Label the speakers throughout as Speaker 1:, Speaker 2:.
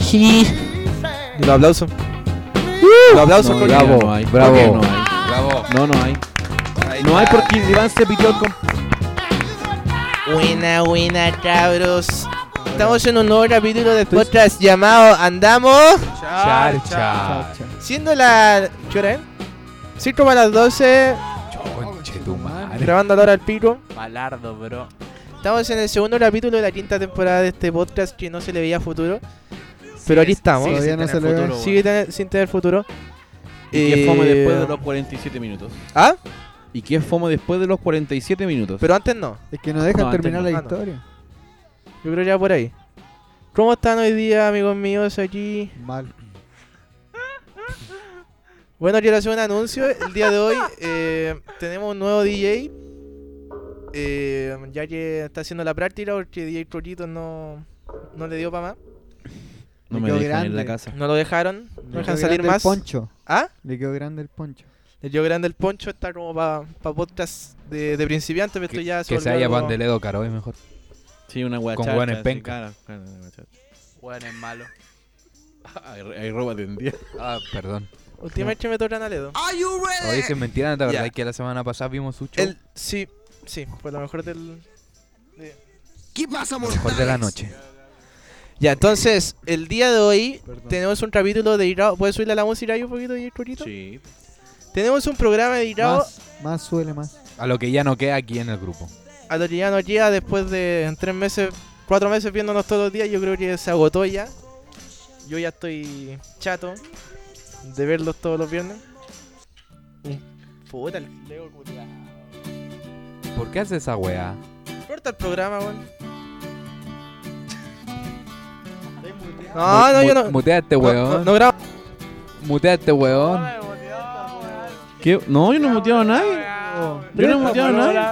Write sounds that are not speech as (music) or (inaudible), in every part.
Speaker 1: sí.
Speaker 2: Un aplauso.
Speaker 3: ¡Uh!
Speaker 2: Un aplauso,
Speaker 4: No,
Speaker 2: coño.
Speaker 4: ya
Speaker 2: Bravo.
Speaker 4: no hay.
Speaker 1: Bravo.
Speaker 4: Creo que No hay.
Speaker 2: Bravo.
Speaker 4: No, no hay.
Speaker 2: Ahí
Speaker 4: No hay
Speaker 2: está.
Speaker 4: porque Iván
Speaker 3: este
Speaker 4: se pitió el comp-
Speaker 3: Buena, buena, cabros. Estamos en un nuevo capítulo de podcast llamado Andamos.
Speaker 2: Char, char.
Speaker 5: Ah.
Speaker 3: Siendo la. ¿Qué hora es? 5 para las 12,
Speaker 2: Conche tu madre.
Speaker 3: grabando a la hora al pico.
Speaker 1: Malardo, bro.
Speaker 3: Estamos en el segundo capítulo de la quinta temporada de este podcast que no se le veía futuro. Pero aquí estamos.
Speaker 1: Sí,
Speaker 3: Sigue
Speaker 1: sí,
Speaker 4: no
Speaker 1: tiene
Speaker 4: se le ve.
Speaker 1: futuro,
Speaker 3: sin tener- sin tener futuro.
Speaker 4: ¿Y qué
Speaker 3: Eh,
Speaker 4: fome después de los 47 minutos?
Speaker 3: ¿Ah?
Speaker 4: ¿Y qué fome después de los 47 minutos?
Speaker 3: Pero antes no.
Speaker 5: Es que no dejan
Speaker 4: No, antes
Speaker 5: terminar
Speaker 4: no.
Speaker 5: la
Speaker 3: Ah, no.
Speaker 5: historia.
Speaker 3: Yo creo ya por ahí. ¿Cómo están hoy día, amigos míos, aquí?
Speaker 5: Mal.
Speaker 3: Bueno, quiero hacer un anuncio. El día de hoy eh, tenemos un nuevo DJ. eh, ya que está haciendo la práctica porque DJ Coquito no, no le dio para más.
Speaker 5: me
Speaker 4: no me
Speaker 5: quedó
Speaker 4: dejan en
Speaker 5: grande.
Speaker 4: la casa.
Speaker 3: No lo dejaron. No
Speaker 5: Le
Speaker 3: dejan
Speaker 5: quedó
Speaker 3: salir
Speaker 5: grande el
Speaker 3: más.
Speaker 5: poncho.
Speaker 3: ¿Ah?
Speaker 5: Le quedó grande el poncho.
Speaker 3: El yo grande el poncho está como para podcast de, de principiante, pero esto ya
Speaker 2: Que se
Speaker 3: volvió
Speaker 2: haya
Speaker 3: algo-
Speaker 2: pan de Ledo caro, es mejor.
Speaker 4: Sí, una guachacha.
Speaker 2: Con hueones
Speaker 4: sí,
Speaker 2: penca.
Speaker 4: cara, cara de guachacha.
Speaker 1: Bueno, es malo.
Speaker 4: Hay, hay ropa tendida.
Speaker 2: Ah, perdón.
Speaker 3: Última vez que me tocan a Ledo.
Speaker 2: Oye, si es mentira, ¿no te
Speaker 3: Ya.
Speaker 2: acordás que la semana pasada vimos su show?
Speaker 3: El, sí, sí, fue lo mejor del.
Speaker 2: Lo mejor de la noche.
Speaker 3: Ya, entonces, el día de hoy
Speaker 5: Perdón.
Speaker 3: tenemos un capítulo dedicado. ¿Puedes subirle a la música ahí un poquito, DJ Corito?
Speaker 4: Sí.
Speaker 3: Tenemos un programa dedicado
Speaker 5: Más, más suele más.
Speaker 2: A lo que ya no queda aquí en el grupo.
Speaker 3: a lo que ya nos llega después de tres meses, cuatro meses viéndonos todos los días. Yo creo que se agotó ya. Yo ya estoy chato de verlos todos los viernes. Puta, el Leo culiao.
Speaker 2: ¿Por qué haces esa weá?
Speaker 3: Corta el programa, weón. No, Ah, no,
Speaker 2: Mu-
Speaker 3: yo
Speaker 2: mu-
Speaker 3: no.
Speaker 2: Mutea a este
Speaker 3: no, no,
Speaker 2: weón.
Speaker 3: no grabo.
Speaker 2: Mutea a
Speaker 3: (laughs)
Speaker 2: este weón.
Speaker 4: ¿Qué? No, yo no he muteado a nadie.
Speaker 3: Ah,
Speaker 4: Yo no he muteado a nadie.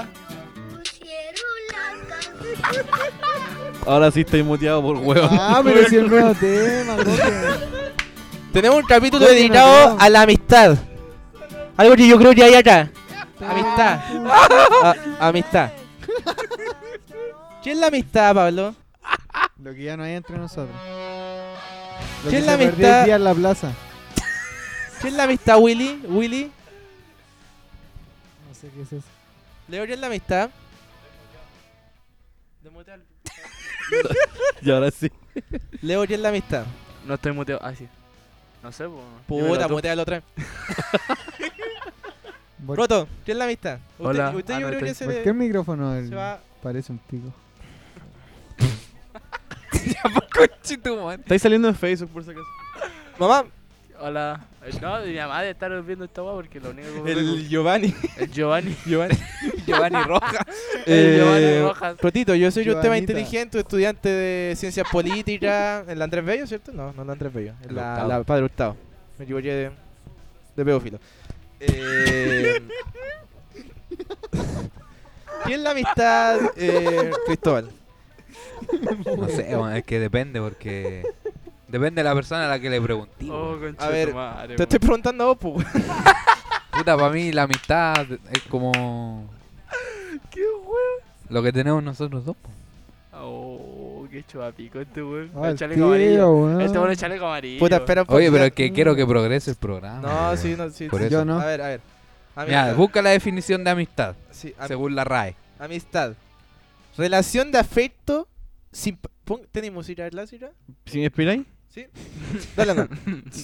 Speaker 4: Ahora sí estoy muteado por hueón. (laughs)
Speaker 5: Ah, pero si el nuevo tema, loco.
Speaker 3: Tenemos un capítulo
Speaker 5: Coño, no
Speaker 3: dedicado
Speaker 5: grabo.
Speaker 3: a la amistad. Algo que yo creo que hay acá. Amistad. A- amistad. ¿Qué es la amistad, Pablo?
Speaker 5: Lo que ya no hay entre nosotros. Lo
Speaker 3: ¿Qué
Speaker 5: que
Speaker 3: es la
Speaker 5: se perdió
Speaker 3: amistad?
Speaker 5: el día en la plaza.
Speaker 3: ¿Qué es la amistad, Willy? Willy,
Speaker 5: No sé qué es eso.
Speaker 3: Leo, ¿qué es la amistad?
Speaker 4: Y ahora sí.
Speaker 3: Leo, ¿qué es la amistad?
Speaker 1: No estoy muteado. Ah, sí. No sé, po.
Speaker 3: Puta, puta, la otra vez.
Speaker 5: ¿Por,
Speaker 3: Roto, ¿qué es la amistad? Usted,
Speaker 1: Hola.
Speaker 3: usted
Speaker 1: Ah,
Speaker 3: yo
Speaker 1: no,
Speaker 3: creo que se,
Speaker 1: estoy-
Speaker 5: por
Speaker 3: le-
Speaker 5: qué el micrófono del-
Speaker 3: se va.
Speaker 5: parece
Speaker 3: (laughs)
Speaker 5: un pico?
Speaker 4: Estáis saliendo en Facebook por si acaso.
Speaker 3: Mamá,
Speaker 1: Hola. Eh, No, de mi mamá de estar viendo esta weá porque lo único que
Speaker 3: el Giovanni. (laughs)
Speaker 1: El Giovanni.
Speaker 3: Giovanni.
Speaker 2: Giovanni Roja.
Speaker 1: (laughs) El Giovanni
Speaker 3: Eh,
Speaker 1: Rojas.
Speaker 3: Rotito, yo soy un tema
Speaker 5: Giovanita.
Speaker 3: inteligente, estudiante de ciencias
Speaker 1: (laughs)
Speaker 3: políticas. En la Andrés Bello, ¿cierto? No, no en la Andrés Bello. En
Speaker 2: El
Speaker 3: la,
Speaker 2: octavo.
Speaker 3: la Padre Hurtado. Me equivoqué de, de pedófilo. Eh,
Speaker 1: (laughs)
Speaker 3: ¿Qué es la amistad, eh, Cristóbal?
Speaker 2: No sé,
Speaker 5: (laughs)
Speaker 2: weón, es que depende porque... Depende de la persona a la que le pregunté.
Speaker 1: Oh,
Speaker 2: weón.
Speaker 1: concha
Speaker 3: A ver,
Speaker 1: tu madre,
Speaker 3: Te estoy preguntando a vos, pues. weón.
Speaker 2: Puta, para mí la amistad es como...
Speaker 1: ¿Qué weón?
Speaker 2: Lo que tenemos nosotros dos. po.
Speaker 1: Oh, qué chupapico este weón.
Speaker 5: Ah,
Speaker 1: el
Speaker 5: el
Speaker 1: chaleco
Speaker 5: tío,
Speaker 1: amarillo.
Speaker 5: weón.
Speaker 1: Este weón es chaleco amarillo.
Speaker 3: Puta, espera un
Speaker 2: Oye, pero es
Speaker 3: poquito.
Speaker 2: que quiero que progrese el programa.
Speaker 3: pues, No,
Speaker 2: weón.
Speaker 3: sí, no, sí.
Speaker 2: Por
Speaker 3: sí.
Speaker 2: eso.
Speaker 5: Yo no.
Speaker 3: A ver, a ver.
Speaker 2: Mira,
Speaker 3: Amistad.
Speaker 2: busca la definición de amistad,
Speaker 3: Sí, am-
Speaker 2: según la RAE.
Speaker 3: amistad. Relación de afecto. simp- pon- ¿Tenéis música, verdad, Sira?
Speaker 4: ¿Si me espiráis?
Speaker 2: (laughs)
Speaker 3: Sí. Dale, no.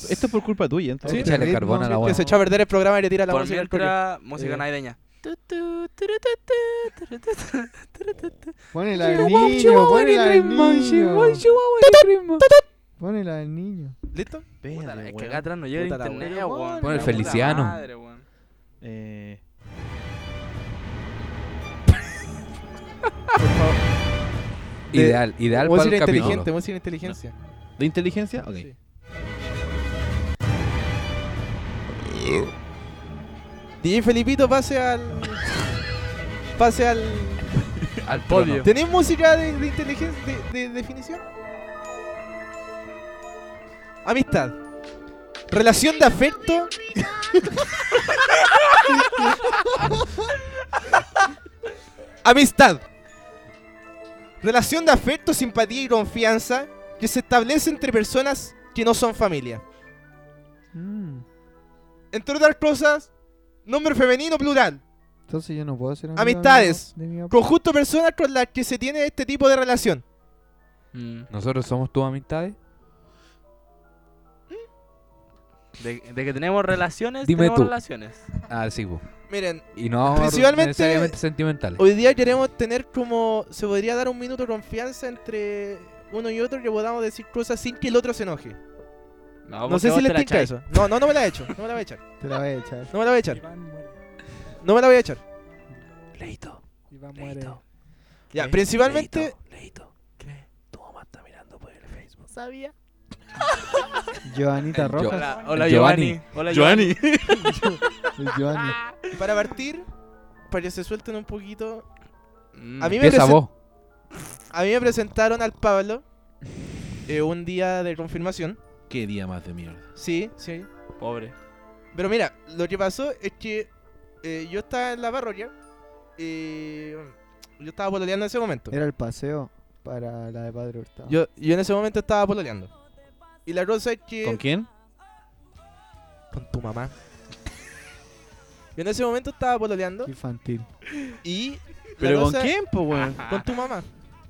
Speaker 4: Esto es por culpa tuya, entonces.
Speaker 2: Échale
Speaker 5: Ritmo,
Speaker 2: carbón a la
Speaker 5: que
Speaker 3: Que
Speaker 2: buena.
Speaker 3: se echó a perder el programa y le tira la
Speaker 1: Por
Speaker 3: música al coque.
Speaker 1: mientras, música
Speaker 3: Eh.
Speaker 1: navideña.
Speaker 5: Ponela al niño, ponela al niño. Ponela al niño.
Speaker 3: ¿Listo?
Speaker 1: Puta,
Speaker 4: Espérate,
Speaker 1: es que
Speaker 4: weón.
Speaker 1: acá atrás no llega el
Speaker 3: Puta la
Speaker 1: internet,
Speaker 3: weá.
Speaker 1: weón.
Speaker 2: Pon el
Speaker 1: La puta
Speaker 2: Feliciano.
Speaker 1: madre, weón.
Speaker 4: Eh,
Speaker 3: de-
Speaker 2: Ideal, ideal para
Speaker 3: Música
Speaker 2: el capítulo.
Speaker 3: inteligente, música inteligencia.
Speaker 4: ¿De inteligencia? Ok.
Speaker 3: Sí. DJ Felipito, pase al. Pase al.
Speaker 2: (laughs) Al
Speaker 1: podio.
Speaker 3: ¿Tenéis música de, de inteligencia? De, de definición? Amistad. Relación de afecto. (laughs) Amistad. Relación de afecto, simpatía y confianza que se establece entre personas que no son familia.
Speaker 5: Mm.
Speaker 3: Entre otras cosas, nombre femenino plural.
Speaker 5: Entonces yo no puedo hacer
Speaker 3: Amistades.
Speaker 5: De mi papá.
Speaker 3: Conjunto de personas con las que se tiene este tipo de relación.
Speaker 1: Mm.
Speaker 2: ¿Nosotros somos tus amistades?
Speaker 1: De, de que tenemos relaciones,
Speaker 2: Dime
Speaker 1: tenemos
Speaker 2: tú.
Speaker 1: relaciones.
Speaker 2: Ah, sí, po.
Speaker 3: Miren,
Speaker 2: Y no
Speaker 3: Principalmente-
Speaker 2: necesariamente sentimentales.
Speaker 3: hoy día queremos tener como... Se podría dar un minuto de confianza entre uno y otro que podamos decir cosas sin que el otro se enoje. No
Speaker 1: porque
Speaker 3: sé
Speaker 1: vos
Speaker 3: si
Speaker 1: te
Speaker 3: les
Speaker 1: la
Speaker 3: tinca
Speaker 1: echáis.
Speaker 3: eso. No, no, no me la he hecho. No me la voy a echar.
Speaker 5: Te la voy a echar.
Speaker 3: No me la voy a echar. No me la voy a echar.
Speaker 2: Leito,
Speaker 5: Iván muere.
Speaker 3: Ya, principalmente...
Speaker 2: Leito. ¿Qué? Tu mamá está mirando por el Facebook.
Speaker 1: Sabía.
Speaker 5: Joanita
Speaker 2: Eh,
Speaker 3: (laughs)
Speaker 2: yo-
Speaker 5: Rojas.
Speaker 1: Hola, hola
Speaker 2: Giovanni.
Speaker 1: Giovanni. Hola
Speaker 4: Giovanni.
Speaker 5: El Joanny.
Speaker 3: Y para partir, para que se suelten un poquito...
Speaker 1: Mm.
Speaker 3: A mí me
Speaker 2: Empieza
Speaker 3: parece-
Speaker 2: vos.
Speaker 3: A mí me presentaron al Pablo eh, un día de confirmación.
Speaker 4: Qué día más de mierda.
Speaker 3: Sí, sí.
Speaker 1: Pobre.
Speaker 3: Pero mira, lo que pasó es que eh, yo estaba en la parroquia. eh, yo estaba pololeando en ese momento.
Speaker 5: Era el paseo para la de Padre Hurtado.
Speaker 3: Yo, yo en ese momento estaba pololeando. Y la cosa es que.
Speaker 4: ¿Con quién?
Speaker 3: Con tu mamá. (laughs) yo en ese momento estaba pololeando.
Speaker 5: Qué infantil.
Speaker 3: Y. la
Speaker 4: ¿Pero con
Speaker 3: cosa-
Speaker 4: quién, po, weón?
Speaker 3: (laughs) Con tu mamá.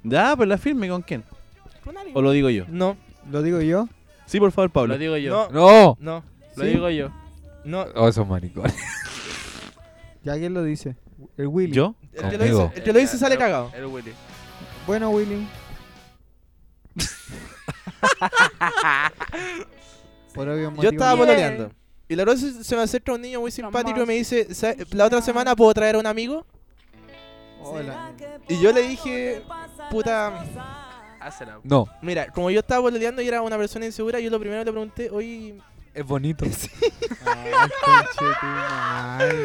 Speaker 4: Ya, pues la firme, ¿con quién?
Speaker 3: Con alguien.
Speaker 4: ¿O lo digo yo?
Speaker 3: No,
Speaker 5: ¿Lo digo yo?
Speaker 4: Sí, por favor, Pablo.
Speaker 1: Lo digo yo.
Speaker 3: no,
Speaker 2: ¡No!
Speaker 3: no,
Speaker 1: Lo
Speaker 5: ¿Sí?
Speaker 1: digo yo.
Speaker 3: no.
Speaker 2: Oh, esos maricones. (laughs)
Speaker 5: ¿Ya quién lo dice? El Willy.
Speaker 4: ¿Yo?
Speaker 3: El que lo
Speaker 2: Conmigo.
Speaker 3: dice, el que lo dice sale cagado.
Speaker 1: El Willy.
Speaker 5: Bueno, Willy.
Speaker 3: (laughs)
Speaker 5: Por obvio
Speaker 3: Yo estaba
Speaker 6: Bien.
Speaker 3: pololeando. Y la verdad se se me acerca un niño muy simpático y me dice, "Sa- la otra semana puedo traer a un amigo.
Speaker 5: Hola.
Speaker 3: Y yo le dije, puta, Ah,
Speaker 1: Hazla.
Speaker 2: No.
Speaker 3: mira, como yo estaba pololeando y era una persona insegura, yo lo primero le pregunté,
Speaker 5: Eh.
Speaker 3: oye,
Speaker 2: Es bonito.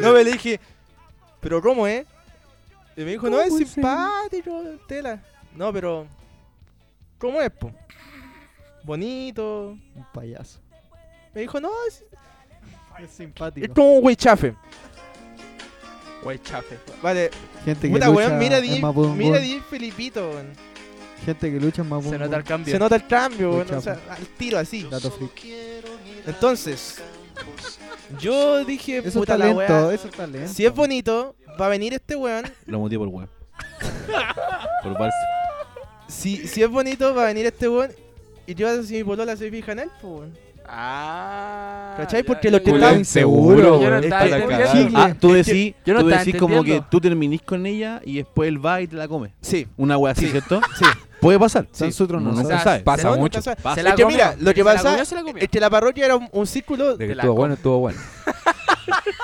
Speaker 3: no me le dije, pero ¿cómo eh? Y me dijo, no, es simpático, tela. No, pero, ¿cómo es, po? Bonito.
Speaker 5: Un payaso.
Speaker 3: Me dijo, no, es,
Speaker 5: Es
Speaker 3: es
Speaker 5: simpático.
Speaker 3: como un weichafe.
Speaker 1: Wey, chafe.
Speaker 3: Vale,
Speaker 5: Gente que
Speaker 3: puta
Speaker 5: lucha
Speaker 3: weón, mira
Speaker 5: en
Speaker 3: di,
Speaker 5: Mapudungún.
Speaker 3: mira di Felipito, weón.
Speaker 5: Gente que lucha en Mapudungún.
Speaker 1: Se nota el cambio.
Speaker 3: Se nota el cambio,
Speaker 5: Muy
Speaker 3: weón, o sea,
Speaker 5: chafa.
Speaker 3: al tiro así.
Speaker 5: Dato freak.
Speaker 3: Entonces, yo dije,
Speaker 5: Eso es
Speaker 3: puta la
Speaker 5: talento,
Speaker 3: weá.
Speaker 5: eso es talento.
Speaker 3: Si es bonito, va a venir este weón.
Speaker 4: Lo motivo por weón. por Barça.
Speaker 3: Si, si es bonito, va a venir este weón. Y yo si mi polola se fija en él, po, weón.
Speaker 1: Ah.
Speaker 3: ¿Cachai?
Speaker 1: ya,
Speaker 3: Porque
Speaker 1: ya,
Speaker 3: lo que
Speaker 1: ya.
Speaker 3: está-
Speaker 2: inseguro,
Speaker 1: Yo no estaba
Speaker 2: Está la
Speaker 1: entendiendo.
Speaker 2: cagada.
Speaker 4: Ah, tú decís,
Speaker 1: yo no
Speaker 4: tú
Speaker 1: estaba
Speaker 4: decís como que
Speaker 1: entendiendo.
Speaker 4: tú terminís con ella y después él va y te la come.
Speaker 3: Sí,
Speaker 4: Una wea así,
Speaker 3: Sí.
Speaker 4: ¿cierto?
Speaker 3: sí.
Speaker 4: Puede pasar.
Speaker 5: Está en
Speaker 4: Sí.
Speaker 5: su trono,
Speaker 4: Uno
Speaker 5: ¿sabes?
Speaker 4: nunca sabe.
Speaker 2: Pasa
Speaker 3: Según
Speaker 2: mucho.
Speaker 3: lo que pasa-
Speaker 1: Se la
Speaker 3: Es que
Speaker 1: comió,
Speaker 3: mira, lo que
Speaker 1: se la
Speaker 3: pasa
Speaker 1: comió, se la comió.
Speaker 3: es que la parroquia era un, un círculo.
Speaker 2: De que
Speaker 1: Te la
Speaker 2: estuvo
Speaker 1: como.
Speaker 2: bueno, estuvo bueno.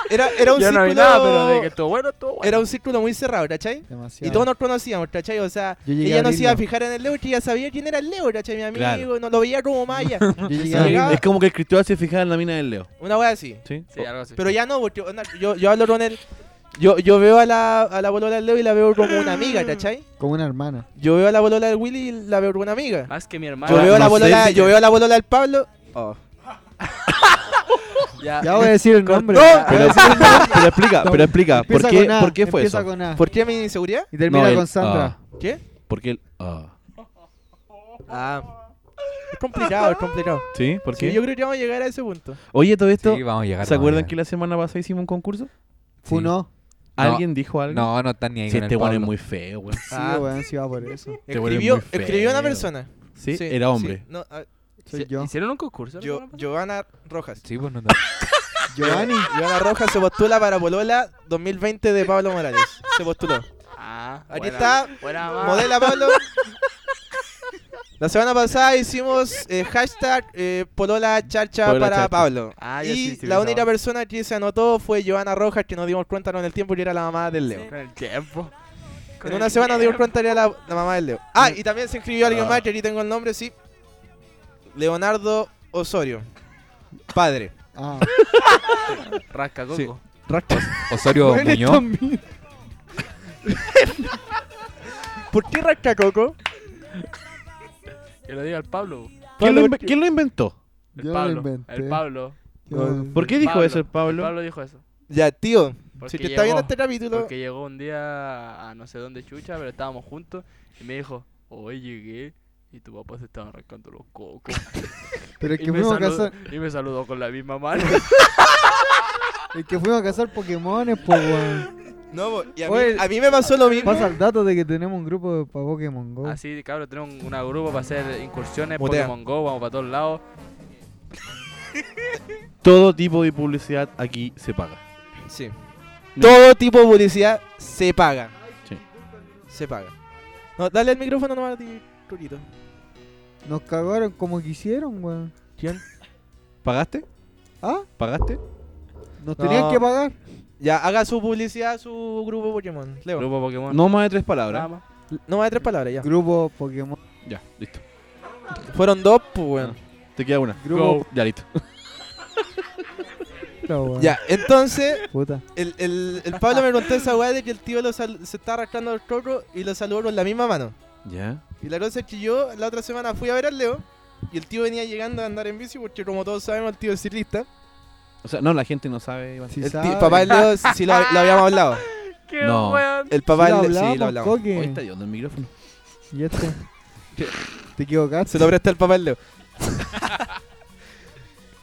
Speaker 3: Era, era un
Speaker 1: Yo no
Speaker 3: círculo.
Speaker 1: vi nada, pero de que estuvo bueno, estuvo bueno.
Speaker 3: Era un círculo muy cerrado, ¿cachai?
Speaker 5: Demasiado.
Speaker 3: Y todos nos conocíamos, ¿cachai? O sea,
Speaker 5: Yo llegué
Speaker 3: ella
Speaker 5: a
Speaker 3: no se iba a
Speaker 5: abrirlo.
Speaker 3: fijar en el Leo, que ella sabía quién era el Leo, ¿cachai? Mi amigo,
Speaker 4: Claro.
Speaker 3: no lo veía como
Speaker 1: (laughs)
Speaker 3: Maya.
Speaker 5: Yo llegué a
Speaker 3: Sí.
Speaker 5: abrirlo.
Speaker 4: Es como que el Cristóbal se fijaba en la mina del Leo.
Speaker 3: Una wea así.
Speaker 4: ¿Sí?
Speaker 1: Sí, algo así.
Speaker 3: Pero ya no, porque onda, yo, yo hablo con él. Yo, yo veo a la, a la bolola del Leo y la veo como una
Speaker 1: (clears throat)
Speaker 3: amiga, ¿cachai?
Speaker 5: Como una hermana.
Speaker 3: Yo veo a la bolola del Willy y la veo como una amiga.
Speaker 1: Más que mi hermano.
Speaker 3: Yo veo, a la
Speaker 4: Ah, no sé,
Speaker 3: bolola,
Speaker 4: sí.
Speaker 3: yo veo a la bolola del Pablo. Oh.
Speaker 1: Ya.
Speaker 5: Ya voy a decir el nombre.
Speaker 3: no,
Speaker 5: Ya.
Speaker 4: Pero, pero explica, pero explica. ¿Por
Speaker 5: Empieza
Speaker 4: qué,
Speaker 5: con A,
Speaker 4: ¿por qué fue
Speaker 5: empieza
Speaker 4: eso?
Speaker 5: con A.
Speaker 3: ¿Por qué mi inseguridad?
Speaker 5: Y termina
Speaker 4: el-
Speaker 5: con Sandra.
Speaker 4: ah,
Speaker 3: ¿Qué?
Speaker 4: ¿Por qué el ah?
Speaker 3: Ah. Es complicado, es complicado.
Speaker 4: ¿Sí? ¿Por
Speaker 3: Sí,
Speaker 4: qué?
Speaker 3: yo creo que vamos a llegar a ese punto.
Speaker 4: Oye, todo esto.
Speaker 2: Sí, vamos a llegar.
Speaker 4: ¿Se
Speaker 2: vamos a
Speaker 4: acuerdan que
Speaker 2: llegar.
Speaker 4: la semana pasada hicimos un concurso?
Speaker 5: Funó.
Speaker 4: ¿Alguien dijo algo?
Speaker 2: No, no están ni ahí
Speaker 4: Si
Speaker 2: con
Speaker 4: este
Speaker 2: el
Speaker 4: weón es
Speaker 2: Pablo.
Speaker 4: muy feo, weón.
Speaker 5: Sí,
Speaker 3: Ah.
Speaker 5: weón, sí va por eso.
Speaker 4: Te vuelves
Speaker 3: Escribió,
Speaker 4: muy feo.
Speaker 3: escribió una persona.
Speaker 4: Sí, era hombre.
Speaker 3: sí. No, a-
Speaker 5: Soy
Speaker 1: ¿Hici-
Speaker 5: yo.
Speaker 1: ¿Hicieron un concurso? la
Speaker 3: yo,
Speaker 1: semana pasada?
Speaker 3: Giovanna Rojas.
Speaker 2: Sí, pues no.
Speaker 5: Giovanni.
Speaker 3: Giovanna Rojas se postula para Polola 2020 de Pablo Morales. Se postuló.
Speaker 1: Ah,
Speaker 3: Aquí
Speaker 1: buena,
Speaker 3: está,
Speaker 1: Buena, mamá.
Speaker 3: Modela Pablo. La semana pasada hicimos eh, hashtag eh, Polola Charcha
Speaker 4: Polola
Speaker 3: para
Speaker 4: Charcha.
Speaker 3: Pablo.
Speaker 1: Ah, yo
Speaker 3: y
Speaker 1: sí, sí,
Speaker 3: la
Speaker 1: vi esa
Speaker 3: única
Speaker 1: hora.
Speaker 3: persona que se anotó fue Giovanna Rojas, que nos dimos cuenta con el tiempo que era la mamá del Leo.
Speaker 1: Con el tiempo. Eh,
Speaker 3: En una semana nos dimos cuenta que era la, la mamá del Leo. Ah, y también se inscribió alguien más, que aquí tengo el nombre, sí. Leonardo Osorio. Padre.
Speaker 5: Ah,
Speaker 1: Rasca coco.
Speaker 3: Sí.
Speaker 5: (laughs)
Speaker 2: Osorio
Speaker 5: Bueno,
Speaker 2: Muñoz.
Speaker 3: ¿Por qué Rascacoco?
Speaker 1: Que lo diga el Pablo.
Speaker 4: ¿Quién lo,
Speaker 3: Pablo,
Speaker 4: inve-
Speaker 3: ¿qué-
Speaker 4: quién lo inventó?
Speaker 1: El
Speaker 5: Yo lo
Speaker 1: Pablo.
Speaker 5: inventé.
Speaker 1: El Pablo.
Speaker 5: yo-
Speaker 4: ¿Por qué dijo
Speaker 1: Pablo.
Speaker 4: eso el Pablo?
Speaker 1: Pablo dijo eso.
Speaker 3: Ya, tío. Si
Speaker 1: Porque
Speaker 3: que
Speaker 1: llegó,
Speaker 3: está viendo este capítulo.
Speaker 1: porque llegó un día a no sé dónde chucha, pero estábamos juntos y me dijo, oye, llegué Y tu papá se estaba arrancando los cocos.
Speaker 5: Pero (laughs) es
Speaker 1: Y
Speaker 5: que
Speaker 1: me,
Speaker 5: fuimos a
Speaker 1: saludó,
Speaker 5: cazar.
Speaker 1: y me saludó con la
Speaker 5: (laughs)
Speaker 1: misma mano. (laughs)
Speaker 5: Es que fuimos a cazar Pokémones, po, weón.
Speaker 3: No, po, y a,
Speaker 5: Oye,
Speaker 3: mí, a mí me pasó lo mismo.
Speaker 5: Pasa el dato de que tenemos un grupo de pa' Pokémon Go.
Speaker 1: Así, cabrón, tenemos un- una grupo para hacer incursiones,
Speaker 3: Mutea.
Speaker 1: Pokémon Go, vamos para todos lados.
Speaker 4: Todo tipo de publicidad aquí se paga.
Speaker 3: Sí.
Speaker 4: No.
Speaker 3: Todo tipo de publicidad se paga.
Speaker 4: Sí.
Speaker 3: Se paga. No, dale el micrófono nomás a ti, Turito.
Speaker 5: Nos cagaron como quisieron, weón.
Speaker 4: ¿Pagaste?
Speaker 5: ¿Ah?
Speaker 4: ¿Pagaste?
Speaker 3: No.
Speaker 5: Nos tenían que pagar.
Speaker 3: Ya, haga su publicidad, su grupo Pokémon. Leo.
Speaker 1: Grupo Pokémon.
Speaker 4: No más de tres palabras.
Speaker 1: Nada más.
Speaker 3: No más de tres palabras, ya.
Speaker 5: Grupo Pokémon.
Speaker 4: Ya, listo.
Speaker 3: Fueron dos, pues, weón.
Speaker 4: Te queda una.
Speaker 5: Grupo
Speaker 4: Ya, (laughs) listo.
Speaker 5: puta, weón.
Speaker 3: Ya, entonces,
Speaker 5: Puta.
Speaker 3: el, el, el Pablo me preguntó esa weá de que el tío lo sal- se está arrastrando al coco y lo saludó con la misma mano.
Speaker 4: Ya.
Speaker 3: Y la cosa es que yo la otra semana fui a ver al Leo y el tío venía llegando a andar en bici porque, como todos sabemos, el tío es ciclista.
Speaker 4: O sea, no, la gente no sabe, Iván.
Speaker 5: Si
Speaker 3: El tío-
Speaker 5: sabe.
Speaker 3: papá del Leo, si lo, lo habíamos hablado.
Speaker 1: ¡Qué
Speaker 4: No.
Speaker 1: weón!
Speaker 3: El papá
Speaker 5: Sí,
Speaker 3: del
Speaker 5: lo
Speaker 3: Leo, sí, lo
Speaker 5: hablamos,
Speaker 3: hablamos.
Speaker 5: Coque.
Speaker 4: Hoy está llorando el micrófono.
Speaker 5: Ya está. este. Te equivocaste.
Speaker 3: Se lo presta el papá del Leo. (laughs)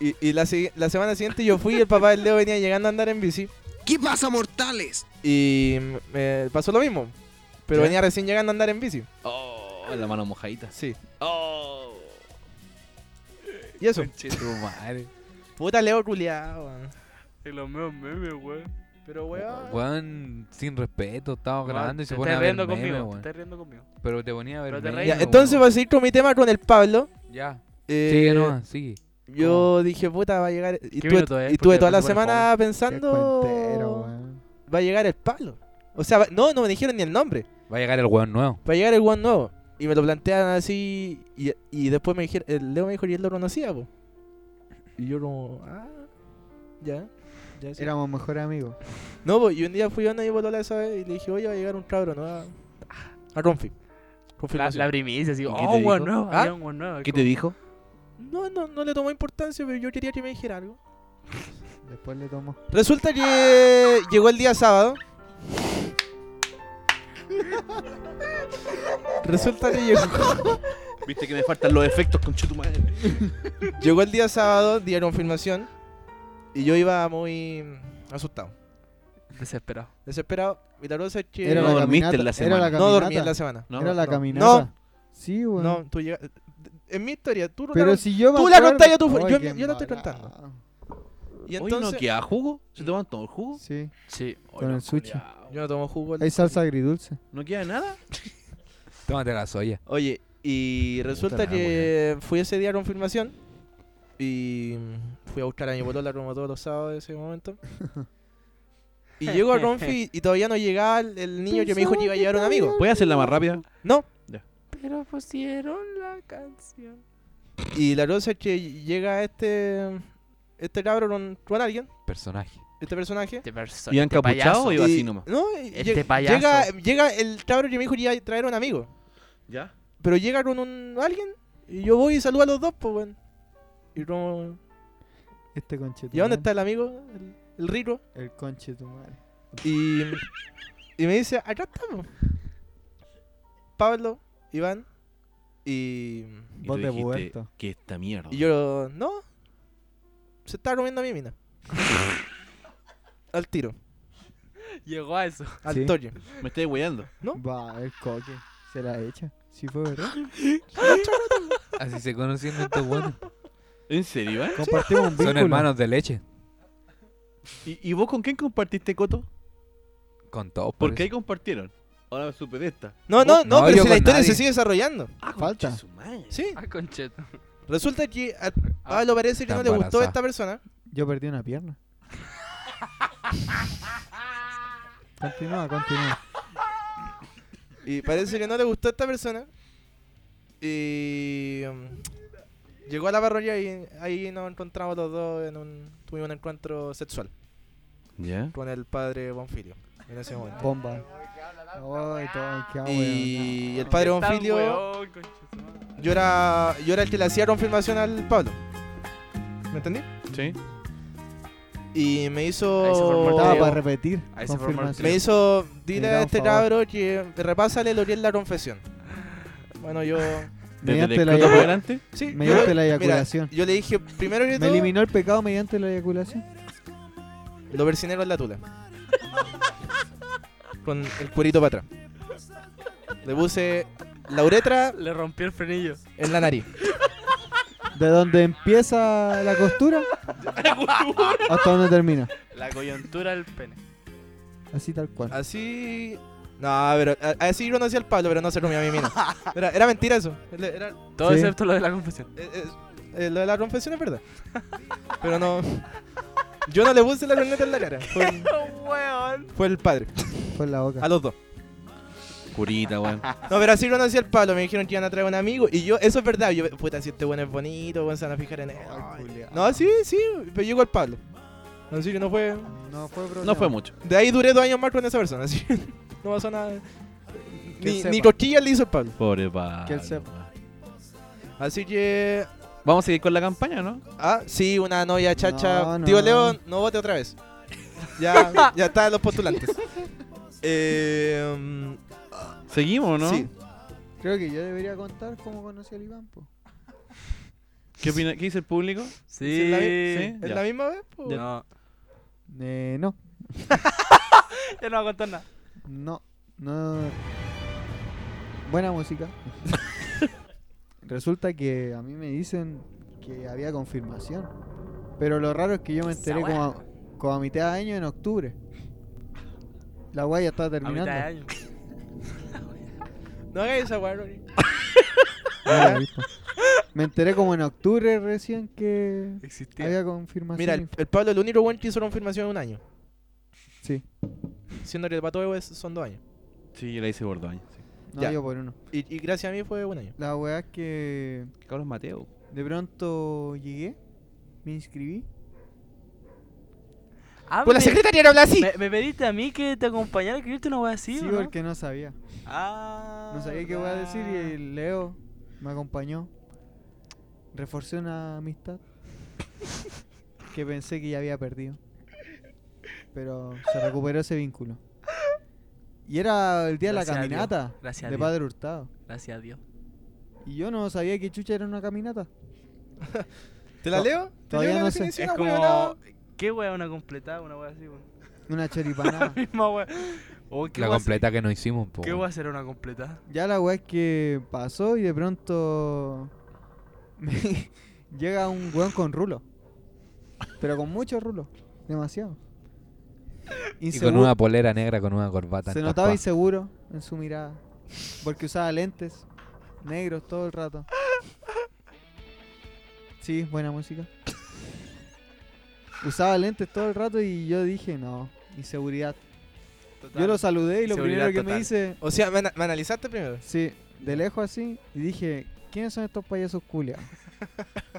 Speaker 3: y y la, si- la semana siguiente yo fui y el papá del Leo venía llegando a andar en bici.
Speaker 6: ¿Qué pasa, mortales?
Speaker 3: Y mm, eh, pasó lo mismo. Pero
Speaker 4: ¿Ya?
Speaker 3: venía recién llegando a andar en bici.
Speaker 4: Oh, la mano mojadita.
Speaker 3: Sí.
Speaker 1: ¡Oh!
Speaker 3: Y eso.
Speaker 2: Tu madre.
Speaker 3: Puta Leo culiado, weón.
Speaker 1: Y los meos memes, weón.
Speaker 3: Pero weón.
Speaker 2: Weón, sin respeto, estaba grabando y se
Speaker 1: te
Speaker 2: pone a
Speaker 1: estás
Speaker 2: ver
Speaker 1: riendo
Speaker 2: memes,
Speaker 1: conmigo, te
Speaker 2: weón.
Speaker 1: estás riendo conmigo.
Speaker 2: Pero te ponía a ver
Speaker 1: Pero te
Speaker 2: memes,
Speaker 1: reí.
Speaker 3: Ya,
Speaker 2: weón.
Speaker 3: entonces voy a seguir con mi tema con el Pablo.
Speaker 2: Ya,
Speaker 3: Eh,
Speaker 2: sigue nomás, sigue.
Speaker 3: Yo dije, puta, va a llegar. Y
Speaker 1: ¿Qué
Speaker 3: tuve,
Speaker 1: minuto es?
Speaker 3: y
Speaker 1: Porque
Speaker 3: tuve toda la
Speaker 1: después se pone
Speaker 3: semana
Speaker 5: Qué cuentero,
Speaker 3: pensando.
Speaker 5: weón.
Speaker 3: Va a llegar el Pablo. O sea, va- no, no me dijeron ni el nombre.
Speaker 2: Va a llegar el weón nuevo.
Speaker 3: va a llegar el One nuevo. Y me lo plantean así. Y, y después me dijeron, el Leo me dijo, y él lo conocía, po. Y yo como, ah, ya. ya sí".
Speaker 5: Éramos mejores amigos.
Speaker 3: No, po, y un día fui a una y bolola esa vez y le dije, oye, va a llegar un cabrón, ¿no? A, a Ronfi.
Speaker 1: La,
Speaker 3: Confirmación.
Speaker 1: la primicia, así,
Speaker 4: qué
Speaker 1: oh,
Speaker 4: te dijo?
Speaker 1: weón nuevo,
Speaker 3: ¿Ah?
Speaker 1: había un weón nuevo.
Speaker 4: ¿Qué te dijo?
Speaker 3: No, no, no le tomó importancia, pero yo quería que me dijera algo.
Speaker 5: Después le tomó.
Speaker 3: Resulta que llegó el día sábado. Resulta que llegó.
Speaker 4: Viste que me faltan los efectos, con tu madre.
Speaker 3: Llegó el día sábado, día de confirmación, y yo iba muy asustado,
Speaker 1: Desesperado.
Speaker 3: desesperado. Y la cosa es que
Speaker 5: Era
Speaker 4: No
Speaker 5: la
Speaker 4: dormiste
Speaker 5: caminata,
Speaker 4: en la
Speaker 5: Era la
Speaker 4: semana.
Speaker 3: no
Speaker 5: caminata.
Speaker 3: dormí en la semana.
Speaker 4: No,
Speaker 5: era la
Speaker 3: no.
Speaker 5: caminata.
Speaker 3: No.
Speaker 5: Sí, weón.
Speaker 3: No, tú llegas... En mi historia, tú no la
Speaker 5: Pero
Speaker 3: cont-
Speaker 5: si yo me
Speaker 3: tú la
Speaker 5: acuerdo-
Speaker 3: contaste a tu fu-
Speaker 5: Ay,
Speaker 3: yo-
Speaker 5: qué
Speaker 3: yo la estoy
Speaker 5: embalado.
Speaker 3: Y
Speaker 4: Oye, ¿no
Speaker 3: entonces...
Speaker 4: queda jugo? ¿Se toman todo el jugo?
Speaker 5: Sí.
Speaker 1: Sí.
Speaker 4: Oye,
Speaker 5: Con
Speaker 4: no,
Speaker 5: el sushi.
Speaker 4: culiao.
Speaker 3: Yo no tomo jugo. el-
Speaker 5: Hay salsa agridulce.
Speaker 4: ¿No queda nada?
Speaker 2: Tómate la soya.
Speaker 3: Oye, y resulta
Speaker 2: la
Speaker 3: que fui ese día a confirmación y fui a buscar a mi bolola como todos los sábados de ese momento. Y llego a Ronfi y todavía no llegaba el, el niño que me dijo que iba a llegar un amigo.
Speaker 4: ¿Puedes hacerla más rápida?
Speaker 3: No,
Speaker 1: Pero pusieron la canción.
Speaker 3: Y la cosa es que llega este este cabrón con, con alguien,
Speaker 2: Personaje.
Speaker 3: este personaje.
Speaker 1: Este perso-
Speaker 4: ¿Iban
Speaker 1: este
Speaker 4: encapuchado
Speaker 1: (laughs) payaso.
Speaker 4: o iba así nomás?
Speaker 3: No, y
Speaker 1: Este
Speaker 3: lle-
Speaker 1: payaso.
Speaker 3: Llega, llega el cabrón que me dijo que iba a traer a un amigo.
Speaker 4: ¿Ya?
Speaker 3: Pero llega con un alguien y yo voy y saludo a los dos, pues, weón. Y como,
Speaker 5: Este conche tu
Speaker 3: ¿y a dónde
Speaker 5: madre.
Speaker 3: está el amigo? El, el rico.
Speaker 5: El conche tu madre.
Speaker 3: Y, y me dice, acá estamos. Pablo, Iván y...
Speaker 4: Y
Speaker 5: Vos
Speaker 4: tú
Speaker 5: de
Speaker 4: dijiste
Speaker 5: puerto.
Speaker 4: Que esta mierda.
Speaker 3: Y yo, no. Se estaba comiendo a mi
Speaker 2: (laughs)
Speaker 3: mina. al tiro,
Speaker 1: Llegó a eso.
Speaker 3: al
Speaker 5: Sí.
Speaker 3: toque.
Speaker 4: Me estoy weyando.
Speaker 5: Va, el coque. Se la echa. Sí fue
Speaker 3: (laughs)
Speaker 5: verdad.
Speaker 2: Así se conocen estos weones.
Speaker 4: ¿En serio, eh?
Speaker 5: Compartimos un vínculo.
Speaker 2: Son hermanos de leche.
Speaker 4: ¿Y, y vos con quién compartiste, Coto?
Speaker 2: Con todos.
Speaker 4: Porque ahí
Speaker 2: parece.
Speaker 4: compartieron. Ahora me supe de esta.
Speaker 3: No, no, no,
Speaker 2: No,
Speaker 3: pero
Speaker 2: yo
Speaker 3: si la
Speaker 2: con
Speaker 3: historia se
Speaker 2: nadie.
Speaker 3: sigue desarrollando.
Speaker 4: Ah,
Speaker 5: Falta.
Speaker 4: conche su madre.
Speaker 3: Sí.
Speaker 1: Ah, concheto.
Speaker 3: Resulta que a Pablo parece que
Speaker 2: Ah, Está
Speaker 3: no le gustó
Speaker 2: embarazada.
Speaker 3: esta persona.
Speaker 5: Yo perdí una pierna.
Speaker 3: (laughs)
Speaker 5: Continúa, continúa.
Speaker 3: Y parece que no le gustó esta persona. Y. mm, Llegó a la parroquia y ahí nos encontramos los dos en un. Tuvimos un encuentro sexual
Speaker 4: ¿Ya?
Speaker 3: con el padre Bonfilio en ese momento.
Speaker 5: Bomba. Ay, todo, qué ahueonado.
Speaker 3: Y el padre Bonfilio.
Speaker 1: Weón, concheto.
Speaker 3: Yo era, yo era el que le hacía confirmación al Pablo. ¿Me entendí?
Speaker 4: Sí.
Speaker 3: Y me
Speaker 1: Ahí se formó el
Speaker 3: hizo.
Speaker 5: Estaba
Speaker 1: trío.
Speaker 5: para repetir.
Speaker 1: Ahí se formó el
Speaker 5: Confirmación.
Speaker 3: Me hizo, dile
Speaker 5: da
Speaker 3: a
Speaker 5: un
Speaker 3: este
Speaker 5: favor.
Speaker 3: cabro que repásale lo que es la confesión. Bueno, yo
Speaker 5: Mediante
Speaker 4: ¿Desde el
Speaker 5: la-
Speaker 4: escroto para adelante?
Speaker 3: Sí,
Speaker 5: Mediante
Speaker 3: yo-
Speaker 5: la
Speaker 3: mira,
Speaker 5: eyaculación.
Speaker 3: yo le dije, primero que
Speaker 5: Me
Speaker 3: todo,
Speaker 5: eliminó el pecado mediante la eyaculación.
Speaker 3: lo persinero en la tula. Con el cuerito para atrás. Le puse la uretra
Speaker 1: Le rompí el frenillo.
Speaker 3: en la nariz.
Speaker 5: De donde empieza la costura hasta donde termina.
Speaker 1: La coyuntura del pene.
Speaker 5: Así tal cual.
Speaker 3: Así. No, pero a- así yo no hacía el palo, pero no se comía mi mina. Era, era mentira eso. Era- era-
Speaker 1: Todo
Speaker 5: Sí.
Speaker 1: excepto lo de la confesión.
Speaker 3: eh, eh, eh, lo de la confesión es verdad. Pero no. Yo no le puse la corneta en la cara. Fue, fue el padre.
Speaker 5: Fue en la boca.
Speaker 3: A los dos.
Speaker 4: Curita,
Speaker 5: (laughs)
Speaker 4: weón.
Speaker 3: No, pero así yo no hacía el palo. Me dijeron que iban a traer un amigo. Y yo, eso es verdad. Yo, puta, si este bueno es bonito, bueno, se van a fijar en él. No, sí, sí. Pero llegó el palo. Así que no fue.
Speaker 5: No fue
Speaker 4: No fue mucho.
Speaker 3: De ahí duré dos años más con esa persona. (laughs) Así que no pasó nada.
Speaker 5: Que
Speaker 3: Ni,
Speaker 5: sepa.
Speaker 3: ni cosquillas le hizo el palo.
Speaker 4: Pobre Pablo.
Speaker 5: Que él sepa.
Speaker 4: weón.
Speaker 3: Así que
Speaker 4: Vamos a seguir con la campaña, ¿no?
Speaker 3: Ah, sí, una novia chacha.
Speaker 5: No, no.
Speaker 3: Tío Leo, no vote otra vez. Ya, ya están los postulantes. Eh, mm,
Speaker 4: Seguimos, ¿no?
Speaker 3: Sí.
Speaker 5: Creo que yo debería contar cómo conocí al Iván. po.
Speaker 4: ¿Qué, opina, ¿Qué dice el público?
Speaker 1: Sí.
Speaker 3: la
Speaker 4: vi-
Speaker 3: ¿Es
Speaker 4: Ya.
Speaker 3: la misma vez? po?
Speaker 1: No.
Speaker 5: Eh, no,
Speaker 1: Ya no va a contar nada.
Speaker 5: no, no. Buena
Speaker 1: (laughs)
Speaker 5: música. Resulta que a mí me dicen que había confirmación. Pero lo raro es que yo me enteré como a, como a mitad de año en octubre. La guay ya estaba
Speaker 1: A mitad
Speaker 5: terminando. (laughs)
Speaker 1: de año.
Speaker 3: No hagáis esa weá, Rory.
Speaker 5: Ah, la vista. Me enteré como en octubre recién que
Speaker 1: Existía.
Speaker 5: había confirmación.
Speaker 3: Mira, el, el Pablo, el único buen que hizo confirmación en un año.
Speaker 5: Sí,
Speaker 3: Siendo que para todo es- son dos años.
Speaker 4: Sí, yo la hice por dos años. Sí.
Speaker 5: no
Speaker 3: Ya.
Speaker 5: yo por uno.
Speaker 3: Y, y gracias a mí fue un año.
Speaker 5: La weá es que
Speaker 4: Carlos Mateo.
Speaker 5: de pronto llegué, me inscribí.
Speaker 1: Ah,
Speaker 3: Pues la
Speaker 1: me-
Speaker 3: secretaria no habla así.
Speaker 1: me, me pediste a mí que te acompañara a escribirte una wea así,
Speaker 5: Sí,
Speaker 1: ¿o no?
Speaker 5: porque no sabía.
Speaker 1: Ah.
Speaker 5: No sabía qué voy a decir y
Speaker 1: verdad.
Speaker 5: el Leo me acompañó. Reforcé una
Speaker 1: (laughs)
Speaker 5: amistad que pensé que ya había perdido. Pero se recuperó ese vínculo. Y era el día
Speaker 1: Gracias a
Speaker 5: de la
Speaker 1: Dios,
Speaker 5: caminata
Speaker 1: gracias a
Speaker 5: de
Speaker 1: Dios.
Speaker 5: Padre Hurtado.
Speaker 1: Gracias a Dios.
Speaker 5: Y yo no sabía que chucha era una caminata.
Speaker 3: ¿Te la
Speaker 5: No,
Speaker 3: leo? ¿Te
Speaker 5: todavía
Speaker 3: leo la
Speaker 5: no sé.
Speaker 3: definición,
Speaker 1: es como.
Speaker 3: ahueonado?
Speaker 1: ¿Qué wea una completada? Una wea así, weón. (laughs)
Speaker 5: Una
Speaker 1: La
Speaker 5: choripanada.
Speaker 1: misma wea. Oh, ¿qué
Speaker 2: La
Speaker 1: wea ser-
Speaker 2: completa que nos hicimos, po.
Speaker 1: ¿Qué wea será una completada?
Speaker 5: ya la weá es que pasó y de pronto (laughs) me llega un weón con rulo. Pero con mucho rulo. Demasiado.
Speaker 2: Y con
Speaker 5: Inseguro-
Speaker 2: una polera negra con una corbata.
Speaker 5: se
Speaker 2: en
Speaker 5: notaba
Speaker 2: tapa.
Speaker 5: inseguro en su mirada. Porque usaba lentes negros todo el rato. Sí, buena música. Usaba lentes todo el rato y yo dije, no, inseguridad. Yo lo saludé y lo
Speaker 1: Seguridad
Speaker 5: primero que me
Speaker 1: total.
Speaker 5: dice,
Speaker 3: O sea, me, ana- me analizaste primero.
Speaker 5: Sí, de lejos así. Y dije, ¿quiénes son estos payasos culiados?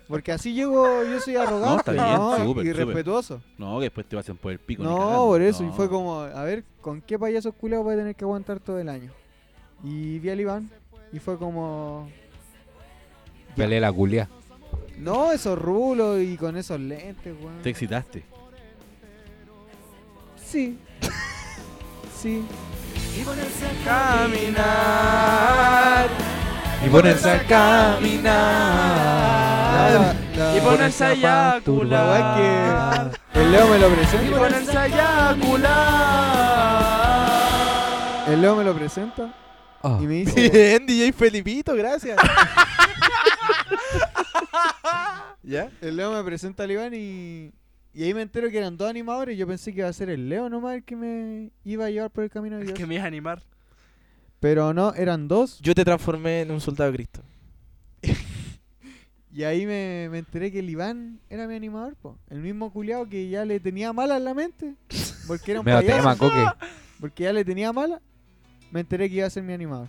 Speaker 5: Porque así llego, yo soy arrogante
Speaker 4: está bien,
Speaker 5: ¿no?
Speaker 4: súper,
Speaker 5: y
Speaker 4: súper.
Speaker 5: respetuoso.
Speaker 4: No, que después te vas a por el pico. ni
Speaker 5: No,
Speaker 4: cagando.
Speaker 5: por eso. Y
Speaker 4: No.
Speaker 5: fue como, a ver, ¿con qué payasos culiados voy a tener que aguantar todo el año? Y vi al Iván y fue como,
Speaker 2: Pelé la culia.
Speaker 5: no, esos rulos y con esos lentes, weón.
Speaker 4: Te excitaste.
Speaker 5: Sí. sí.
Speaker 2: Y ponerse a caminar.
Speaker 5: La- la-
Speaker 1: Ah, Y ponerse a
Speaker 5: la
Speaker 1: eyacular.
Speaker 5: verdad que el Leo me lo
Speaker 1: Y
Speaker 5: presenta.
Speaker 1: ponerse a eyacular.
Speaker 5: El Leo me lo presenta
Speaker 2: Ah,
Speaker 5: y me
Speaker 4: (laughs)
Speaker 3: (laughs)
Speaker 5: dice,
Speaker 3: Bien, DJ Felipito, gracias. (laughs) ¿Ya?
Speaker 5: El Leo me presenta al Iván y, y ahí me entero que eran dos animadores. Yo pensé que iba a ser el Leo nomás el que me iba a llevar por el camino de
Speaker 1: Es
Speaker 5: Dios.
Speaker 1: que me ibas a animar.
Speaker 5: Pero no, eran dos.
Speaker 3: Yo te transformé en un soldado de Cristo.
Speaker 5: Y ahí me, me enteré que el Iván era mi animador, po. El mismo culiao que ya le tenía mala en la mente. Porque
Speaker 2: (laughs)
Speaker 5: era un
Speaker 2: Me lo tema,
Speaker 5: payaso.
Speaker 2: coque.
Speaker 5: Porque ya le tenía mala. Me enteré que iba a ser mi animador.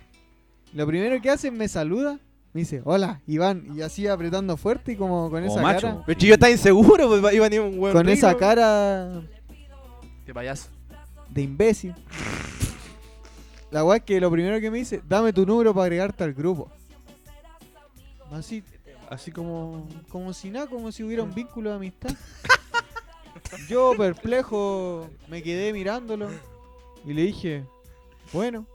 Speaker 5: Lo primero que hace me saluda. Me dice, hola, Iván. Y así apretando fuerte y como con
Speaker 4: Como
Speaker 5: esa
Speaker 4: macho.
Speaker 5: cara.
Speaker 3: Pero si yo estaba inseguro, pues iba a venir un hueón
Speaker 5: Con esa
Speaker 3: rico.
Speaker 5: cara
Speaker 1: De payaso.
Speaker 5: de imbécil. La weá es que lo primero que me dice, dame tu número para agregarte al grupo. Así,
Speaker 4: Así como.
Speaker 5: como si nada, como si hubiera un vínculo de amistad. Yo, perplejo, me quedé mirándolo y le dije, bueno,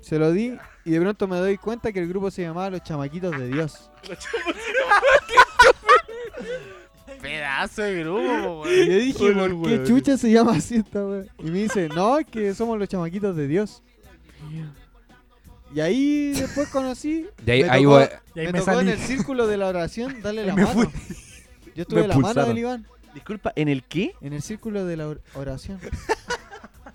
Speaker 5: Se lo di y de pronto me doy cuenta que el grupo se llamaba Los Chamaquitos de Dios.
Speaker 1: (laughs) Pedazo de grupo,
Speaker 5: Y
Speaker 1: weón.
Speaker 5: yo dije,
Speaker 3: Hola,
Speaker 5: ¿por qué
Speaker 3: weón.
Speaker 5: chucha se llama así esta wea? Y me dice, no, es que somos los Chamaquitos de Dios. Y ahí después conocí,
Speaker 2: Y ahí,
Speaker 5: Me
Speaker 2: ahí
Speaker 5: tocó-
Speaker 2: voy-
Speaker 7: Y ahí
Speaker 5: me,
Speaker 7: me
Speaker 5: tocó
Speaker 7: salí.
Speaker 5: en el círculo de la oración darle la
Speaker 7: Me
Speaker 5: mano.
Speaker 7: fui.
Speaker 5: Yo estuve
Speaker 7: Me
Speaker 5: la mano
Speaker 7: expulsaron.
Speaker 5: del Iván,
Speaker 4: Disculpa, ¿en el qué?
Speaker 5: en el círculo de la or- oración.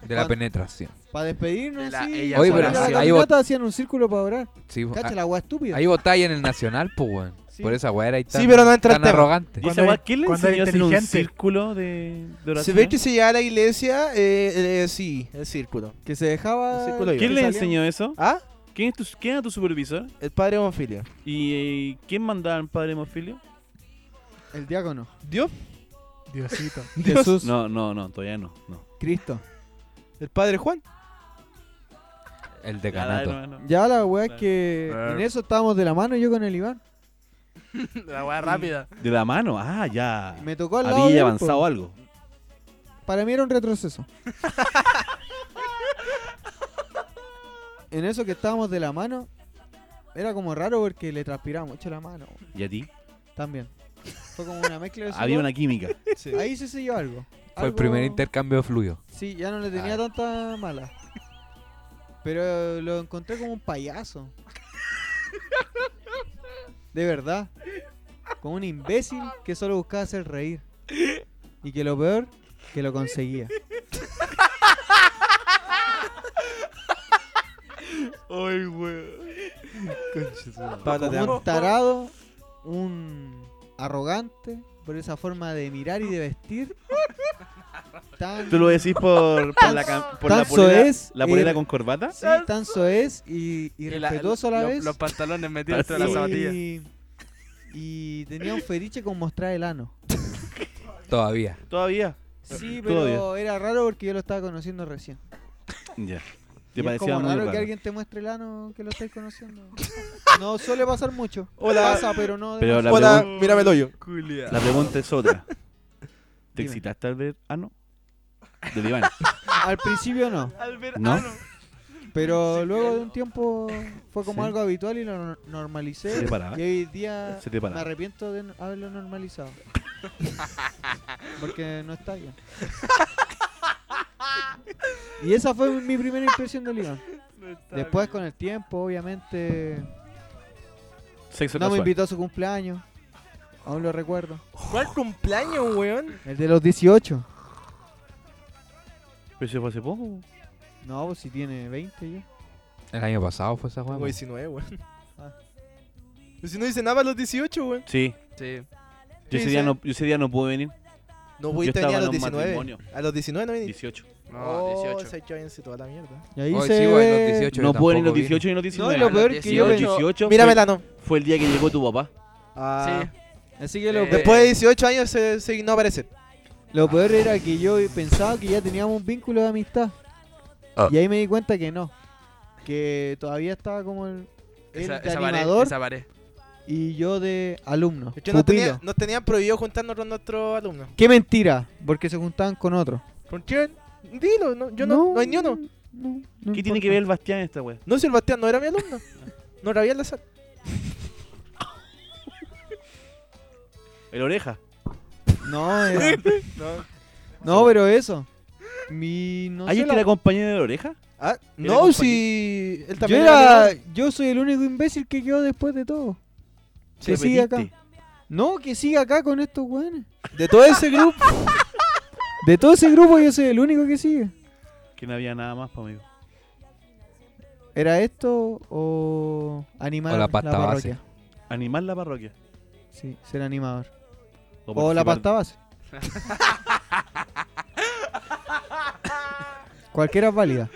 Speaker 2: de la penetración.
Speaker 5: Para despedirnos
Speaker 1: De la
Speaker 5: así.
Speaker 1: ella
Speaker 2: Oye,
Speaker 5: para
Speaker 2: pero
Speaker 5: ir a la
Speaker 2: ahí
Speaker 5: caminata hacían un círculo para orar.
Speaker 2: Sí, bo-
Speaker 5: Cacha
Speaker 2: ah,
Speaker 5: la wea estúpida.
Speaker 2: ahí votáis en el nacional, pues, weón.
Speaker 5: Sí.
Speaker 2: Por esa weá era ahí
Speaker 3: Sí,
Speaker 2: tan,
Speaker 3: pero no entra el
Speaker 2: tan
Speaker 3: tema.
Speaker 2: arrogante.
Speaker 4: ¿Y esa
Speaker 7: Cuando
Speaker 4: weá,
Speaker 7: era-
Speaker 4: ¿Qué le
Speaker 7: cuando era
Speaker 4: enseñó a hacer un
Speaker 7: inteligente.
Speaker 4: círculo de, de
Speaker 3: Se
Speaker 4: oración?
Speaker 3: ve que se llega a la iglesia, eh, eh, sí, el círculo.
Speaker 5: Que se dejaba.
Speaker 3: El círculo de
Speaker 5: que
Speaker 4: ¿Quién le
Speaker 5: salía-
Speaker 4: enseñó eso?
Speaker 3: ¿Ah?
Speaker 4: ¿Quién, es tu, ¿Quién era tu supervisor?
Speaker 3: El padre Bonfilio.
Speaker 4: ¿Y eh, quién mandaba al padre Morfilio?
Speaker 5: El diácono.
Speaker 3: Dios,
Speaker 7: Diosito.
Speaker 5: Jesús.
Speaker 4: No, no, no, todavía no. no.
Speaker 5: Cristo.
Speaker 3: el padre Juan.
Speaker 2: El decanato.
Speaker 4: Ya, no, no.
Speaker 5: Ya la wea es
Speaker 4: Claro.
Speaker 5: que
Speaker 1: Claro.
Speaker 5: en eso estábamos de la mano yo con el Iván.
Speaker 1: La weá rápida.
Speaker 4: De la mano, ah, ya.
Speaker 5: Me tocó al lado. de
Speaker 4: Había
Speaker 5: él,
Speaker 4: avanzado
Speaker 5: po.
Speaker 4: algo.
Speaker 5: Para mí era un retroceso. (laughs) en eso que estábamos de la mano, era como raro porque le transpiraba mucho la mano.
Speaker 4: ¿Y a ti?
Speaker 5: También. Fue como una mezcla de eso.
Speaker 4: Había una química.
Speaker 5: Ahí (laughs) sí se llevó algo.
Speaker 2: Fue el
Speaker 5: Algo-
Speaker 2: primer intercambio de fluido.
Speaker 5: Sí, ya no le tenía
Speaker 2: Ah.
Speaker 5: tanta mala. Pero lo encontré como un payaso. De verdad. Como un imbécil que solo buscaba hacer reír. Y que lo peor, que lo conseguía.
Speaker 7: Ay, weón.
Speaker 3: Pablo, te
Speaker 5: Como
Speaker 3: amo.
Speaker 5: un tarado, un arrogante, por esa forma de mirar y de vestir. Tan,
Speaker 4: ¿Tú lo decís (laughs) por, por la, cam- por la
Speaker 5: Tanso
Speaker 4: polera,
Speaker 5: es,
Speaker 4: la polera
Speaker 5: eh,
Speaker 4: con corbata?
Speaker 5: sí, tan soez y, y
Speaker 1: Y la-
Speaker 5: respetuoso a la
Speaker 1: lo-
Speaker 5: vez.
Speaker 1: Los pantalones metidos dentro de
Speaker 4: Sí.
Speaker 1: las zapatillas.
Speaker 5: Y, y tenía un fetiche con mostrar el ano.
Speaker 2: Todavía.
Speaker 4: Todavía.
Speaker 5: Sí, pero
Speaker 4: Todavía.
Speaker 5: era raro porque yo lo estaba conociendo recién.
Speaker 4: Ya.
Speaker 5: Y
Speaker 4: Te
Speaker 5: es
Speaker 4: parecía
Speaker 5: como
Speaker 4: muy
Speaker 5: raro,
Speaker 4: raro.
Speaker 5: que alguien te muestre el ano que lo estáis conociendo. No suele pasar mucho.
Speaker 3: Hola.
Speaker 5: Pasa, pero no.
Speaker 4: Pero
Speaker 5: demasiado.
Speaker 4: la
Speaker 3: Hola,
Speaker 4: pregun-
Speaker 3: mírame el hoyo.
Speaker 4: La pregunta es otra. ¿Te
Speaker 5: Dime.
Speaker 4: excitaste al ver Ah, no. Del Iván.
Speaker 5: Al principio no.
Speaker 4: ¿No?
Speaker 5: Pero luego de un tiempo fue como
Speaker 4: Sí.
Speaker 5: algo habitual y lo nor- normalicé.
Speaker 4: Se te paraba.
Speaker 5: Y hoy día
Speaker 4: Se te
Speaker 5: me
Speaker 4: paraba.
Speaker 5: arrepiento de no- haberlo normalizado.
Speaker 4: (laughs)
Speaker 5: Porque no está bien. (laughs) Y esa fue mi primera impresión del Iván. Después con el tiempo, obviamente,
Speaker 4: Sexo
Speaker 5: no me
Speaker 4: casual.
Speaker 5: invitó a su cumpleaños. Aún lo recuerdo.
Speaker 3: ¿Cuál cumpleaños, weón?
Speaker 5: El de los 18.
Speaker 4: Pero eso fue hace poco.
Speaker 5: No, pues si tiene 20 ya.
Speaker 2: El año pasado fue esa weá.
Speaker 3: Tengo
Speaker 2: po.
Speaker 3: 19, weón. Ah. Pero si no dice nada a los 18, weón.
Speaker 4: Sí.
Speaker 1: Sí.
Speaker 4: Yo ese,
Speaker 3: Sí,
Speaker 4: día
Speaker 3: sí.
Speaker 4: no, yo ese día no pude venir.
Speaker 3: No
Speaker 4: Yo
Speaker 3: pudiste
Speaker 4: estaba
Speaker 3: venir a
Speaker 4: en
Speaker 3: los
Speaker 4: un
Speaker 3: 19.
Speaker 4: matrimonio.
Speaker 3: A los 19 no viniste.
Speaker 4: 18.
Speaker 1: No, 18.
Speaker 3: Oh, se toda la mierda.
Speaker 5: Y ahí
Speaker 2: Oye,
Speaker 5: se
Speaker 2: sí, weón,
Speaker 5: ve-
Speaker 2: los 18 yo
Speaker 4: No pude ni los
Speaker 2: tampoco vi.
Speaker 4: 18 ni los 19.
Speaker 5: lo
Speaker 1: A los
Speaker 5: peor que yo
Speaker 4: Los
Speaker 1: 18,
Speaker 4: 18
Speaker 3: Mírame
Speaker 4: fue,
Speaker 3: la no.
Speaker 4: fue el día que llegó tu papá.
Speaker 3: Ah,
Speaker 1: Sí.
Speaker 5: Así que lo,
Speaker 1: Eh,
Speaker 3: Después de 18 años se, se no aparece.
Speaker 5: lo peor era que yo pensaba que ya teníamos un vínculo de amistad.
Speaker 2: Ah.
Speaker 5: Y ahí me di cuenta que no. Que todavía estaba como el, el
Speaker 1: Esa,
Speaker 5: de
Speaker 1: esa pared.
Speaker 5: animador
Speaker 1: Esa pared.
Speaker 5: y yo de alumno.
Speaker 3: Es que nos,
Speaker 5: pupilo.
Speaker 3: tenía- nos tenían prohibido juntarnos con nuestros alumnos.
Speaker 5: Qué mentira, porque se juntaban con otro.
Speaker 3: ¿Con quién? Dilo, no, yo no, no, hay ni uno.
Speaker 5: no, no
Speaker 4: ¿Qué tiene
Speaker 5: importa.
Speaker 4: que ver el Bastián en esta wea?
Speaker 3: No, si el Bastián no era mi alumno. No era bien la sal.
Speaker 4: El oreja.
Speaker 5: No, era-
Speaker 3: (laughs) No.
Speaker 5: no, pero eso. Mi, no sé
Speaker 4: ¿Alguien
Speaker 5: la-
Speaker 4: que le acompañó de la oreja?
Speaker 3: Ah,
Speaker 4: Era
Speaker 3: no,
Speaker 4: compañero.
Speaker 3: si. Él
Speaker 5: yo,
Speaker 3: también
Speaker 5: era-
Speaker 3: mi alumno.
Speaker 5: yo soy el único imbécil que quedó después de todo.
Speaker 4: ¿Te
Speaker 5: que sigue acá.
Speaker 4: metiste?
Speaker 5: No, que sigue acá con estos weones.
Speaker 3: De todo ese grupo.
Speaker 5: De todo ese grupo yo soy el único que sigue.
Speaker 4: Que no había nada más para mí.
Speaker 5: ¿Era esto o animar
Speaker 2: O la pasta
Speaker 5: parroquia?
Speaker 4: Animar la parroquia.
Speaker 5: Sí, ser animador.
Speaker 4: O,
Speaker 5: O la
Speaker 4: participar.
Speaker 5: pasta base. Cualquiera es válida.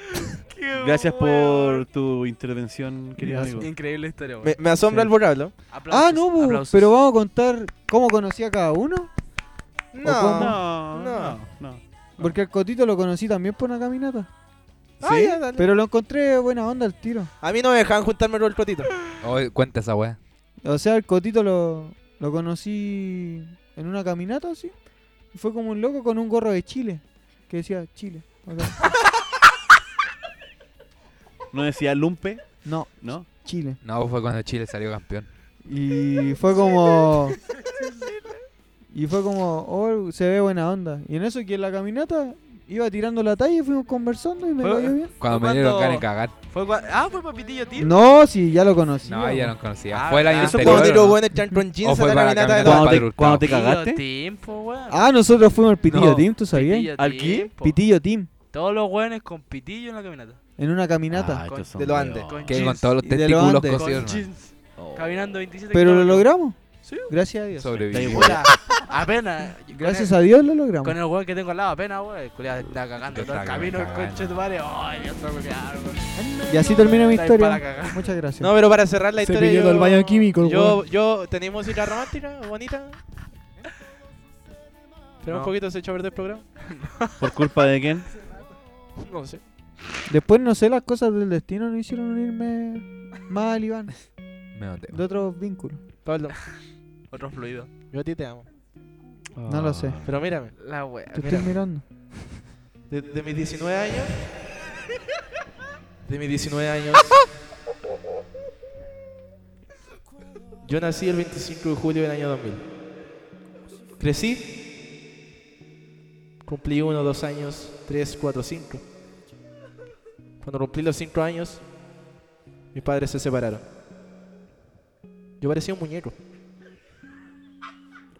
Speaker 4: Gracias por tu intervención, querido
Speaker 5: Gracias.
Speaker 4: amigo.
Speaker 1: Increíble historia,
Speaker 3: Me,
Speaker 1: weón.
Speaker 3: me asombra
Speaker 5: Sí.
Speaker 3: el vocablo.
Speaker 5: Ah, no, bu,
Speaker 1: aplausos.
Speaker 5: pero vamos a contar cómo conocí a cada uno. cómo?
Speaker 3: No. Ah,
Speaker 4: No,
Speaker 3: No.
Speaker 4: no, no.
Speaker 5: Porque al Cotito lo conocí también por una caminata.
Speaker 3: Ah, ya, dale.
Speaker 5: Pero lo encontré buena onda al tiro.
Speaker 3: A mí no me dejaban juntarme con el cotito.
Speaker 2: Oye, cuenta esa weá.
Speaker 5: O sea, al Cotito lo, lo conocí en una caminata, sí. Y Fue como un loco con un gorro de Chile. Que decía Chile. acá.
Speaker 4: ¿No decía Lumpe?
Speaker 5: No,
Speaker 4: ¿No?
Speaker 5: Chile.
Speaker 2: No, fue cuando Chile salió campeón.
Speaker 5: Y fue como. Y fue como, oh, se ve buena onda. Y en eso que en la caminata iba tirando la talla y fuimos conversando y me
Speaker 1: Fue-
Speaker 5: cayó bien.
Speaker 2: Cuando me
Speaker 1: ¿Cuándo?
Speaker 2: dieron ganas de cagar.
Speaker 1: Fue cua- Ah, fue Papitillo Tir.
Speaker 5: No, sí, ya lo conocí.
Speaker 2: No, ya no conocía.
Speaker 1: Ah,
Speaker 2: Fue el año
Speaker 1: ¿verdad?
Speaker 3: Eso
Speaker 1: Pero
Speaker 3: cuando
Speaker 2: anterior.
Speaker 3: tiró
Speaker 2: ¿no?
Speaker 3: bueno entrar en
Speaker 2: O
Speaker 3: jeans a
Speaker 2: fue
Speaker 3: la
Speaker 2: para la
Speaker 3: caminata de la.
Speaker 4: Cuando
Speaker 2: caminata. Padre
Speaker 4: te,
Speaker 2: Hurtado.
Speaker 4: cuando te
Speaker 1: Papitillo
Speaker 4: cagaste.
Speaker 1: Team, po, weón.
Speaker 5: Ah, nosotros fuimos al Pitillo
Speaker 2: No.
Speaker 5: Team, ¿tú sabías?
Speaker 1: Pitillo
Speaker 4: ¿Al
Speaker 1: Team,
Speaker 4: qué?
Speaker 1: po.
Speaker 5: Pitillo Team,
Speaker 1: Todos los weones con pitillo en la caminata.
Speaker 5: en una caminata.
Speaker 4: Ah, estos son
Speaker 3: de los Andes.
Speaker 4: weón.
Speaker 1: Con
Speaker 2: Que
Speaker 1: jeans.
Speaker 2: con todos los
Speaker 5: Y de los
Speaker 2: testículos
Speaker 5: Andes.
Speaker 1: Con
Speaker 2: cosidos. hermano.
Speaker 1: jeans.
Speaker 4: Oh.
Speaker 1: Caminando 27
Speaker 5: Pero lo
Speaker 1: kilómetros.
Speaker 5: logramos.
Speaker 1: Sí.
Speaker 5: Gracias a Dios.
Speaker 2: Sobreviví.
Speaker 4: Está
Speaker 1: Apenas. Con
Speaker 5: Gracias
Speaker 1: el-
Speaker 5: a Dios lo
Speaker 1: Con
Speaker 5: logramos.
Speaker 1: el weón que tengo al lado, apenas, weón. El culiao está cagando
Speaker 2: Está
Speaker 1: todo el camino, el
Speaker 2: cagando.
Speaker 1: conche de tu madre. Ay, Dios mío, culiao, weón.
Speaker 5: Y así termina mi
Speaker 1: Está ahí para
Speaker 5: historia.
Speaker 1: cagar.
Speaker 5: Muchas gracias.
Speaker 3: No, pero para cerrar la
Speaker 7: Se
Speaker 3: historia.
Speaker 7: pilló
Speaker 3: yo-
Speaker 7: del baño químico, el
Speaker 3: Yo,
Speaker 7: weón.
Speaker 3: yo, ¿tenemos música romántica? ¿Bonita? ¿Tenemos
Speaker 1: No.
Speaker 3: un poquito se echó a perder el programa?
Speaker 4: ¿Por culpa de quién?
Speaker 3: No sé.
Speaker 5: Después, no sé, las cosas del destino no hicieron unirme más al Iván.
Speaker 2: Me noté.
Speaker 5: De otros vínculos.
Speaker 3: Pablo,
Speaker 1: Otro fluido.
Speaker 3: yo a ti te amo.
Speaker 5: No lo sé.
Speaker 3: Pero mírame,
Speaker 1: La wea.
Speaker 5: Te estoy mirando.
Speaker 3: de, de mis 19 años. De mis 19 años. Yo nací el 25 de julio del año 2000. Crecí. Cumplí uno, dos años, tres, cuatro, cinco. Cuando cumplí los cinco años, mis padres se separaron. Yo parecía un muñeco.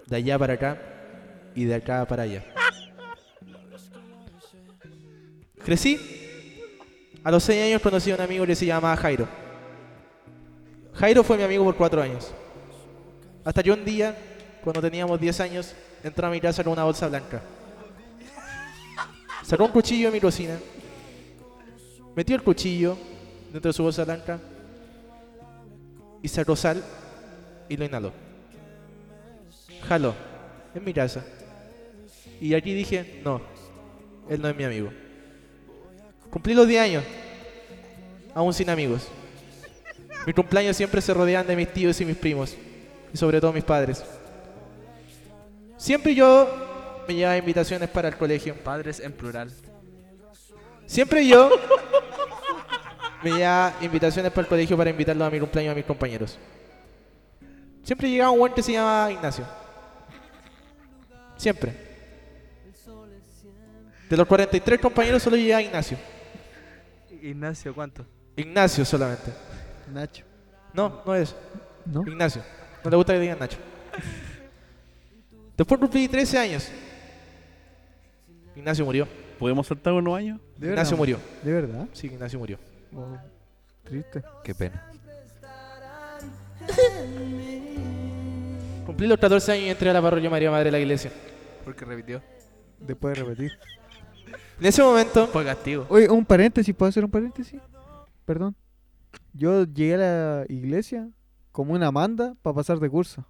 Speaker 3: De allá para acá y de acá para allá. Crecí. A los seis años conocí a un amigo que se llamaba Jairo. Jairo fue mi amigo por cuatro años. Hasta que un día, cuando teníamos 10 años, entró a mi casa con una bolsa blanca. Sacó un cuchillo de mi cocina. Metió el cuchillo dentro de su bolsa blanca. Y sacó sal y lo inhaló. Jaló. En mi casa. Y aquí dije, no, él no es mi amigo. Cumplí los 10 años, aún sin amigos. Mis cumpleaños siempre se rodean de mis tíos y mis primos, y sobre todo mis padres. Siempre yo me llevaba invitaciones para el colegio.
Speaker 1: Padres en plural.
Speaker 3: Siempre yo me llevaba invitaciones para el colegio para invitarlos a mi cumpleaños a mis compañeros. Siempre llegaba un buen que se llamaba Ignacio. Siempre. De los 43 compañeros solo llegaba Ignacio.
Speaker 1: Ignacio, ¿cuánto?
Speaker 3: Ignacio solamente.
Speaker 5: Nacho.
Speaker 3: No, no es.
Speaker 5: ¿No?
Speaker 3: Ignacio. No le gusta que le digan Nacho. (laughs) Después cumplí 13 años. Ignacio murió.
Speaker 4: ¿Podemos saltar unos años?
Speaker 5: ¿De
Speaker 3: Ignacio
Speaker 5: verdad?
Speaker 3: murió.
Speaker 5: ¿De verdad?
Speaker 3: Sí, Ignacio murió.
Speaker 5: Oh, Triste.
Speaker 2: Qué
Speaker 1: (laughs)
Speaker 2: pena.
Speaker 3: Cumplí los 14 años y entré a la parroquia María Madre de la Iglesia.
Speaker 1: Porque repitió.
Speaker 5: Después de repetir.
Speaker 3: En ese momento,
Speaker 1: Fue castigo.
Speaker 5: Oye, un paréntesis, ¿puedo hacer un paréntesis? Perdón. Yo llegué a la iglesia como una manda para pasar de curso.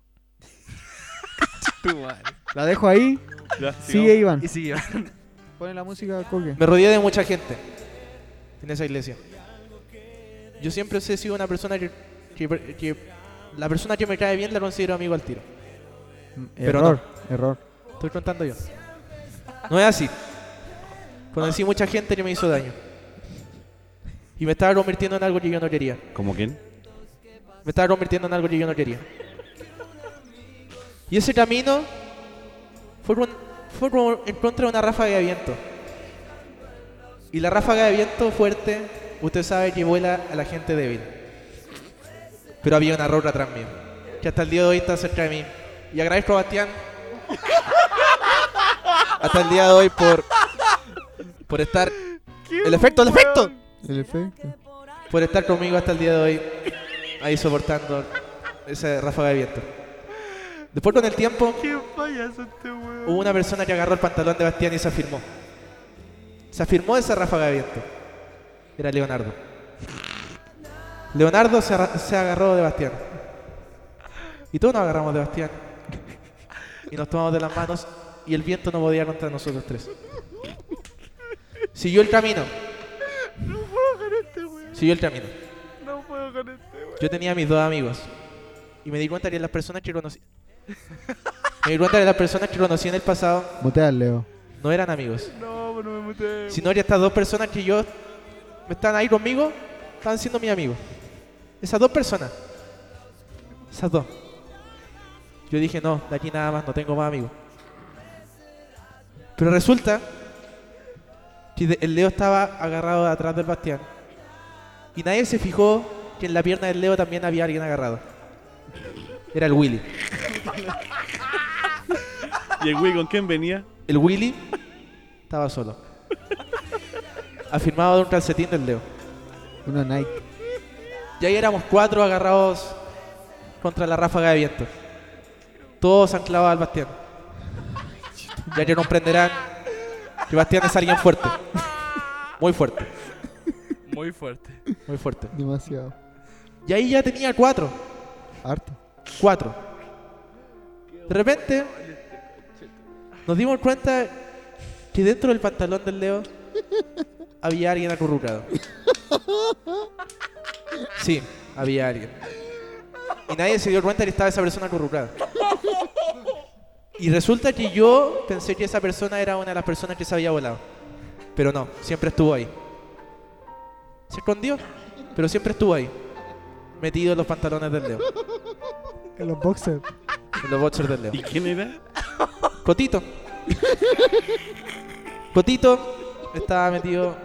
Speaker 1: Oh,
Speaker 5: La dejo ahí. Sigue, Iván.
Speaker 1: Y siguió.
Speaker 5: Pone la música, Coque.
Speaker 3: me rodeé de mucha gente en esa iglesia. Yo siempre he sido una persona que, que- que la persona que me cae bien la considero amigo al tiro. Pero
Speaker 5: Error, error.
Speaker 3: Estoy contando yo. No es así. Conocí mucha gente que me hizo daño. Y me estaba convirtiendo en algo que yo no quería.
Speaker 4: ¿Cómo quién?
Speaker 3: Me estaba convirtiendo en algo que yo no quería. Y ese camino fue, con- fue como en contra de una ráfaga de viento. Y la ráfaga de viento fuerte, usted sabe que vuela a la gente débil. Pero había una roca atrás mío, que hasta el día de hoy está cerca de mí. Y agradezco a Bastián hasta el día de hoy por, por estar... ¡El efecto, el efecto!
Speaker 5: El efecto.
Speaker 3: por estar conmigo hasta el día de hoy, ahí soportando esa ráfaga de viento. Después con el tiempo, hubo una persona que agarró el pantalón de Bastián y se afirmó. Se afirmó esa ráfaga de viento. Era Leonardo. Leonardo se, arra- se agarró de Bastián. Y todos nos agarramos de Bastián. Y nos tomamos de las manos y el viento no podía contra nosotros tres. Siguió el camino. Siguió el camino. Yo tenía a mis dos amigos. Y me di cuenta que las personas que conocí. (laughs) me di cuenta que las personas que conocí en el pasado
Speaker 5: Mutea al Leo.
Speaker 3: no eran amigos. Sino que estas dos personas que yo están ahí conmigo estaban siendo mis amigos. Esas dos personas. Esas dos. Yo dije, no, de aquí nada más, no tengo más amigos. Pero resulta que de- el Leo estaba agarrado atrás del Bastián. Y nadie se fijó que en la pierna del Leo también había alguien agarrado. Era el Willy.
Speaker 7: ¿Y el güey con quién venía?
Speaker 3: El Willy estaba solo. Afirmado de un calcetín del Leo.
Speaker 5: Uno Nike.
Speaker 3: Y ahí éramos cuatro agarrados contra la ráfaga de viento. Todos anclados al Bastián. Ya que comprenderán que Bastián es alguien fuerte. Muy fuerte,
Speaker 1: Muy fuerte.
Speaker 3: muy fuerte.
Speaker 5: Demasiado.
Speaker 3: Y ahí ya tenía cuatro.
Speaker 5: Harto.
Speaker 3: Cuatro. De repente nos dimos cuenta que dentro del pantalón del Leo había alguien acurrucado. Sí, había alguien. Y nadie se dio cuenta que estaba esa persona acurrucada. Y resulta que yo pensé que esa persona era una de las personas que se había volado. Pero no, siempre estuvo ahí. Se escondió, pero siempre estuvo ahí. Metido en los pantalones del Leo.
Speaker 5: En los boxers.
Speaker 3: En los boxers del Leo.
Speaker 7: ¿Y quién era?
Speaker 3: Cotito. Cotito estaba metido.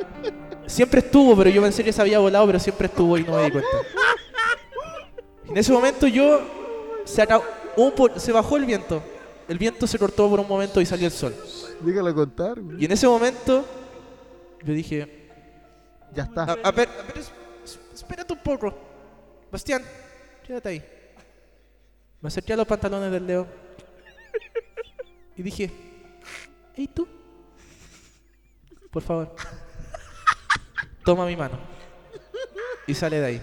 Speaker 3: Siempre estuvo, pero yo pensé que se había volado, pero siempre estuvo y no me di cuenta. En ese momento yo se, acab- hubo po- se bajó el viento. El viento se cortó por un momento y salió el sol.
Speaker 5: Dígalo contar, güey.
Speaker 3: Y en ese momento yo dije,
Speaker 5: Ya está.
Speaker 3: a, a ver, a ver, es- es- espérate un poco. Bastián, quédate ahí. Me acerqué a los pantalones del Leo. Y dije, ¿y tú? Por favor. Toma mi mano. Y sale de ahí.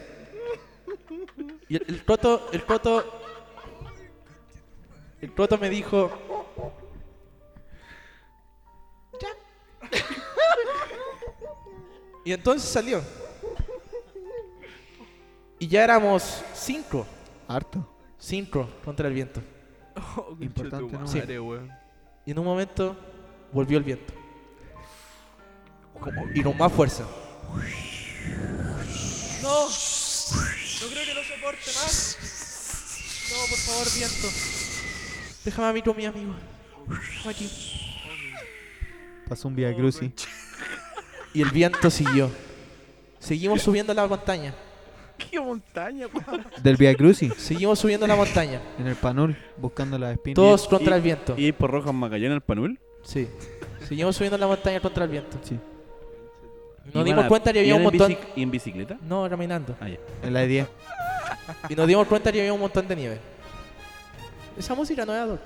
Speaker 3: Y el, el coto, el coto, el coto me dijo, ya. Y entonces salió. Y ya éramos cinco.
Speaker 5: Harto.
Speaker 3: Cinco contra el viento.
Speaker 5: (laughs) Importante, ¿no?
Speaker 3: Sí.
Speaker 1: (laughs)
Speaker 3: Y en un momento volvió el viento. Como- y con más fuerza. No, no creo que no soporte más. No, por favor, viento. Déjame a mí con mi amigo. Déjame aquí.
Speaker 5: Pasó un Via Crucis.
Speaker 3: Y el viento siguió. Seguimos subiendo la montaña.
Speaker 7: ¿Qué montaña,
Speaker 5: Del Via Crucis.
Speaker 3: Seguimos subiendo la montaña.
Speaker 5: En el panul. Buscando las espinas.
Speaker 3: Todos contra el viento.
Speaker 7: ¿Y ahí por Rojas Magallanes al Panul?
Speaker 3: Sí. Seguimos subiendo la montaña contra el viento.
Speaker 5: Sí.
Speaker 3: Nos
Speaker 7: ¿Iban
Speaker 3: dimos
Speaker 7: a-
Speaker 3: cuenta que había
Speaker 7: iban
Speaker 3: un
Speaker 7: en
Speaker 3: montón.
Speaker 7: bici- ¿Y en bicicleta?
Speaker 3: No, caminando.
Speaker 7: Ah, ya.
Speaker 5: En la E 10.
Speaker 3: Y nos dimos cuenta que había un montón de nieve. Esa música no era Doc.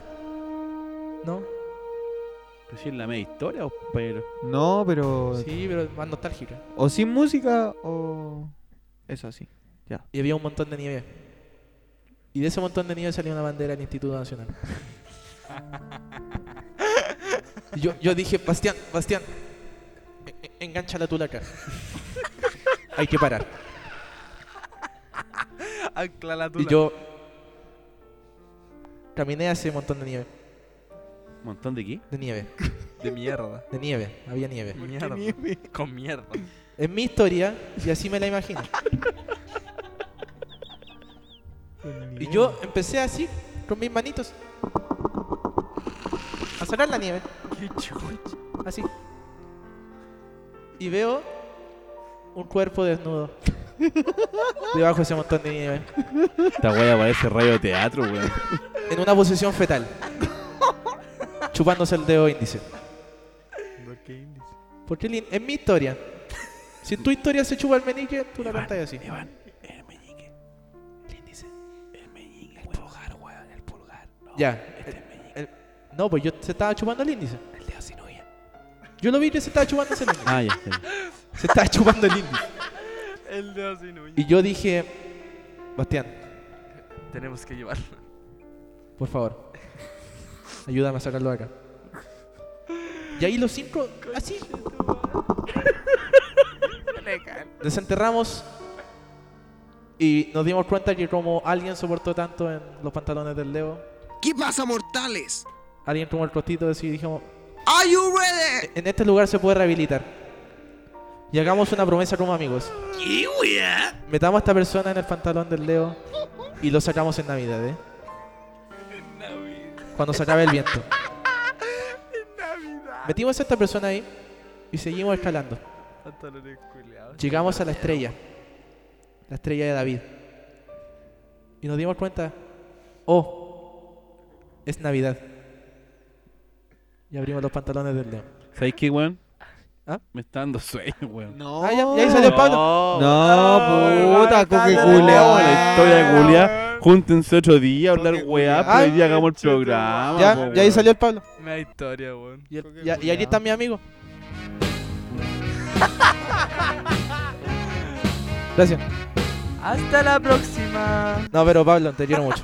Speaker 3: No.
Speaker 7: Pero si es la media historia, o pero.
Speaker 5: No, pero.
Speaker 3: Sí, pero más nostálgica.
Speaker 5: O sin música o. Eso así.
Speaker 3: Y había un montón de nieve. Y de ese montón de nieve salió una bandera del Instituto Nacional. Y yo, yo dije, Bastián, Bastián, en- en- engancha tú la cara. Hay que parar.
Speaker 1: Ancla la
Speaker 3: Y
Speaker 1: tula.
Speaker 3: yo caminé hacia ese montón de nieve.
Speaker 7: ¿Montón de qué?
Speaker 3: De nieve.
Speaker 1: De mierda.
Speaker 3: De nieve. Había nieve.
Speaker 1: Mierda. Con mierda.
Speaker 3: Es mi historia y así me la imagino. Y yo empecé así, con mis manitos. A sacar la nieve. Así. Y veo un cuerpo desnudo. Debajo de ese montón de nieve.
Speaker 7: Esta wea parece rayo de teatro, weón.
Speaker 3: En una posición
Speaker 7: (laughs)
Speaker 3: fetal. Chupándose el dedo índice. ¿Por qué índice? Porque es mi historia. Si en tu historia se chupa el meñique, tú la cantas así.
Speaker 7: Iván, el meñique. El índice. El meñique. El pulgar, weón. El pulgar. No,
Speaker 3: Ya.
Speaker 7: Este es meñique.
Speaker 3: El- no, pues yo se estaba chupando el índice.
Speaker 7: El dedo sin olla.
Speaker 3: Yo lo vi que se estaba chupando ese índice.
Speaker 7: Ah, ya. ya.
Speaker 3: Se estaba chupando el índice.
Speaker 1: El dedo sin uña.
Speaker 3: Y yo dije, Bastián,
Speaker 1: Tenemos que llevarlo.
Speaker 3: por favor, ayúdame a sacarlo de acá. Y ahí los cinco, así, desenterramos y nos dimos cuenta que como alguien soportó tanto en los pantalones del Leo,
Speaker 6: ¿Qué pasa, mortales?
Speaker 3: alguien como el costito, así dijimos,
Speaker 6: Are you ready?
Speaker 3: en este lugar se puede rehabilitar. Y hagamos una promesa como amigos.
Speaker 7: ¿Qué, weá?
Speaker 3: Metamos a esta persona en el pantalón del Leo y lo sacamos en Navidad, ¿eh? Cuando se acabe el viento. Metimos a esta persona ahí y seguimos escalando.
Speaker 1: Pantalones culiados.
Speaker 3: Llegamos a la estrella. La estrella de David. Y nos dimos cuenta. Oh, es Navidad. Y abrimos los pantalones del Leo.
Speaker 4: ¿Sabes qué, weón?
Speaker 3: ¿Ah?
Speaker 4: Me está dando sueño, weón.
Speaker 5: No.
Speaker 3: Ah, ya, ya ahí salió Pablo.
Speaker 4: No,
Speaker 5: puta, coque
Speaker 4: culeado, la
Speaker 5: weón.
Speaker 4: historia culia. Júntense otro día a hablar
Speaker 5: Coque
Speaker 4: weá,
Speaker 3: culiao.
Speaker 4: pero hoy día hagamos el
Speaker 1: Ay,
Speaker 4: programa. po,
Speaker 3: Ya, ya ahí
Speaker 4: weón.
Speaker 3: salió el Pablo.
Speaker 1: Una historia, weón.
Speaker 3: Y, el- y- y ahí está mi (laughs) amigo. Gracias.
Speaker 1: Hasta la próxima.
Speaker 3: No, pero Pablo, te quiero (laughs) mucho.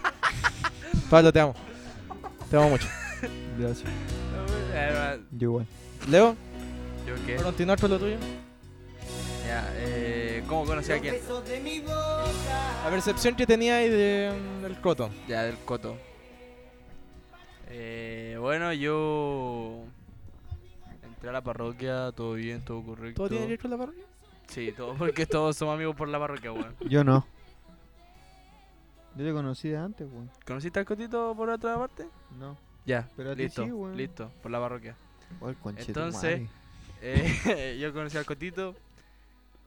Speaker 3: Pablo, te amo. Te amo mucho.
Speaker 5: Gracias.
Speaker 1: Eh,
Speaker 5: Yo igual.
Speaker 3: Leo,
Speaker 1: ¿Yo qué?
Speaker 3: ¿puedo continuar con lo tuyo?
Speaker 1: Ya, eh, ¿Cómo conocí a quién?
Speaker 3: La percepción que tenía ahí de, mm, del coto.
Speaker 1: Ya, del Coto. Eh, bueno, yo entré a la parroquia, todo bien, todo correcto.
Speaker 3: ¿Todo tiene que ver con la parroquia?
Speaker 1: Sí, todo, porque todos somos amigos por la parroquia, weón.
Speaker 5: Yo no. Yo te conocí de antes, weón.
Speaker 1: ¿Conociste al Cotito por otra parte?
Speaker 5: No.
Speaker 1: Ya,
Speaker 5: Pero a ti
Speaker 1: listo,
Speaker 5: sí, weón.
Speaker 1: listo, por la parroquia.
Speaker 5: Oh, el conchetumare.
Speaker 1: Entonces- Eh, (laughs) yo conocí al Cotito.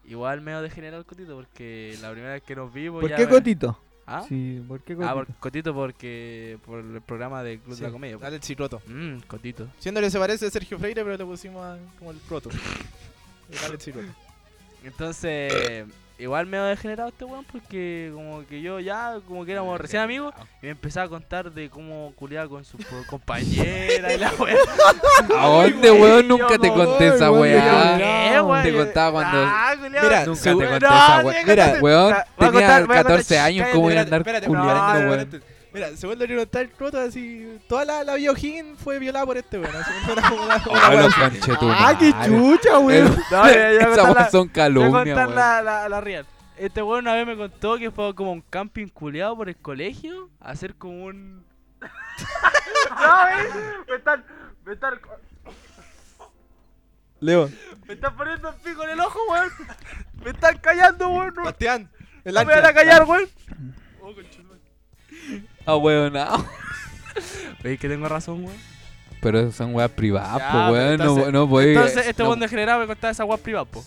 Speaker 1: Igual me degenerado el Cotito porque la primera vez que nos vimos
Speaker 5: ¿Por
Speaker 1: ya
Speaker 5: qué
Speaker 1: me-
Speaker 5: Cotito?
Speaker 1: ¿Ah?
Speaker 5: Sí, ¿por qué Cotito?
Speaker 1: Ah, por Cotito porque por el programa del Club de la Comedia. pues.
Speaker 3: Dale el chicoto.
Speaker 1: Mmm, Cotito.
Speaker 3: Siendo que se parece a Sergio Freire, pero le pusimos a- como el (laughs) coto. Dale el chicoto.
Speaker 1: Entonces, igual me ha degenerado este weón porque como que yo ya, como que éramos recién amigos, y me empezaba a contar de cómo culiaba con su po- compañera y la weá.
Speaker 2: ¿A dónde, weón? Nunca te
Speaker 1: Yo,
Speaker 2: conté esa
Speaker 5: weón,
Speaker 2: (laughs) weá.
Speaker 5: yo,
Speaker 1: ¿Qué, weón?
Speaker 2: Te contaba cuando-
Speaker 1: Ah, culiao.
Speaker 3: Mira,
Speaker 2: Nunca te
Speaker 3: segu-
Speaker 2: conté
Speaker 1: No,
Speaker 2: esa
Speaker 1: tiene
Speaker 2: weá.
Speaker 1: que
Speaker 3: Mira,
Speaker 2: Weón,
Speaker 1: voy a
Speaker 2: tenía
Speaker 1: contar, voy a contar.
Speaker 2: 14
Speaker 1: Shh,
Speaker 2: años,
Speaker 1: cállate,
Speaker 2: ¿cómo voy a
Speaker 1: espérate, ah,
Speaker 2: andar
Speaker 3: espérate,
Speaker 2: culiando,
Speaker 1: no,
Speaker 2: weón?
Speaker 3: Mira, según lo que nos está el coto, así. Toda la, la vida O'Higgins fue violada por este weón. así, una- una- una-
Speaker 2: Ah,
Speaker 3: una-
Speaker 2: los conchetumare.
Speaker 5: ¡Ah, qué
Speaker 2: (laughs)
Speaker 5: chucha, weón!
Speaker 1: No, ya, ya,
Speaker 2: Esas
Speaker 1: contar la-
Speaker 2: weas son
Speaker 1: Te voy a
Speaker 2: calumnias,
Speaker 1: contar
Speaker 2: weón.
Speaker 1: la, la, la real. Este weón una vez me contó que fue como a un camping culeado por el colegio a hacer como (laughs) un. ¿Sabes? Me están. Me están.
Speaker 3: Leo.
Speaker 1: Me están poniendo el pico en el ojo, weón. Me están callando, weón. No,
Speaker 3: Bastián. El
Speaker 1: no me van a callar, weón. Oh, conchetumare.
Speaker 2: Ah, weón, ah.
Speaker 1: (laughs) Veis que tengo razón, weón.
Speaker 2: Pero esas son weas privadas,
Speaker 1: Ya,
Speaker 2: po,
Speaker 1: pero
Speaker 2: weón. No,
Speaker 1: entonces-
Speaker 2: no podéis.
Speaker 1: Entonces, este
Speaker 2: no-
Speaker 1: weón degenerado me contaba esa weón privada, po.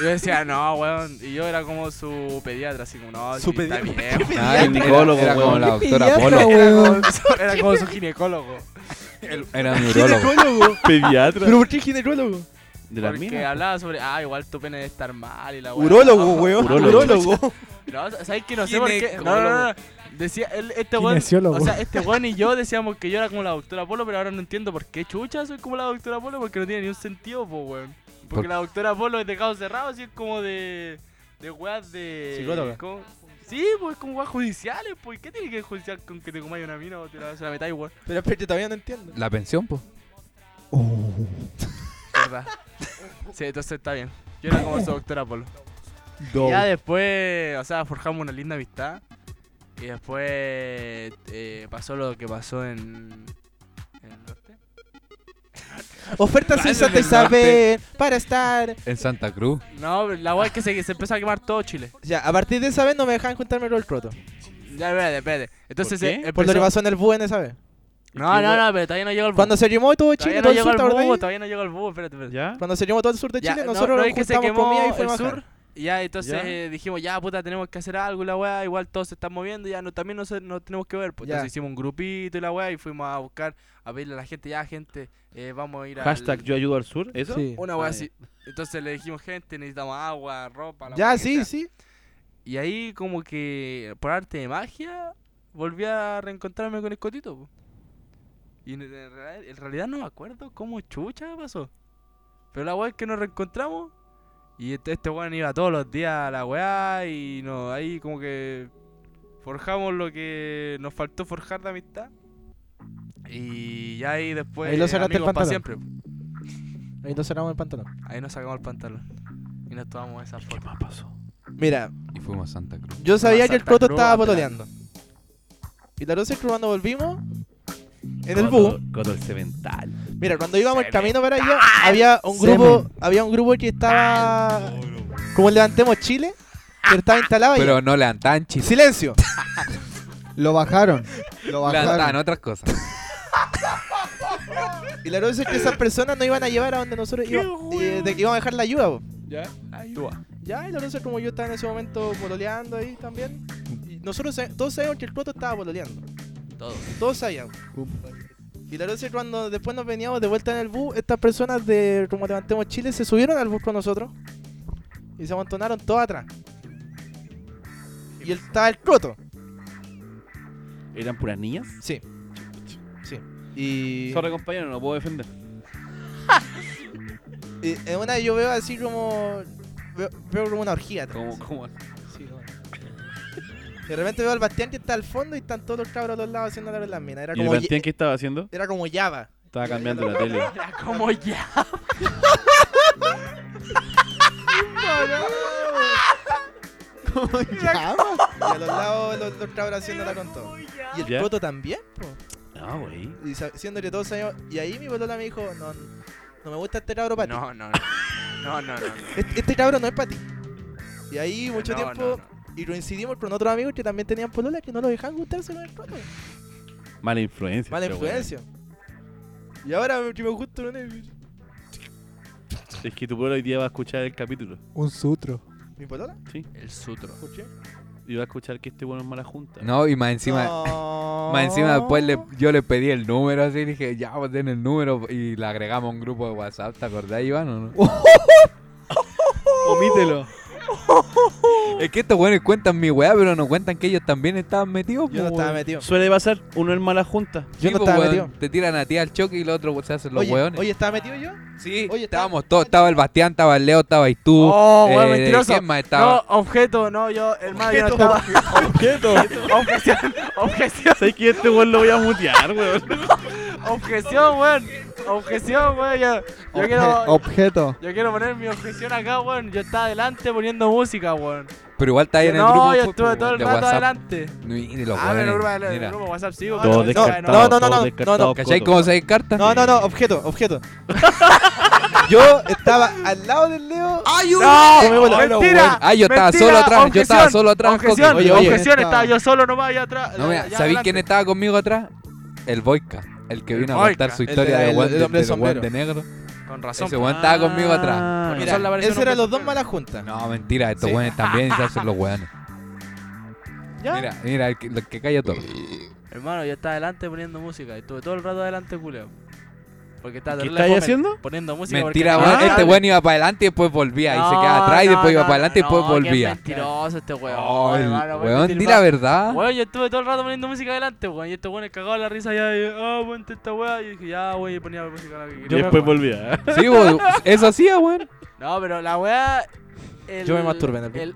Speaker 1: Y yo decía, no, weón. Y yo era como su pediatra, así como, no,
Speaker 3: Su
Speaker 1: sí, está
Speaker 3: pediatra.
Speaker 1: bien, weón.
Speaker 2: Ah,
Speaker 4: El ginecólogo,
Speaker 2: era, era como
Speaker 4: weón.
Speaker 2: la
Speaker 5: ¿Qué
Speaker 2: doctora
Speaker 5: pediatra,
Speaker 2: Polo.
Speaker 1: Era
Speaker 5: weón?
Speaker 1: como- era como su ginecólogo.
Speaker 2: Era neurólogo.
Speaker 4: Pediatra.
Speaker 3: ¿Pero por qué ginecólogo?
Speaker 4: De la
Speaker 1: Porque
Speaker 4: mina. pues.
Speaker 1: hablaba sobre, ah, igual tu pene debe estar mal y la weá.
Speaker 3: Urólogo,
Speaker 1: No,
Speaker 3: weón.
Speaker 4: Urólogo.
Speaker 3: Urólogo.
Speaker 1: (laughs) No, ¿sabes que No sé por qué. No, no, no. no. Decía, él- este weón.
Speaker 8: Kinesiólogo.
Speaker 1: O sea, este weón y yo decíamos que yo era como la doctora Polo, pero ahora no entiendo por qué chucha soy como la doctora Polo, porque no tiene ni un sentido, po, weón. Porque
Speaker 2: Por-
Speaker 1: la doctora Polo es de caos cerrado, así es como de. de weas de.
Speaker 3: Psicóloga.
Speaker 1: como- Sí, pues como weas judiciales, pues. ¿Qué tiene que ver judicial con que te comáis una mina o te la, se la metáis, weón?
Speaker 3: Pero espérate, todavía no entiendo.
Speaker 2: La pensión, po.
Speaker 1: ¿Verdad? sí, entonces está bien. Yo era como su doctora Polo. Ya después, o sea, forjamos una linda amistad. Y después eh, pasó lo que pasó en. en el norte.
Speaker 3: Ofertas sin Santa Isabel para estar.
Speaker 2: En Santa Cruz.
Speaker 1: No, pero la weá es que se, se empezó a quemar todo Chile.
Speaker 3: Ya, a partir de esa vez no me dejaban juntarme con el croto.
Speaker 1: Ya, espérate, espérate. Entonces,
Speaker 4: ¿Por
Speaker 1: eh,
Speaker 4: qué?
Speaker 1: empezó-
Speaker 3: Por lo que pasó en el bus en esa vez.
Speaker 1: No, no, no, pero todavía no llegó el búho.
Speaker 3: Cuando se quemó todo Chile,
Speaker 1: Todavía
Speaker 3: todo
Speaker 1: no
Speaker 3: el
Speaker 1: llegó
Speaker 3: sur,
Speaker 1: el
Speaker 3: ¿te acordás?
Speaker 1: búho, todavía no llegó el búho, espérate, espérate.
Speaker 4: ¿Ya?
Speaker 3: Cuando se quemó todo el sur de
Speaker 1: Ya,
Speaker 3: Chile,
Speaker 1: no,
Speaker 3: nosotros
Speaker 1: no,
Speaker 3: nos
Speaker 1: es que se
Speaker 3: juntamos
Speaker 1: quemó
Speaker 3: comida y
Speaker 1: el
Speaker 3: fuimos a
Speaker 1: sur.
Speaker 3: bajar.
Speaker 1: Ya, entonces
Speaker 4: Ya.
Speaker 1: eh, dijimos, ya, puta, tenemos que hacer algo, y la weá. Igual todos se están moviendo, ya no, también nos, nos tenemos que ver. Pues
Speaker 3: Ya.
Speaker 1: entonces hicimos un grupito y la weá, y fuimos a buscar, a pedirle a la gente, ya, gente, eh, vamos a ir a.
Speaker 4: Hashtag yo ayudo al sur. ¿Eso?
Speaker 3: Sí.
Speaker 1: Una wea
Speaker 4: Ah,
Speaker 1: así. Entonces le dijimos, gente, necesitamos agua, ropa. La wea
Speaker 3: Ya,
Speaker 1: que
Speaker 3: sí,
Speaker 1: sea".
Speaker 3: sí.
Speaker 1: Y ahí, como que por arte de magia, volví a reencontrarme con el cotito. po. Y en, en realidad- en realidad no me acuerdo cómo chucha pasó. Pero la wea es que nos reencontramos. Y este, este weón iba todos los días a la weá. Y no, ahí, como que forjamos lo que nos faltó forjar de amistad. Y ya ahí después.
Speaker 3: Ahí lo sacaste el
Speaker 1: amigos pa'
Speaker 3: pantalón.
Speaker 1: siempre. po.
Speaker 3: Ahí nos cerramos el pantalón.
Speaker 1: Ahí nos sacamos el pantalón. Y nos tomamos esa foto.
Speaker 4: más pasó?
Speaker 3: Mira,
Speaker 2: Y fuimos a Santa Cruz.
Speaker 3: yo sabía
Speaker 1: Santa
Speaker 3: que el croto
Speaker 1: Cruz,
Speaker 3: estaba
Speaker 1: adelante.
Speaker 3: pololeando. Y la noche cuando volvimos, en el
Speaker 4: Coto-
Speaker 3: bus,
Speaker 4: Coto el cemental.
Speaker 3: Mira, cuando íbamos el camino para allá, había un grupo,
Speaker 5: Semen.
Speaker 3: había un grupo que estaba como el Levantemos Chile, pero estaba instalado allá.
Speaker 2: Pero no levantaban chistes.
Speaker 3: Silencio.
Speaker 5: Lo bajaron. Lo
Speaker 2: Levantaban (laughs)
Speaker 5: bajaron.
Speaker 2: otras cosas.
Speaker 3: Y la verdad es que esas personas no iban a llevar a donde nosotros íbamos, eh, de que íbamos a dejar la ayuda. po.
Speaker 4: ¿Ya?
Speaker 3: Ya, y la verdad es como yo estaba en ese momento pololeando ahí también. Y nosotros sa- todos sabíamos que el Coto estaba pololeando.
Speaker 1: Todos.
Speaker 3: Todos sabíamos. Y la verdad es que cuando después nos veníamos de vuelta en el bus, estas personas de Como Levantemos Chile se subieron al bus con nosotros y se amontonaron todos atrás. Y él estaba el Coto.
Speaker 4: ¿Eran puras niñas?
Speaker 3: Sí. Sí. Y.
Speaker 4: Sorry, compañero, no lo puedo defender.
Speaker 3: (laughs) Y en una yo veo así como. Veo, veo como una orgía. atrás.
Speaker 4: ¿Cómo, cómo?
Speaker 3: Sí, como- De repente veo al Bastián que está al fondo y están todos los cabros a los lados haciendo la las minas. Era
Speaker 4: ¿Y el
Speaker 3: como, ye-
Speaker 4: Bastián qué estaba haciendo?
Speaker 3: era como Java.
Speaker 4: Estaba cambiando la tele.
Speaker 1: Era (laughs) como ya.
Speaker 5: Ya,
Speaker 3: Y a los lados los, los cabros haciéndola con todo. Y el
Speaker 4: ¿Ya?
Speaker 3: Coto también. po.
Speaker 4: No, güey.
Speaker 3: Y sa- siendo que todos sabíamos. Y ahí mi bolola me dijo: No, no me gusta este cabro para ti.
Speaker 1: No, no, no. No, no, no. no.
Speaker 3: Este, este cabro no es para ti. Y ahí mucho
Speaker 1: No,
Speaker 3: tiempo.
Speaker 1: no, no.
Speaker 3: Y coincidimos con otros amigos que también tenían polola que no los dejaban gustarse con el Coto.
Speaker 4: Mala influencia.
Speaker 3: Mala
Speaker 4: este
Speaker 3: influencia. Y ahora que me gusta no es
Speaker 4: güey. Es que tu pueblo hoy día va a escuchar el capítulo.
Speaker 5: Un sutro.
Speaker 3: mi polola.
Speaker 1: El sutro.
Speaker 3: ¿Por qué?
Speaker 4: Y va a escuchar que este bueno es mala junta.
Speaker 2: No, y más encima.
Speaker 3: No.
Speaker 2: Más encima después le- yo le pedí el número así, dije, ya, pues den el número y le agregamos a un grupo de WhatsApp, ¿te acordás, Iván? o no?
Speaker 4: Omítelo.
Speaker 2: Es que estos güeyes cuentan mi weá, pero no cuentan que ellos también estaban metidos.
Speaker 3: Yo no
Speaker 2: po,
Speaker 3: estaba
Speaker 2: weón.
Speaker 3: metido.
Speaker 4: Suele pasar, uno es mala junta.
Speaker 3: yo
Speaker 2: Sí,
Speaker 3: no
Speaker 2: po,
Speaker 3: estaba
Speaker 2: weón.
Speaker 3: metido.
Speaker 2: Te tiran a ti al choque y los otros se hacen los
Speaker 3: oye,
Speaker 2: weones.
Speaker 3: oye, ¿estaba metido yo?
Speaker 2: sí,
Speaker 3: oye,
Speaker 2: estábamos todos, estaba el Bastián, estaba el Leo, estaba tú.
Speaker 1: Oh,
Speaker 2: eh,
Speaker 1: weón, mentiroso.
Speaker 2: ¿quién más estaba?
Speaker 1: No, objeto, no, yo, hermano, yo no
Speaker 3: Objeto.
Speaker 1: estaba.
Speaker 4: Quieto.
Speaker 1: Objeción, objeción,
Speaker 4: ¿Sabes que este weón lo voy a mutear, weón?
Speaker 1: (laughs) objeción, weón. Objeción, weón. Yo, yo quiero.
Speaker 5: Objeto.
Speaker 1: Yo quiero poner mi objeción acá, weón. Yo estaba adelante poniendo música, weón.
Speaker 2: Pero igual está ahí en el
Speaker 1: no,
Speaker 2: grupo
Speaker 1: yo
Speaker 2: pues,
Speaker 1: estuve
Speaker 2: po,
Speaker 1: todo el
Speaker 2: de
Speaker 1: rato
Speaker 2: WhatsApp.
Speaker 1: adelante.
Speaker 2: Ni los
Speaker 1: Ah, pero el grupo,
Speaker 2: weones,
Speaker 1: el
Speaker 2: mira.
Speaker 1: grupo de WhatsApp sí,
Speaker 3: Todos
Speaker 1: Ah, no,
Speaker 4: Todo
Speaker 1: no,
Speaker 3: descartados.
Speaker 4: descartado.
Speaker 3: no, no, no,
Speaker 4: todo
Speaker 3: no,
Speaker 4: descartado,
Speaker 3: no,
Speaker 2: ¿Cachai
Speaker 4: Coto.
Speaker 2: cómo se descarta?
Speaker 3: No, no, no, objeto, (laughs) objeto. yo estaba al lado del Leo.
Speaker 6: ¡Hay un
Speaker 1: No,
Speaker 3: Comémoslo.
Speaker 1: mentira.
Speaker 2: Ah, yo estaba
Speaker 1: mentira,
Speaker 2: solo atrás, yo estaba
Speaker 1: objeción,
Speaker 2: solo atrás,
Speaker 1: Objeción,
Speaker 3: Coqui. Oye, oye.
Speaker 1: objeción,
Speaker 5: Estaba-
Speaker 1: estaba yo solo nomás allá atrás.
Speaker 2: No, mira,
Speaker 1: allá
Speaker 2: ¿sabéis
Speaker 1: adelante.
Speaker 2: quién estaba conmigo atrás? El Boica, el que
Speaker 1: El
Speaker 2: vino a
Speaker 1: Boica,
Speaker 2: contar su
Speaker 3: el
Speaker 2: historia
Speaker 3: de-
Speaker 2: de
Speaker 3: el-
Speaker 2: guante
Speaker 3: el hombre
Speaker 2: de
Speaker 3: sombrero.
Speaker 2: guante negro.
Speaker 1: Con razón.
Speaker 2: Ese weón estaba conmigo atrás.
Speaker 4: Ah,
Speaker 1: Por
Speaker 3: Mira,
Speaker 1: razón le apareció
Speaker 3: esos
Speaker 1: un
Speaker 3: eran los
Speaker 1: hombre
Speaker 3: dos malas juntas.
Speaker 2: No, mentira, estos
Speaker 3: Sí.
Speaker 2: weones también se hacen los
Speaker 1: (laughs)
Speaker 2: weones.
Speaker 3: ¿Ya?
Speaker 2: Mira, mira, el que, el que calla todo.
Speaker 1: Hermano, yo estaba adelante poniendo música. Y estuve todo el rato adelante, culeo. Porque estaba
Speaker 4: ¿Qué
Speaker 1: terrible
Speaker 4: estáis
Speaker 1: fome
Speaker 4: haciendo?
Speaker 1: Poniendo música. Pues porque
Speaker 2: Mentira,
Speaker 1: no
Speaker 2: weón.
Speaker 1: era
Speaker 2: Este
Speaker 1: agradable.
Speaker 2: weón iba para adelante y después volvía. y se
Speaker 1: No,
Speaker 2: quedaba atrás y
Speaker 1: no,
Speaker 2: después iba
Speaker 1: no,
Speaker 2: para adelante y después
Speaker 1: no, qué
Speaker 2: volvía.
Speaker 1: Mentiroso este weón.
Speaker 2: Oh, el
Speaker 1: hermano, voy a
Speaker 2: weón,
Speaker 1: mentir
Speaker 2: di
Speaker 1: más.
Speaker 2: la verdad.
Speaker 1: Weón, yo estuve todo el rato poniendo música adelante, weón. Y este weón cagado la risa ya. y, Ah, weón, te esta weá. Y dije, ya, weón, y ponía la música. la que
Speaker 4: Y
Speaker 1: quería,
Speaker 4: después
Speaker 1: weón.
Speaker 4: volvía. ¿eh?
Speaker 2: Sí, weón, eso hacía, weón.
Speaker 1: No, pero la weá. el-
Speaker 3: Yo me masturbé en el-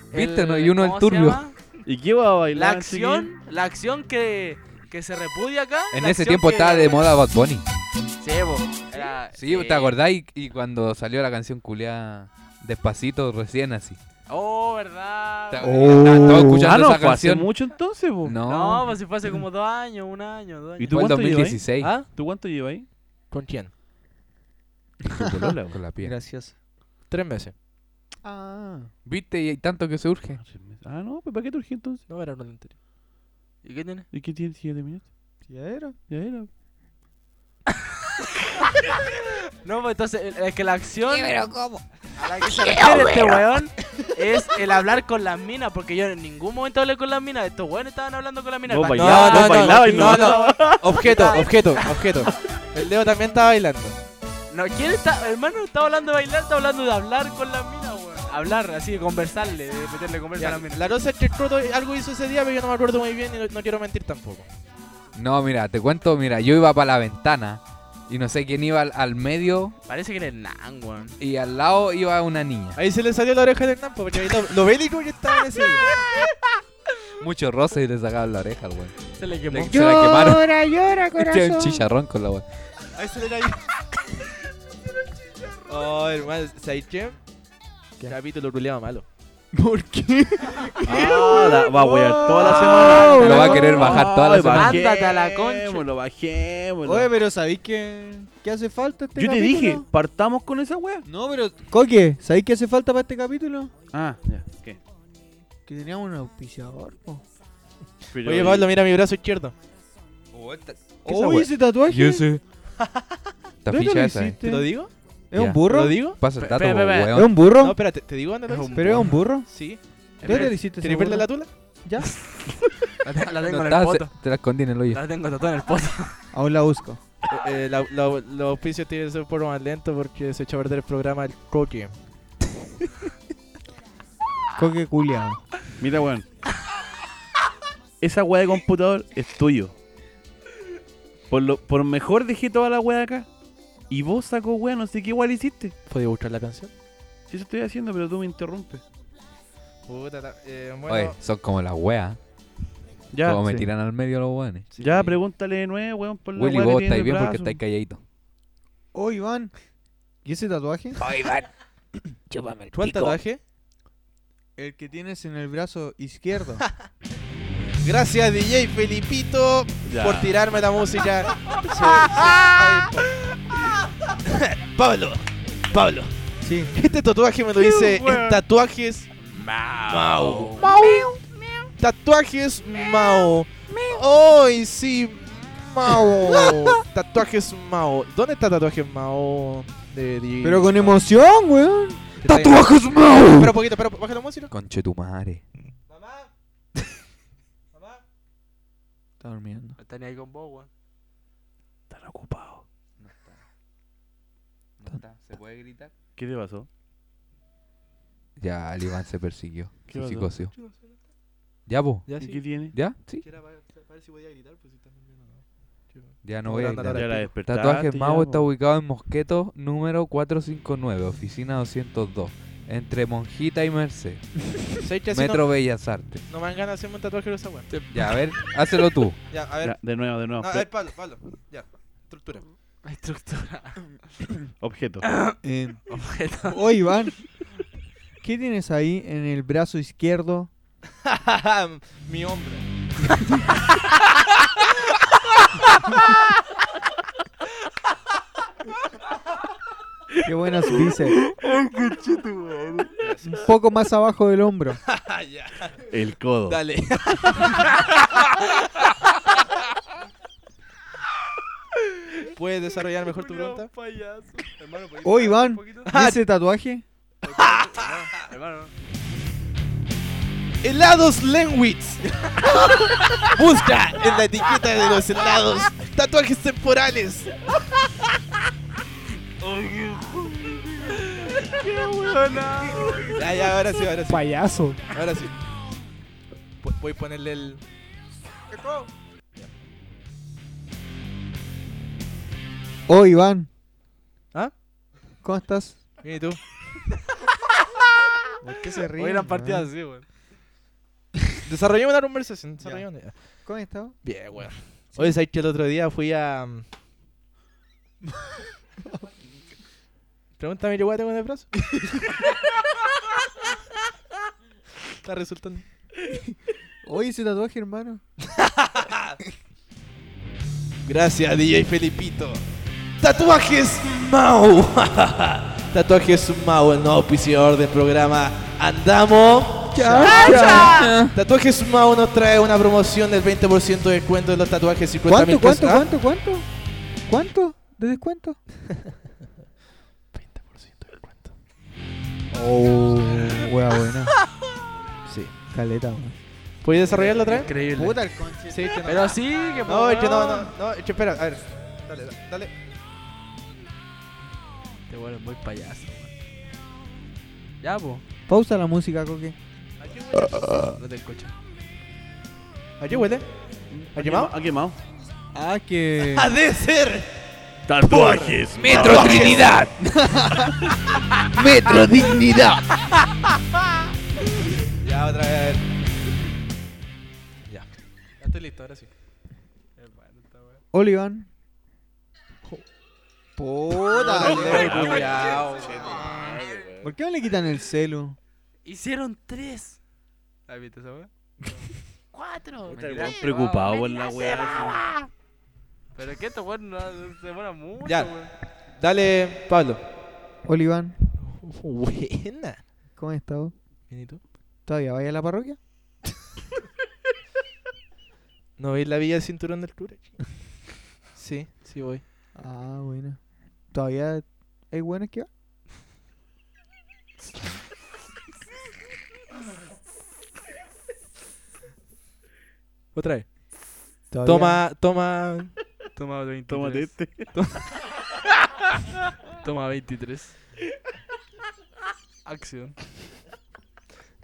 Speaker 1: (laughs)
Speaker 2: Viste, ¿no? Y uno el
Speaker 1: ¿cómo se
Speaker 2: turbio.
Speaker 1: llama?
Speaker 4: ¿Y qué va a
Speaker 1: La
Speaker 4: bailar?
Speaker 1: acción, la acción que, que se repudia acá.
Speaker 2: En
Speaker 1: la
Speaker 2: ese
Speaker 1: acción
Speaker 2: tiempo
Speaker 1: que-
Speaker 2: estaba de moda Bad Bunny.
Speaker 1: Sí, bo, era- eh,
Speaker 2: Sí, ¿te acordás? Y, y cuando salió la canción culiada despacito, recién así.
Speaker 1: Oh, verdad.
Speaker 2: ¿Te
Speaker 1: bo.
Speaker 2: acordás? Estaban todos
Speaker 4: chiquillos? Ah,
Speaker 2: escuchando
Speaker 4: no,
Speaker 2: esa
Speaker 4: fue hace
Speaker 2: canción.
Speaker 4: mucho entonces, po.
Speaker 1: No,
Speaker 2: pues, No,
Speaker 1: pues si fue hace como dos años, un año, dos años.
Speaker 4: ¿Y tú
Speaker 2: fue el
Speaker 4: cuánto llevas ahí?
Speaker 2: 2016.
Speaker 3: ¿Ah?
Speaker 4: ¿Tú cuánto llevas ahí?
Speaker 3: ¿Con quién?
Speaker 4: Tu polola, weón.
Speaker 2: (laughs) Con la piel.
Speaker 5: Gracioso.
Speaker 3: Tres meses.
Speaker 5: Ah.
Speaker 2: ¿Viste? Y hay tanto que surge.
Speaker 4: Ah, no, pues ¿para qué te urgí entonces?
Speaker 3: No era lo anterior.
Speaker 1: ¿Y qué tiene?
Speaker 4: ¿Y qué tienes? ¿Siete minutos?
Speaker 5: Ya era.
Speaker 4: Ya era.
Speaker 1: No, pues entonces, el- es que la acción. A la que se refiere este weón es el hablar con las minas, porque yo en ningún momento hablé con las minas. Estos weones estaban hablando con las minas.
Speaker 4: Vos
Speaker 1: el Bastián-
Speaker 4: bailabas, vos bailabas y
Speaker 3: no,
Speaker 4: no.
Speaker 3: no. Objeto, objeto, objeto. El Leo también estaba bailando.
Speaker 1: No, ¿quién está? Hermano, está hablando de bailar, está hablando de hablar con las minas, weón. Hablar, así, de conversarle, de meterle conversa
Speaker 3: Ya,
Speaker 1: a las minas.
Speaker 3: la cosa es que el Croto algo hizo ese día, pero yo no me acuerdo muy bien y no, no quiero mentir tampoco.
Speaker 2: No, mira, te cuento, mira, yo iba para la ventana y no sé quién iba al, al medio
Speaker 1: Parece que eres Nan, weón.
Speaker 2: y al lado iba una niña.
Speaker 3: Ahí se le salió la oreja del Hernán, porque ahí lo, lo bélico que estaba en ese día.
Speaker 2: Mucho roce y le sacaban la oreja al weón.
Speaker 1: Se le
Speaker 2: Le-
Speaker 1: quemó.
Speaker 2: Se la quemaron. Este Llora, llora, corazón. un chicharrón con la weón.
Speaker 3: Ahí se le cayó. oh, hermano, ¿sabes qué? Capítulo culiado malo.
Speaker 4: ¿Por qué?
Speaker 7: Ah, la- va a huear toda
Speaker 4: Ah,
Speaker 7: la semana.
Speaker 2: Lo va a querer bajar toda la
Speaker 7: Ay,
Speaker 2: semana.
Speaker 1: Ándate a la concha.
Speaker 7: Bajémoslo, bajémoslo.
Speaker 5: Oye, pero ¿sabéis que, que hace falta este
Speaker 7: Yo te
Speaker 5: capítulo?
Speaker 7: dije, partamos con esa wea.
Speaker 5: No, pero... Coque, ¿sabéis que hace falta para este capítulo?
Speaker 7: Ah, ya, ¿qué?
Speaker 5: Que teníamos un auspiciador, po.
Speaker 7: Pero-
Speaker 3: Oye, Pablo, mira mi brazo izquierdo.
Speaker 2: oh,
Speaker 7: esa
Speaker 5: Uy,
Speaker 7: wea?
Speaker 5: ese tatuaje.
Speaker 2: Yo sé. Esta
Speaker 5: ¿Dónde
Speaker 2: ficha
Speaker 5: lo
Speaker 2: esa, eh.
Speaker 5: hiciste?
Speaker 3: ¿Te lo digo?
Speaker 5: ¿Es
Speaker 2: Ya.
Speaker 5: un burro?
Speaker 3: ¿Te lo digo?
Speaker 2: Pasa el dato,
Speaker 1: Espera, espera,
Speaker 2: po,
Speaker 5: ¿Es
Speaker 2: weón.
Speaker 5: un burro?
Speaker 3: No, espérate, ¿te digo dónde lo
Speaker 1: Es
Speaker 3: hice?
Speaker 1: un
Speaker 5: ¿Pero es un burro?
Speaker 3: Sí.
Speaker 5: ¿Dónde lo hiciste esa
Speaker 3: ¿Queréis verle
Speaker 5: burra?
Speaker 3: la tula?
Speaker 5: ¿Ya?
Speaker 1: (laughs) La, te- la tengo
Speaker 2: No,
Speaker 1: en el
Speaker 2: estaba-
Speaker 1: poto.
Speaker 2: Te la escondí en el hoyo.
Speaker 1: La tengo tatuada en el (laughs) poto.
Speaker 5: Aún la busco.
Speaker 3: Eh, eh, la- la- Los auspicios tienen que ser por más lento porque se echó a perder el programa El Coque.
Speaker 5: Coque culiado.
Speaker 7: Mira, weón. Esa weá de computador es tuyo. Por, lo, por mejor dejé toda la weá acá. Y vos saco weá, no sé qué igual hiciste.
Speaker 3: ¿Podía buscar la canción?
Speaker 7: Sí, eso estoy haciendo, pero tú me interrumpes.
Speaker 3: Puta, la- eh, bueno.
Speaker 2: Oye, son como las weas.
Speaker 7: Ya,
Speaker 2: como me
Speaker 7: sí.
Speaker 2: tiran al medio los weones.
Speaker 7: ya pregúntale de nuevo, weón, por la
Speaker 2: Willy,
Speaker 7: weá que
Speaker 2: vos
Speaker 7: tiene en
Speaker 2: estáis
Speaker 7: el
Speaker 2: bien porque
Speaker 7: brazo.
Speaker 2: estáis calladito.
Speaker 5: Oh, Iván. ¿Y ese tatuaje?
Speaker 3: ¿Cuál tatuaje?
Speaker 5: El que tienes en el brazo izquierdo.
Speaker 3: Gracias DJ Felipito
Speaker 7: Ya.
Speaker 3: por tirarme la (laughs) música. Sí, sí, ay, po- (laughs) Pablo, Pablo,
Speaker 5: sí.
Speaker 3: este tatuaje me lo hice en tatuajes Mao. Tatuajes Mao. Hoy sí, Mao. Tatuajes Mao. ¿Dónde está tatuajes Mao de DJ?
Speaker 5: (laughs) Pero con emoción, weón.
Speaker 3: Está ahí.
Speaker 2: Mao!
Speaker 3: Espera un poquito, espera, baja la música.
Speaker 2: Conche tu madre.
Speaker 3: Mamá. Mamá.
Speaker 5: Está durmiendo.
Speaker 1: Está ni ahí con vos, weón.
Speaker 7: Están ocupados.
Speaker 2: ¿Se puede gritar?
Speaker 7: ¿Qué te pasó?
Speaker 2: Ya, el Iván se persiguió.
Speaker 7: ¿Qué
Speaker 2: Se
Speaker 7: pasó?
Speaker 2: psicoseó. Ya, po.
Speaker 3: Ya
Speaker 7: ¿Y qué tiene?
Speaker 2: ¿Ya? Sí.
Speaker 3: Quiero ver si podía gritar, pues si estás durmiendo.
Speaker 2: Ya no voy a
Speaker 3: Ahora anda
Speaker 2: gritar.
Speaker 3: la-
Speaker 7: Ya la despertaste.
Speaker 2: Tatuajes
Speaker 7: ya,
Speaker 2: Mago
Speaker 7: po.
Speaker 2: está ubicado en Mosqueto número 459, oficina 202, entre Monjita y Merced,
Speaker 3: ¿Sabes qué? Así
Speaker 2: Metro Bellas Artes.
Speaker 3: No, no me dan ganas de hacerme un tatuaje de esa weá.
Speaker 2: Ya, a ver, hácelo tú.
Speaker 3: Ya, a ver.
Speaker 7: Ya, de nuevo, de nuevo.
Speaker 3: No, a
Speaker 7: Pre-
Speaker 3: ver, Pablo, Pablo. Ya. Estructura.
Speaker 1: La estructura.
Speaker 7: Objeto.
Speaker 1: Objeto.
Speaker 5: Oh, Iván. ¿Qué tienes ahí en el brazo izquierdo?
Speaker 3: Ah, Mi hombro.
Speaker 5: Qué buenas bíceps. Un poco más abajo del hombro.
Speaker 7: El codo.
Speaker 3: Dale. ¿Puedes desarrollar mejor tu pregunta?
Speaker 1: pues,
Speaker 5: Oh, Iván. ¿Y ese tatuaje?
Speaker 1: Hermano.
Speaker 3: Helados Lenwitz. (laughs) Busca en la etiqueta de los helados tatuajes temporales. Ya, ya, ahora sí, ahora sí.
Speaker 5: Payaso.
Speaker 3: Ahora sí. Pu- Voy a ponerle el.
Speaker 5: Oh, Iván.
Speaker 3: ¿Ah?
Speaker 5: ¿Cómo estás?
Speaker 3: Mira, ¿y tú?
Speaker 5: ¿Por qué se
Speaker 1: Hoy eran partidas así, weón.
Speaker 3: Desarrollemos una conversación. desarrollemos una-
Speaker 5: ¿Cómo estás?
Speaker 3: Bien, weón. Oye, ¿sabes que el otro día fui a. mm,
Speaker 5: (laughs)
Speaker 3: Pregúntame qué weá tengo en el
Speaker 5: (laughs)
Speaker 3: brazo. Está resultando.
Speaker 5: Oye, ese tatuaje, hermano.
Speaker 3: Gracias, DJ Felipito. Tatuajes Mau. (laughs) Tatuajes Mau, el nuevo auspiciador del programa Andamo. Chacha. Tatuajes Mau nos trae una promoción del 20% de descuento en los tatuajes 50
Speaker 5: ¿Cuánto, cuánto, cuánto, cuánto? ¿Cuánto? ¿De
Speaker 3: 20%
Speaker 5: descuento?
Speaker 3: de descuento.
Speaker 5: Oh, wea buena.
Speaker 3: Sí.
Speaker 5: Caleta, weón.
Speaker 3: ¿Puedes desarrollarlo otra vez?
Speaker 1: (laughs) Increíble.
Speaker 5: el conche.
Speaker 3: Sí, que no.
Speaker 1: Pero sí, que
Speaker 3: no, es que no, no, no, es que espera, a ver. Dale, da- dale.
Speaker 1: Te vuelves Este muy payaso, weón. Ya, po.
Speaker 5: Pausa la música, Coque.
Speaker 1: No te escucho.
Speaker 3: ¿A qué huele?
Speaker 7: ¿Ha quemado? ¿Ha quemado?
Speaker 5: Ah, (laughs) que.
Speaker 3: ¡Ha de ser!
Speaker 7: Tatuajes.
Speaker 6: Metro
Speaker 3: (laughs)
Speaker 6: Trinidad. Metro Dignidad.
Speaker 3: Ya, otra vez. Ya. Ya estoy listo, ahora sí.
Speaker 5: Hola, Iván.
Speaker 3: Puta,
Speaker 2: Ah,
Speaker 5: ¿Por qué no le quitan el celu?
Speaker 1: Hicieron tres. ¿Has visto esa weá? Cuatro.
Speaker 7: Puta, el weón
Speaker 1: tres,
Speaker 7: preocupado
Speaker 1: weón.
Speaker 7: por la weá. así.
Speaker 1: Pero es que estos weón no, se demoran mucho.
Speaker 3: Ya.
Speaker 1: weón.
Speaker 3: Dale, Pablo.
Speaker 5: Hola Iván,
Speaker 3: (laughs) Buena.
Speaker 5: ¿cómo estás? vos?
Speaker 3: Bien, ¿y tú?
Speaker 5: ¿Todavía vais a la parroquia?
Speaker 3: ¿No veis la villa del cinturón del cura? (laughs) sí, sí voy.
Speaker 5: Ah, bueno. ¿Todavía hay buenos que van?
Speaker 3: Otra vez.
Speaker 5: ¿Todavía-
Speaker 3: Toma, toma.
Speaker 1: Toma 23.
Speaker 7: Tómate este.
Speaker 1: (laughs) Toma 23. Acción.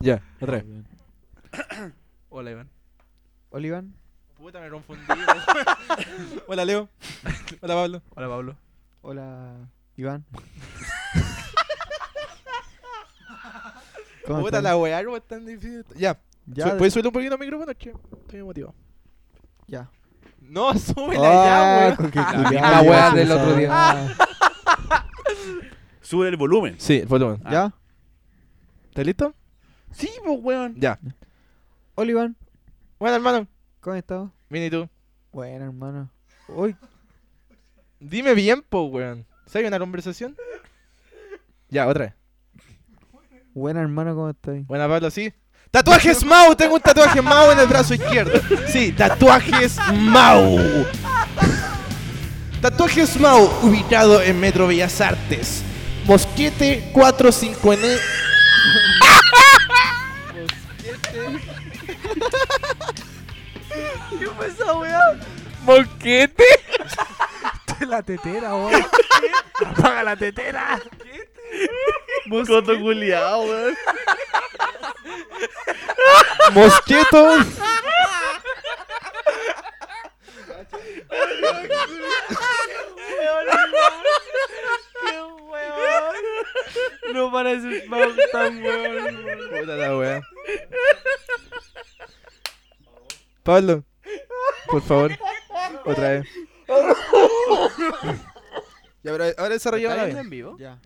Speaker 3: Ya, otra vez.
Speaker 1: Hola, Iván.
Speaker 5: Hola Iván,
Speaker 1: Puta, me confundí.
Speaker 3: Hola, Leo. Hola, Pablo.
Speaker 1: Hola, Pablo.
Speaker 5: hola Iván. ¿Cómo
Speaker 3: Puta
Speaker 5: estás?
Speaker 3: la weá, cómo es tan difícil. esto. Ya,
Speaker 5: Ya,
Speaker 3: Su-
Speaker 2: pues
Speaker 3: ¿puedes subir un poquito el micrófono? Che, estoy motivado.
Speaker 5: ya.
Speaker 3: No,
Speaker 2: pues
Speaker 3: súbela ya,
Speaker 5: Ah,
Speaker 3: weón.
Speaker 5: con que
Speaker 2: La
Speaker 5: culiao,
Speaker 2: misma weá
Speaker 5: ya,
Speaker 2: del otro día.
Speaker 5: ah,
Speaker 7: Sube el volumen.
Speaker 3: Sí, el volumen.
Speaker 5: Ya,
Speaker 3: ¿Estás listo?
Speaker 7: Sí, pues, weón.
Speaker 3: Ya.
Speaker 5: hola Iván,
Speaker 3: Bueno, hermano.
Speaker 5: ¿cómo estás?
Speaker 3: Bien, ¿y tú?
Speaker 5: Bueno hermano. Uy,
Speaker 3: Dime bien, po, weón. ¿Sabes una conversación? Ya, otra vez.
Speaker 5: buena hermano, ¿cómo
Speaker 3: (laughs)
Speaker 5: estás?
Speaker 3: Buena, Pablo, sí. Tatuajes Mau, tengo un tatuaje Mau en el brazo izquierdo. Sí, tatuajes Mau. Tatuajes Mau, ubicado en Metro Bellas Artes. Mosquete 459.
Speaker 1: ¿Moquete?
Speaker 5: La
Speaker 2: (laughs)
Speaker 5: tetera, weón.
Speaker 1: ¡Apaga la tetera!
Speaker 7: Coto culiao, weón.
Speaker 3: Mosqueto.
Speaker 1: No parece un tan weón.
Speaker 3: Puta la wea. Pablo, por favor, otra vez. Ya, pero ahora desarrollamos la vida.
Speaker 1: en vivo?
Speaker 5: Ya.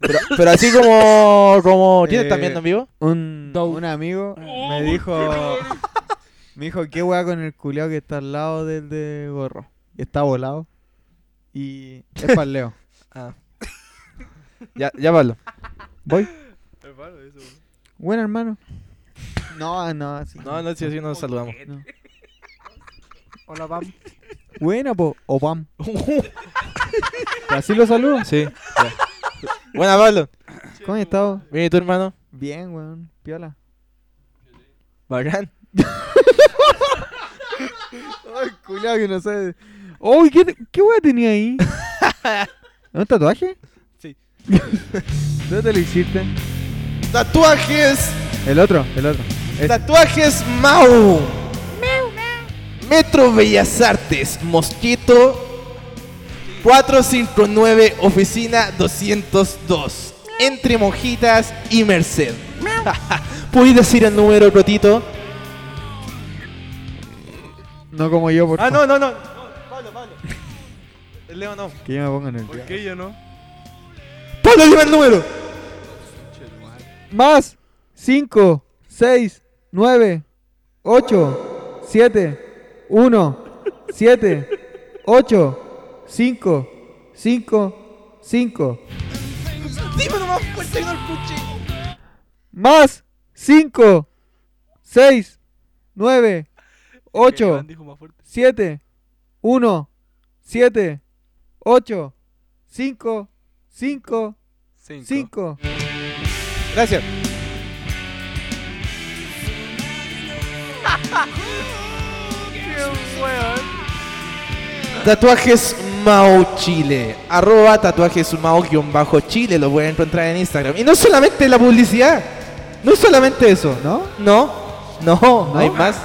Speaker 3: Pero, pero así como. como ¿Quién está
Speaker 5: Eh,
Speaker 3: viendo en vivo?
Speaker 5: Un, un amigo me (laughs) dijo. Me dijo, qué weá con el culeado que está al lado del de gorro. Y está volado. Y es para (laughs) Leo. Ah.
Speaker 3: Ya, ya, Pablo.
Speaker 5: Voy.
Speaker 1: Es malo eso, weón.
Speaker 5: Bueno, hermano. No, no, así.
Speaker 3: No, no, si así nos saludamos.
Speaker 5: Hola, Pam. Buena, po. O Pam.
Speaker 3: (laughs)
Speaker 5: Así lo saludo.
Speaker 3: Sí. Buena, Pablo.
Speaker 5: ¿Cómo has estado?
Speaker 3: Bien, ¿y tu hermano?
Speaker 5: Bien, weón. Piola.
Speaker 3: Bacán.
Speaker 5: (laughs) Ay, culeado que no sabe. Uy, ¿qué, te- qué weá tenía (laughs) ahí? ¿Un tatuaje?
Speaker 3: Sí.
Speaker 5: ¿Dónde te lo hiciste?
Speaker 3: Tatuajes.
Speaker 5: El otro, el otro. Es-
Speaker 3: Tatuajes Mau. Metro Bellas Artes, Mosquito 459, oficina 202. Entre Mojitas y Merced. (laughs) ¿Puedes decir el número, Cotito?
Speaker 5: Ah, No como yo, por favor,
Speaker 3: no, no. Pablo, Pablo. El Leo no.
Speaker 5: Que yo me pongo en el
Speaker 1: ¿Por qué yo no?
Speaker 3: Pablo, dime el número.
Speaker 5: Más 5, 6, 9, 8, 7, 1, 7, 8, 5, 5, 5.
Speaker 3: Dímelo más fuerte que no escuché.
Speaker 5: Más 5, 6, 9, 8,
Speaker 1: Iván dijo más fuerte.
Speaker 5: 7, 1, 7, 8, 5, 5, 5.
Speaker 1: Cinco.
Speaker 3: Gracias. Tatuajes Mao Chile. Arroba tatuajes Mao-Chile. Lo pueden encontrar en Instagram. Y no solamente la publicidad. No solamente eso.
Speaker 5: ¿No?
Speaker 3: No. No. Hay más.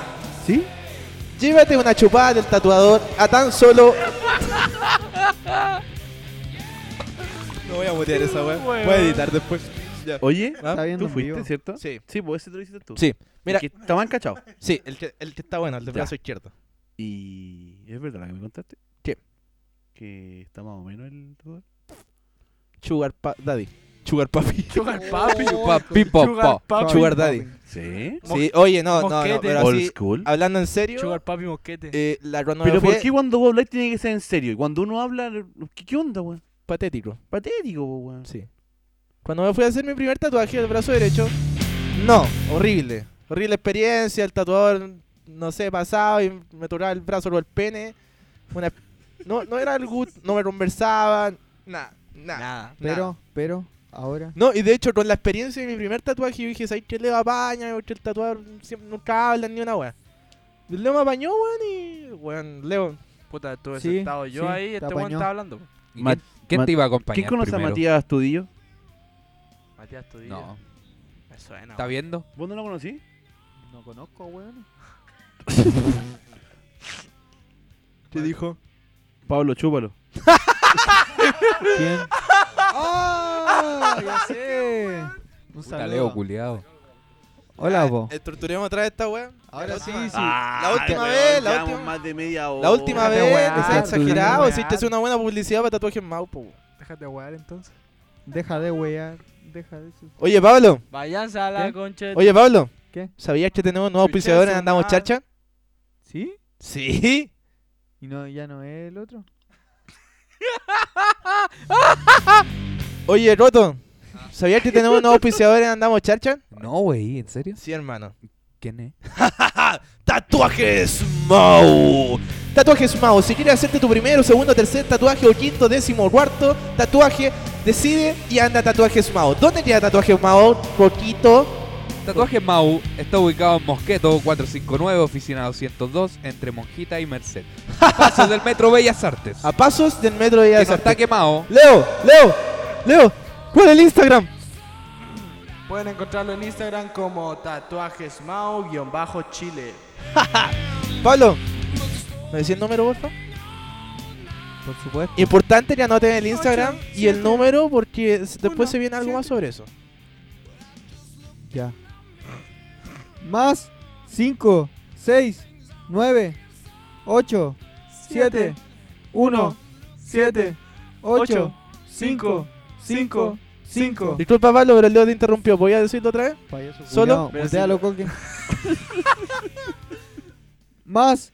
Speaker 5: ¿Sí?
Speaker 3: Llévate una chupada del tatuador a tan solo. (laughs) No voy a mutear esa weá. Voy a editar después. Ya.
Speaker 7: Oye,
Speaker 3: ¿Ah?
Speaker 5: Está viendo
Speaker 7: tú
Speaker 5: en
Speaker 7: fuiste,
Speaker 5: vivo.
Speaker 7: ¿cierto?
Speaker 3: Sí.
Speaker 7: Sí, pues ese te lo hiciste tú.
Speaker 3: Sí. Mira,
Speaker 7: El Que estaban cachados.
Speaker 3: sí, el que, el que está bueno, el de
Speaker 7: Ya.
Speaker 3: brazo izquierdo.
Speaker 7: Y. ¿Es verdad la que me contaste?
Speaker 3: ¿Qué?
Speaker 7: Que está más o menos el.
Speaker 3: Sugar pa Daddy. Sugar (laughs) Papi.
Speaker 1: Sugar Papi.
Speaker 2: Papi
Speaker 1: Sugar
Speaker 2: Popo.
Speaker 1: Papi.
Speaker 3: Sugar Daddy.
Speaker 7: ¿Sí?
Speaker 1: Mos-
Speaker 3: Sí, oye, no, no, no,
Speaker 1: mosquete.
Speaker 3: pero
Speaker 7: Old
Speaker 3: así, ah,
Speaker 7: school.
Speaker 3: hablando en serio,
Speaker 1: Sugar Papi Mosquete.
Speaker 3: eh, la
Speaker 7: Pero
Speaker 3: cronología
Speaker 7: ¿por qué cuando vos habláis tiene que ser en serio? Y cuando uno habla, ¿qué, qué onda, weón?
Speaker 3: patético.
Speaker 7: Patético, po, weón.
Speaker 3: Sí. Cuando me fui a hacer mi primer tatuaje del brazo derecho, no, horrible. Horrible experiencia, el tatuador, no sé, pasaba y me tocaba el brazo o el pene. Una- no, no era el gusto, no me conversaban, nada, nada.
Speaker 1: Nada.
Speaker 5: Pero, pero, ahora.
Speaker 3: No, y de hecho, con la experiencia de mi primer tatuaje, yo dije, ¿sabes qué le va a paña? Porque el tatuador siempre- nunca habla ni una wea. Y Leo me apañó, weón, y, weón, Leo,
Speaker 1: Puta, estuve
Speaker 5: Sí,
Speaker 1: sentado yo
Speaker 5: sí,
Speaker 1: ahí
Speaker 5: te
Speaker 1: este weón
Speaker 5: apañó.
Speaker 1: estaba hablando. po.
Speaker 7: Ma-
Speaker 2: ¿Quién
Speaker 7: Ma-
Speaker 2: te iba a acompañar
Speaker 7: ¿Quién conoce
Speaker 2: primero?
Speaker 7: a Matías Astudillo?
Speaker 1: Matías Tudillo.
Speaker 2: No.
Speaker 1: Me suena.
Speaker 2: ¿Está viendo?
Speaker 7: ¿Vos no lo conocí?
Speaker 5: No conozco, weón.
Speaker 3: te dijo,
Speaker 7: Pablo, chúpalo.
Speaker 3: (laughs)
Speaker 5: ¿Quién? ¡Ah! ya sé. Un
Speaker 2: Puta,
Speaker 5: saludo.
Speaker 2: Leo, culiado.
Speaker 5: Hola, vos.
Speaker 3: el torturemos Ah, otra vez esta wea.
Speaker 5: Ahora sí, sí.
Speaker 3: la última vez, la
Speaker 7: Ah, llevamos
Speaker 3: última-
Speaker 7: más de media hora.
Speaker 3: La última
Speaker 5: déjate
Speaker 3: vez,
Speaker 5: wear,
Speaker 3: está
Speaker 5: déjate
Speaker 3: exagerado,
Speaker 5: wear.
Speaker 3: hiciste hacer una buena publicidad para tatuajes Mau, po, weón.
Speaker 1: Déjate jugar entonces.
Speaker 5: Deja de wear. Deja de su-
Speaker 3: Oye, Pablo,
Speaker 1: Váyanse a la
Speaker 5: ¿Qué?
Speaker 1: concha. de-
Speaker 3: oye, Pablo.
Speaker 5: ¿Qué?
Speaker 3: ¿Sabías que tenemos nuevos
Speaker 1: Escuché
Speaker 3: auspiciadores
Speaker 1: hace
Speaker 3: en Andamos
Speaker 1: una-
Speaker 3: Charcha?
Speaker 5: ¿Sí?
Speaker 3: Sí.
Speaker 5: ¿Y no, ya no es el otro?
Speaker 3: Oye, Roto, ¿sabías que tenemos nuevos auspiciadores en Andamos Charcha?
Speaker 2: No, güey, ¿en serio?
Speaker 3: Sí, hermano.
Speaker 2: ¿Quién es?
Speaker 3: ¡Tatuajes Mau! Tatuajes Mau, si quieres hacerte tu primero, segundo, tercer tatuaje o quinto, décimo, cuarto tatuaje, decide y anda a Tatuajes Mau. ¿Dónde queda Tatuajes Mau? Poquito.
Speaker 2: Tatuaje Mau está ubicado en Mosqueto 459, oficina 202, entre Monjita y Merced. Pasos del Metro Bellas Artes.
Speaker 3: A pasos del metro de
Speaker 2: Que
Speaker 3: Bellas
Speaker 2: no está
Speaker 3: Artes.
Speaker 2: quemado.
Speaker 3: Leo, Leo, Leo, ¿cuál es el Instagram?
Speaker 1: Pueden encontrarlo en Instagram
Speaker 5: (laughs)
Speaker 1: como tatuajesmao-chile.
Speaker 3: Pablo, ¿me decís el número, por favor?
Speaker 5: Por supuesto.
Speaker 3: Importante que anoten el Instagram y el número porque s- después se viene algo más sobre eso.
Speaker 5: Ya. Más 5, 6, 9, 8, 7, 1, 7, 8, 5, 5, 5.
Speaker 3: Disculpa, Pablo, pero Leo te interrumpió. ¿Voy a decirlo otra vez? Solo-
Speaker 5: Solo. Mutealo, coque. (laughs) Más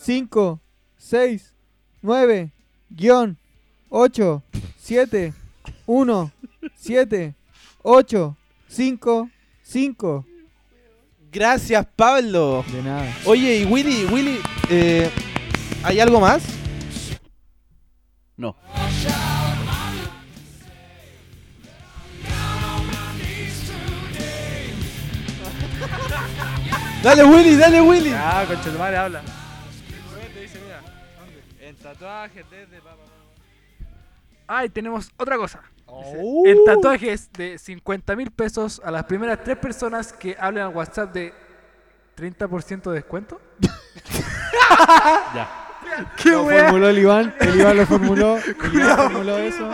Speaker 5: 5, 6, 9, guión, 8, 7, 1, 7, 8, 5, 5.
Speaker 3: Gracias, Pablo.
Speaker 5: De nada.
Speaker 3: Oye, y Willy, Willy, eh, ¿hay algo más?
Speaker 7: No.
Speaker 3: (laughs) Dale, Willy, dale, Willy.
Speaker 1: Ah, concha de madre, habla. El weón te dice, mira, ¿dónde? En tatuajes desde papá. Ay, tenemos otra cosa.
Speaker 3: Uh,
Speaker 1: En tatuajes de 50 mil pesos a las primeras tres personas que hablen al WhatsApp de 30% de descuento. (laughs)
Speaker 7: Ya.
Speaker 1: ¡Qué
Speaker 5: Lo formuló el Iván, el Iván lo formuló, el Iván formuló eso,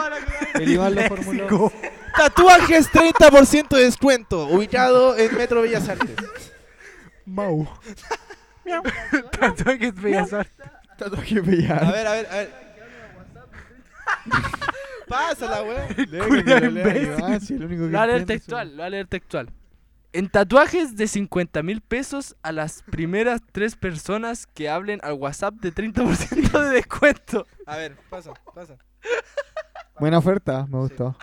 Speaker 5: el Iván lo formuló.
Speaker 3: Tatuajes 30% de descuento, ubicado en Metro Bellas Artes.
Speaker 1: Mau. Tatuajes bellas artes.
Speaker 5: Tatuaje
Speaker 3: A
Speaker 5: pillar.
Speaker 3: ver, a ver, a ver. (laughs) Pásala, weón.
Speaker 1: (laughs)
Speaker 5: el único que
Speaker 1: Lo va a
Speaker 5: entiende
Speaker 1: leer
Speaker 5: es
Speaker 1: textual, lo va a leer textual. En tatuajes de 50 mil pesos a las primeras tres personas que hablen al WhatsApp de 30% de descuento.
Speaker 3: A ver, pasa, pasa.
Speaker 5: un- Buena oferta, me gustó.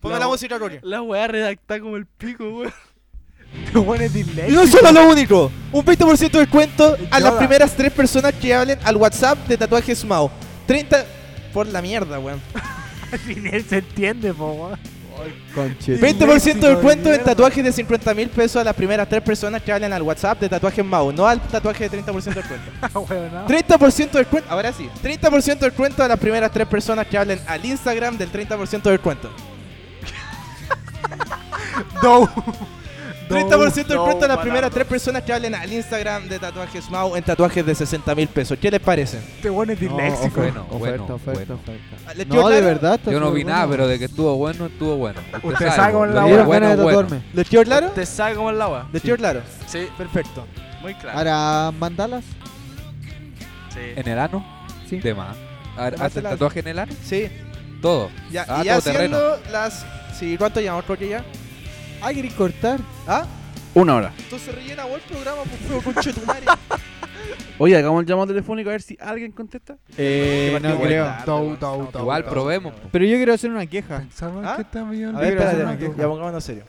Speaker 3: Ponme la música, Coque.
Speaker 1: La weá redactada como el pico, weón.
Speaker 3: Y no solo lo único, un 20% de descuento a las primeras tres personas que hablen al WhatsApp de Tatuajes Mao. 30 por la mierda, weón.
Speaker 5: Conche.
Speaker 3: 20% de descuento en tatuajes de 50 mil pesos a las primeras tres personas que hablen al WhatsApp de Tatuajes Mao, no al tatuaje de 30% de descuento.
Speaker 5: (laughs) Ah,
Speaker 3: 30% de descuento, ahora sí, 30% de descuento a las primeras tres personas que hablen al Instagram del 30% de
Speaker 5: (laughs)
Speaker 3: descuento. 30% de descuento a las primeras tres personas que hablen al Instagram de Tatuajes Mau en tatuajes de 60 mil pesos. ¿Qué les parece?
Speaker 1: Este
Speaker 5: disléxico.
Speaker 2: Bueno,
Speaker 5: oferta, oferta,
Speaker 2: bueno, bueno.
Speaker 5: oferta.
Speaker 3: ¿Les quedó
Speaker 5: No, de
Speaker 3: claro?
Speaker 5: verdad. está
Speaker 2: Yo no vi
Speaker 5: súper
Speaker 2: nada,
Speaker 5: bueno.
Speaker 2: pero de que estuvo bueno, estuvo bueno.
Speaker 8: Usted sabe cómo es la Bueno,
Speaker 5: Me
Speaker 2: lo
Speaker 5: dieron
Speaker 2: bueno,
Speaker 5: ganas de
Speaker 2: bueno.
Speaker 5: tatuarme.
Speaker 3: ¿Les quedó claro?
Speaker 1: Te sabe como el agua.
Speaker 3: ¿Les quedó claro?
Speaker 1: Sí,
Speaker 3: Perfecto.
Speaker 1: muy claro.
Speaker 5: Ahora, mandalas.
Speaker 1: Sí.
Speaker 2: ¿En el ano?
Speaker 5: Sí.
Speaker 2: De más. A
Speaker 3: Te
Speaker 2: ver, ¿Hace el
Speaker 3: martelas.
Speaker 2: tatuaje en el ano?
Speaker 3: Sí.
Speaker 9: Todo.
Speaker 3: Ya,
Speaker 9: Ah,
Speaker 3: y ya
Speaker 9: todo terreno.
Speaker 3: siendo las. Sí, ¿cuánto llevamos, Roque, ya?
Speaker 5: Ah, querés cortar.
Speaker 3: ¿Ah?
Speaker 4: Una hora.
Speaker 3: Entonces rellena vos el programa, pues feo conchetumare.
Speaker 4: Oye, hagamos el llamado telefónico a ver si alguien contesta.
Speaker 5: Eh, no creo.
Speaker 2: Tau, tau, tau.
Speaker 9: Igual probemos. po.
Speaker 5: Pero yo quiero hacer una queja.
Speaker 2: Pensaba
Speaker 3: pues. ¿Ah?
Speaker 2: que estaba yo
Speaker 5: A
Speaker 3: A
Speaker 5: ver,
Speaker 3: ver,
Speaker 2: libre hace
Speaker 5: espérate,
Speaker 2: rato.
Speaker 3: espérate, ya pongámonos serio.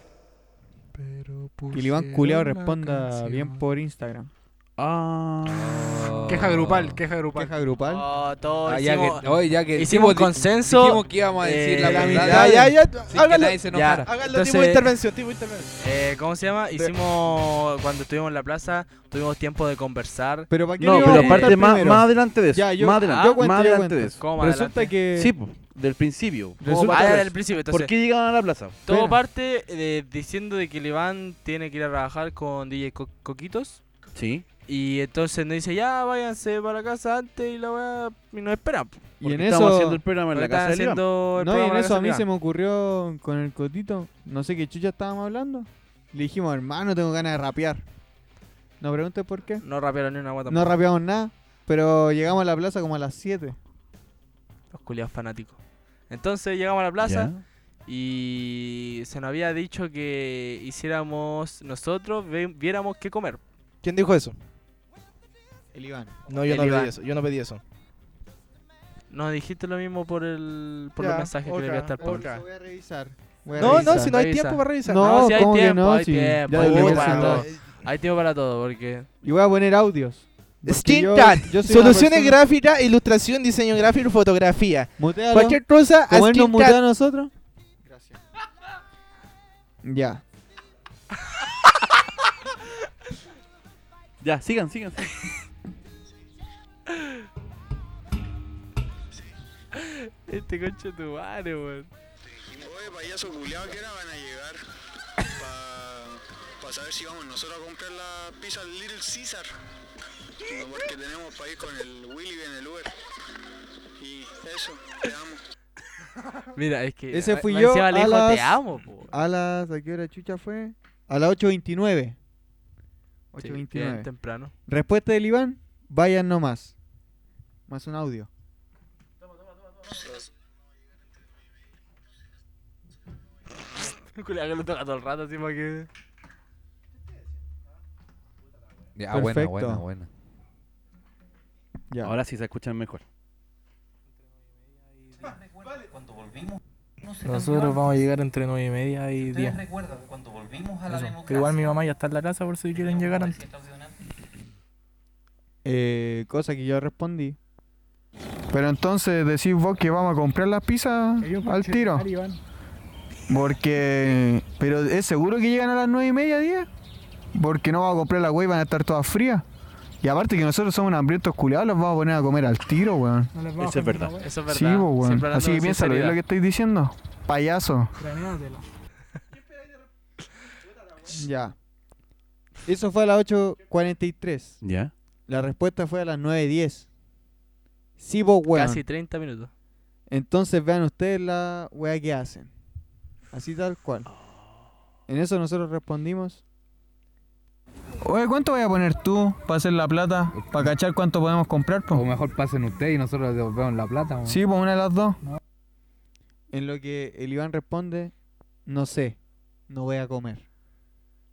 Speaker 2: Pero
Speaker 5: Que el Iván
Speaker 2: pusieron
Speaker 5: Culeado
Speaker 2: la
Speaker 5: responda
Speaker 2: canción.
Speaker 5: bien por Instagram.
Speaker 4: Ah.
Speaker 2: Queja grupal, queja grupal.
Speaker 5: Queja grupal.
Speaker 1: Oh, todo
Speaker 9: Ah, ya
Speaker 1: hicimos,
Speaker 9: que, oye, ya que
Speaker 1: hicimos un
Speaker 9: dijimos-
Speaker 1: consenso.
Speaker 9: dijimos que íbamos a decir
Speaker 1: eh,
Speaker 9: la
Speaker 1: la
Speaker 9: verdad.
Speaker 3: Ya, ya, ya.
Speaker 9: Sin que
Speaker 3: Hágalo,
Speaker 9: nadie se enojara.
Speaker 1: Ya.
Speaker 3: hágalo tipo
Speaker 1: Entonces-
Speaker 3: intervención, tipo intervención.
Speaker 1: eh, ¿Cómo se llama? Hicimos, cuando estuvimos en la plaza, tuvimos tiempo de conversar.
Speaker 5: Pero para qué
Speaker 4: No,
Speaker 5: le
Speaker 4: pero
Speaker 5: íbamos a
Speaker 4: aparte,
Speaker 5: cortar
Speaker 4: más,
Speaker 5: primero?
Speaker 4: más adelante de eso.
Speaker 5: Ya, yo-
Speaker 4: más adelante,
Speaker 5: yo cuento,
Speaker 4: más
Speaker 5: yo
Speaker 4: adelante de
Speaker 5: cuento.
Speaker 4: eso.
Speaker 1: ¿Cómo
Speaker 5: Resulta
Speaker 1: adelante?
Speaker 5: que
Speaker 4: Sí, po, del principio.
Speaker 5: resulta-
Speaker 1: Ah, era del principio,
Speaker 4: ¿Por
Speaker 1: entonces.
Speaker 4: qué llegaban a la plaza?
Speaker 1: Todo
Speaker 5: Espera.
Speaker 1: parte de- diciendo de que el Iván tiene que ir a trabajar con DJ Co- Coquitos.
Speaker 4: Sí.
Speaker 1: Y entonces nos dice, ya váyanse para la casa antes y la weá. Y nos esperan. po.
Speaker 5: y en
Speaker 4: estamos
Speaker 5: eso
Speaker 4: haciendo el programa en
Speaker 1: Porque
Speaker 4: la casa
Speaker 1: estaban
Speaker 4: de Iván.
Speaker 1: haciendo el
Speaker 5: No, y
Speaker 1: programa
Speaker 5: en
Speaker 1: en la
Speaker 5: eso
Speaker 1: casa
Speaker 5: a mí
Speaker 1: del
Speaker 5: se
Speaker 1: Iván.
Speaker 5: me ocurrió con el cotito, no sé qué chucha estábamos hablando. Le dijimos, hermano, tengo ganas de rapear. No preguntes por qué.
Speaker 1: No rapearon ni una guata.
Speaker 5: No rapeamos nada, pero llegamos a la plaza como a las 7.
Speaker 1: Los culiados fanáticos. Entonces llegamos a la plaza y se nos había dicho que hiciéramos nosotros, ve- viéramos qué comer.
Speaker 3: ¿Quién dijo eso?
Speaker 5: El Iván.
Speaker 3: No, yo
Speaker 1: El
Speaker 3: no
Speaker 1: Iván.
Speaker 3: pedí eso. Yo no pedí eso.
Speaker 1: Nos dijiste lo mismo por el por los
Speaker 3: Ya,
Speaker 1: mensajes que
Speaker 3: otra,
Speaker 1: le enviaste al Pablo.
Speaker 3: otra.
Speaker 5: Voy a revisar. voy a
Speaker 3: No, no,
Speaker 5: revisar.
Speaker 3: si no hay
Speaker 1: revisa.
Speaker 3: tiempo para revisar.
Speaker 5: No,
Speaker 1: si hay
Speaker 5: ¿cómo que
Speaker 1: tiempo,
Speaker 5: no?
Speaker 1: hay
Speaker 5: Sí,
Speaker 1: tiempo,
Speaker 5: ya
Speaker 1: hay
Speaker 5: lo
Speaker 1: tiempo
Speaker 5: voy a
Speaker 1: para
Speaker 5: hacer.
Speaker 1: todo. Hay tiempo para todo, porque
Speaker 5: Y voy a poner audios. porque yo-
Speaker 3: Skincat,
Speaker 5: yo soy una
Speaker 3: soluciones
Speaker 5: persona-
Speaker 3: gráficas, ilustración, diseño gráfico, fotografía.
Speaker 5: Mutealo.
Speaker 3: Cualquier cosa, a
Speaker 5: Como él nos
Speaker 3: Skin
Speaker 5: muteó
Speaker 3: Cat.
Speaker 5: a nosotros. Gracias. Ya.
Speaker 4: Ya, sigan, sigan. sigan.
Speaker 1: este coche tu madre, weón.
Speaker 6: Oye, payaso culiao, ¿qué hora van a llegar? Para saber si vamos nosotros a comprar la pizza al Little Caesar. No, porque tenemos para ir con el Willy en el Uber. Y eso, te amo.
Speaker 1: Mira, es que
Speaker 5: Ese
Speaker 1: me-
Speaker 5: fui
Speaker 1: me
Speaker 5: yo
Speaker 1: encima le
Speaker 5: a
Speaker 1: dijo,
Speaker 5: las-
Speaker 1: te amo, po".
Speaker 5: A las. ¿A qué hora chucha fue? A las 8.29.
Speaker 1: Sí,
Speaker 5: 8.29.
Speaker 1: bien temprano. (laughs)
Speaker 5: Respuesta del Iván: vayan nomás. Más un audio.
Speaker 1: El culiao que lo toca todo el rato, así para que.
Speaker 9: Ya, buena,
Speaker 5: Perfecto.
Speaker 9: buena, buena.
Speaker 5: Ya.
Speaker 4: Ahora sí se escuchan mejor.
Speaker 2: Nosotros vamos a llegar entre 9 y media y 10. Igual mi mamá ya está en la casa por si quieren llegar antes.
Speaker 5: Eh, cosa que yo respondí.
Speaker 2: Pero entonces decís vos que vamos a comprar las pizzas al tiro. Porque... Pero es seguro que llegan a las 9 y media, 10. Porque no vamos a comprar la wey, van a estar todas frías. Y aparte que nosotros somos unos hambrientos culiados, los vamos a poner a comer al tiro, weón.
Speaker 4: Eso es verdad.
Speaker 1: Eso es verdad.
Speaker 2: Sí, po, weón.
Speaker 1: Siempre hablando
Speaker 2: Así que
Speaker 1: con
Speaker 2: piénsalo, ¿es lo que
Speaker 1: sinceridad.
Speaker 2: estoy diciendo? Payaso. (laughs)
Speaker 5: Ya. Eso fue a las 8.43.
Speaker 4: Ya.
Speaker 5: La respuesta fue a las 9.10. Sí, vos, weón.
Speaker 1: Casi 30 minutos.
Speaker 5: Entonces vean ustedes la weá que hacen. Así tal cual. En eso nosotros respondimos.
Speaker 2: Oye, ¿cuánto voy a poner tú para hacer la plata? ¿Para cachar cuánto podemos comprar,
Speaker 9: O
Speaker 2: po?
Speaker 9: mejor pasen ustedes y nosotros devolvemos la plata. weón.
Speaker 2: Sí, pues una de las dos.
Speaker 5: En lo que el Iván responde, no sé, no voy a comer.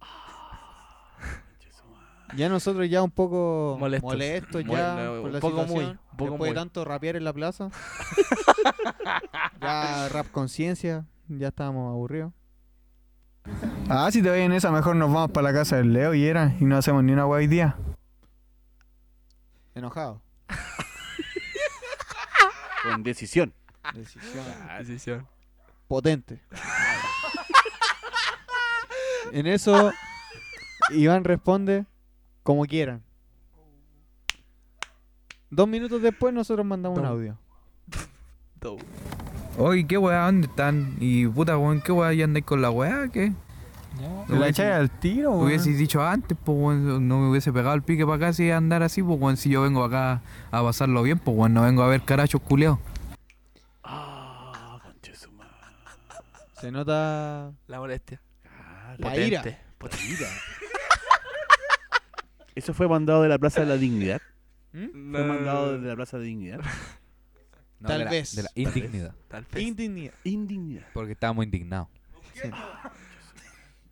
Speaker 1: Ah,
Speaker 5: Ya nosotros ya un poco
Speaker 1: Molestos. Muy-
Speaker 5: ya
Speaker 1: no,
Speaker 5: por
Speaker 1: un
Speaker 5: la
Speaker 1: poco
Speaker 5: situación,
Speaker 1: muy, un
Speaker 5: después
Speaker 1: poco
Speaker 5: de
Speaker 1: muy.
Speaker 5: tanto rapear en la
Speaker 1: (laughs)
Speaker 5: plaza. ya rap conciencia, ya estábamos aburridos.
Speaker 2: Ah, si te voy en esa, mejor nos vamos para la casa del Leo y era, y no hacemos ni una guay día.
Speaker 5: Enojado.
Speaker 4: Con decisión.
Speaker 5: Decisión
Speaker 1: Decisión.
Speaker 5: potente. en eso Iván responde como quieran. Dos minutos después nosotros mandamos un
Speaker 2: Tom.
Speaker 5: audio.
Speaker 2: Oye, qué weá, ¿dónde están? Y puta weón, qué weá, ya andáis con la weá, ¿qué? La echáis al tiro, weón. Hubieses dicho antes, pues weón, no me hubiese pegado el pique para acá si andar así, pues weón, si yo vengo acá a pasarlo bien, pues weón, no vengo a ver carachos culeados.
Speaker 4: Ah, conche su madre.
Speaker 5: Se nota
Speaker 1: La molestia.
Speaker 4: Ah,
Speaker 5: la ira.
Speaker 4: Mira. Eso fue mandado de la Plaza de la Dignidad.
Speaker 1: No,
Speaker 4: Fue mandado de la Plaza de la Dignidad.
Speaker 2: No,
Speaker 3: Tal
Speaker 2: de la-
Speaker 3: vez.
Speaker 2: de la indignidad.
Speaker 1: Tal vez.
Speaker 7: Indignidad. Indignidad.
Speaker 2: Porque estábamos indignados.
Speaker 5: Ya.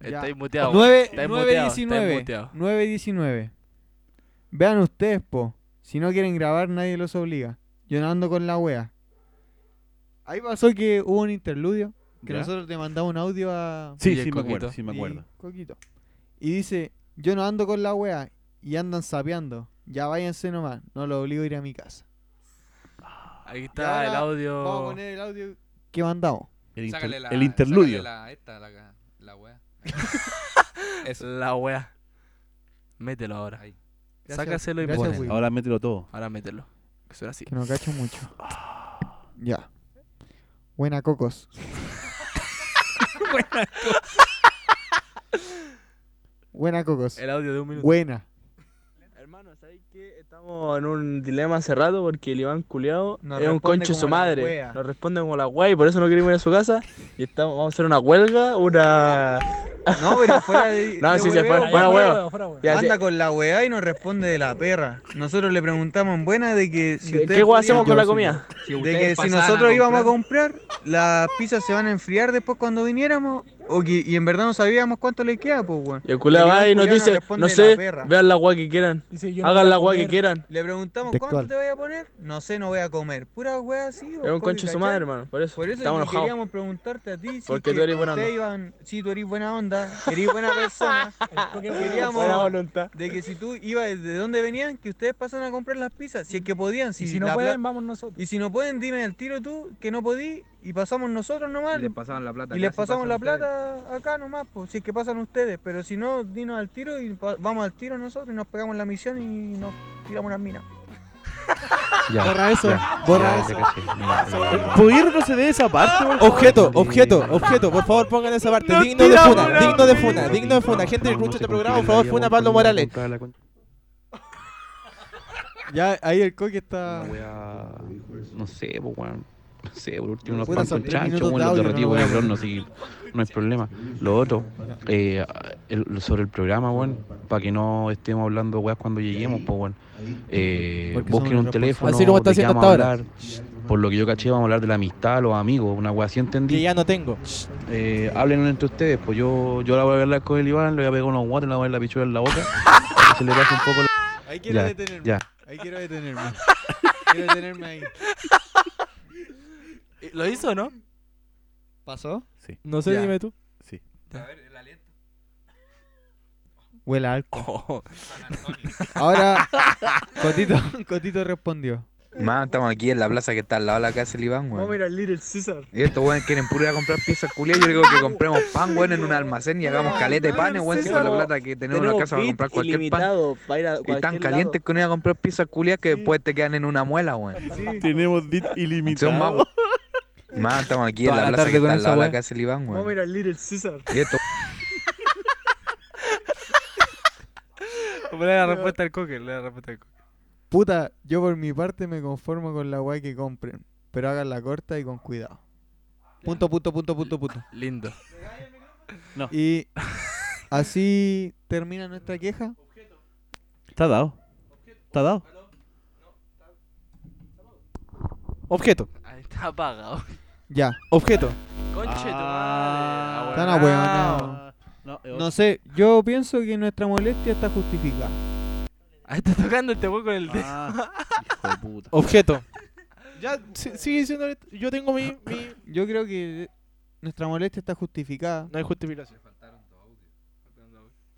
Speaker 1: Estáis muteados.
Speaker 5: 9, 9,
Speaker 1: Estáis muteados, estáis
Speaker 5: 19.
Speaker 1: muteados.
Speaker 5: 9, 19. Vean ustedes, po. Si no quieren grabar, nadie los obliga. Yo no ando con la wea. Ahí pasó que hubo un interludio. Que
Speaker 7: ¿Ya?
Speaker 5: nosotros te mandamos un audio a.
Speaker 7: Sí,
Speaker 1: Y el
Speaker 7: sí, me acuerdo,
Speaker 1: coquito.
Speaker 7: sí, me
Speaker 5: y-
Speaker 7: acuerdo.
Speaker 5: Coquito. Y dice: Yo no ando con la wea. Y andan sapeando. Ya váyanse nomás. No los obligo a ir a mi casa.
Speaker 1: Aquí
Speaker 5: Y
Speaker 1: está
Speaker 5: ahora
Speaker 1: el audio.
Speaker 5: Vamos a poner el audio que mandamos.
Speaker 7: El, inter-
Speaker 2: Sácale la-
Speaker 7: el interludio.
Speaker 2: sácale La, esta, la, la wea. Eso.
Speaker 1: La wea. Mételo ahora.
Speaker 2: Ahí.
Speaker 5: Gracias,
Speaker 1: Sácaselo y
Speaker 5: gracias,
Speaker 1: ponelo.
Speaker 5: Will.
Speaker 7: Ahora mételo todo.
Speaker 1: Ahora mételo. Que suena así.
Speaker 5: Que no cacho mucho. Ya. Buena, Cocos. Buena, Cocos.
Speaker 1: El audio de un minuto.
Speaker 5: Buena.
Speaker 10: Hermano, ¿sabéis que estamos en un dilema hace rato porque el Iván Culeado
Speaker 5: Nos
Speaker 10: es un
Speaker 5: responde
Speaker 10: conche su
Speaker 5: como la
Speaker 10: madre?
Speaker 5: wea.
Speaker 10: Nos responde como la guay, por eso no queremos ir a su casa. Y estamos, vamos a hacer una huelga, una.
Speaker 11: No, pero fuera de.
Speaker 10: (laughs) No,
Speaker 11: de
Speaker 10: sí, se fue,
Speaker 11: hueveo,
Speaker 10: fuera
Speaker 11: hueveo.
Speaker 10: huevo. Ya, sí.
Speaker 11: Anda con la weá y nos responde de la perra. Nosotros le preguntamos en buena de que si
Speaker 10: ¿Qué
Speaker 11: ustedes
Speaker 10: hueá
Speaker 11: podían-
Speaker 10: hacemos con la comida?
Speaker 11: de que si nosotros íbamos a comprar, las pizzas se van a enfriar después cuando viniéramos. O que, y en verdad no sabíamos cuánto le queda, pues, weón.
Speaker 10: Y el culeado
Speaker 11: Iván
Speaker 10: va y nos
Speaker 11: Culeado nos
Speaker 10: dice,
Speaker 11: responde
Speaker 10: no
Speaker 11: la
Speaker 10: sé,
Speaker 11: perra.
Speaker 10: vean la guay que quieran. Hagan la guay que quieran.
Speaker 11: Le preguntamos,
Speaker 5: Textual.
Speaker 11: ¿cuánto te voy a poner? No sé, no voy a comer. Pura weá así,
Speaker 10: Es un conche su madre,
Speaker 11: madre,
Speaker 10: hermano. Por eso,
Speaker 11: Por eso
Speaker 10: estamos
Speaker 11: ni
Speaker 10: enojados.
Speaker 11: queríamos preguntarte a ti si
Speaker 10: Porque
Speaker 11: es que
Speaker 10: tú eres buena
Speaker 11: ustedes iban- sí, tú eres buena onda, eres buena persona.
Speaker 10: Buena
Speaker 11: queríamos
Speaker 10: voluntad.
Speaker 11: de que si tú ibas de dónde venían, que ustedes pasan a comprar las pizzas, si es que podían, si, la pla-
Speaker 10: vamos nosotros.
Speaker 11: y si no pueden, dime al tiro tú que no podí y pasamos nosotros nomás. Y,
Speaker 8: les pasaban la plata.
Speaker 11: les pasamos la plata acá nomás, pues, si es que pasan ustedes, pero si no, dinos al tiro y pa- vamos al tiro nosotros y nos pegamos la misión y nos tiramos las minas.
Speaker 5: Borra eso.
Speaker 2: Ya,
Speaker 5: Borra
Speaker 2: ya
Speaker 5: eso.
Speaker 2: caché. Mira,
Speaker 3: Eh,
Speaker 2: mira, mira.
Speaker 7: ¿Podéis retroceder esa parte? por favor?
Speaker 3: Objeto, objeto, objeto, por favor pongan esa parte. Digno de funa, digno de funa, digno de funa. Gente que escucha este programa, por favor, funa a Pablo (laughs) Morales.
Speaker 5: Ya, ahí el coque está.
Speaker 6: No sé, pues, weón. No sé, por último unos
Speaker 5: Puta,
Speaker 6: pan
Speaker 5: son
Speaker 6: con
Speaker 5: tres
Speaker 6: chancho,
Speaker 5: minutos de
Speaker 6: weón, los
Speaker 5: audio,
Speaker 6: derretí
Speaker 5: no
Speaker 6: con
Speaker 5: lo
Speaker 6: el
Speaker 5: voy a
Speaker 6: horno, así que no hay problema. Lo otro, eh, el- sobre el programa, weón, para que no estemos hablando weas cuando lleguemos, pues, weón. Eh,
Speaker 5: Porque
Speaker 6: busquen
Speaker 5: somos
Speaker 6: un teléfono,
Speaker 3: Así como está
Speaker 6: de qué
Speaker 3: haciendo
Speaker 6: vamos a
Speaker 3: hasta ahora.
Speaker 6: hablar. Por lo que yo caché, vamos a hablar de la amistad, los amigos, una wea así entendí.
Speaker 3: Que ya no tengo.
Speaker 6: ah, Eh, hablen entre ustedes, pues yo, yo la voy a hablar con el Iván, le voy a pegar unos guates, le voy a poner la pichula en la boca. se le pasa un poco la...
Speaker 5: Ahí quiero
Speaker 6: Ya,
Speaker 5: detenerme.
Speaker 6: ya.
Speaker 5: Ahí quiero detenerme. quiero detenerme ahí.
Speaker 1: ¿Lo hizo o no?
Speaker 5: ¿Pasó?
Speaker 3: No sé,
Speaker 1: Ya.
Speaker 3: dime tú.
Speaker 5: Huele a alcohol.
Speaker 1: Oh,
Speaker 11: (laughs)
Speaker 5: Ahora, Cotito, Cotito respondió.
Speaker 2: Man, estamos aquí en la plaza que está al lado de la casa del Iván,
Speaker 10: Oh,
Speaker 2: weón.
Speaker 11: a Little Caesar.
Speaker 2: Y estos weones quieren puro ir a comprar pizzas culiadas. Yo digo que compremos pan, weón, en un almacén y hagamos caleta de panes, weón, si con la plata que tenemos en la casa vamos a comprar cualquier pan.
Speaker 10: para ir a
Speaker 2: Y tan
Speaker 10: cualquier
Speaker 2: calientes que no iban a comprar pizzas culiadas que después te quedan en una muela, weón.
Speaker 7: Tenemos dit
Speaker 2: Son más. (laughs)
Speaker 7: ilimitado.
Speaker 2: Man, estamos aquí en
Speaker 8: Toda
Speaker 2: la
Speaker 8: la
Speaker 2: plaza
Speaker 8: tarde
Speaker 2: que
Speaker 8: con
Speaker 2: está al
Speaker 8: esa
Speaker 2: lado de la
Speaker 8: weá.
Speaker 2: casa del Iván, weón.
Speaker 11: a Little Caesar.
Speaker 2: Y estos
Speaker 1: Ponle la respuesta al coque, le la respuesta al coque.
Speaker 5: Puta, yo por mi parte me conformo con la guay que compren. Pero háganla corta y con cuidado. Punto, punto, punto, punto, punto.
Speaker 1: Lindo.
Speaker 5: Y así termina nuestra queja.
Speaker 7: Está dado. Está dado.
Speaker 3: Objeto,
Speaker 1: Ahí está apagado.
Speaker 5: Ya.
Speaker 3: objeto.
Speaker 1: Conche tu
Speaker 7: Ah.
Speaker 1: madre.
Speaker 5: Están
Speaker 1: Ah, bueno.
Speaker 5: ahueonados.
Speaker 7: No, es
Speaker 5: No sé, yo pienso que nuestra molestia está justificada.
Speaker 1: Ahí está tocando este hueco con el dedo.
Speaker 7: Ah, hijo de puta.
Speaker 3: Objeto. Ya, si- sigue diciendo. Yo tengo mi. (laughs) mi-
Speaker 5: Yo creo que nuestra molestia está justificada.
Speaker 3: No hay justificación.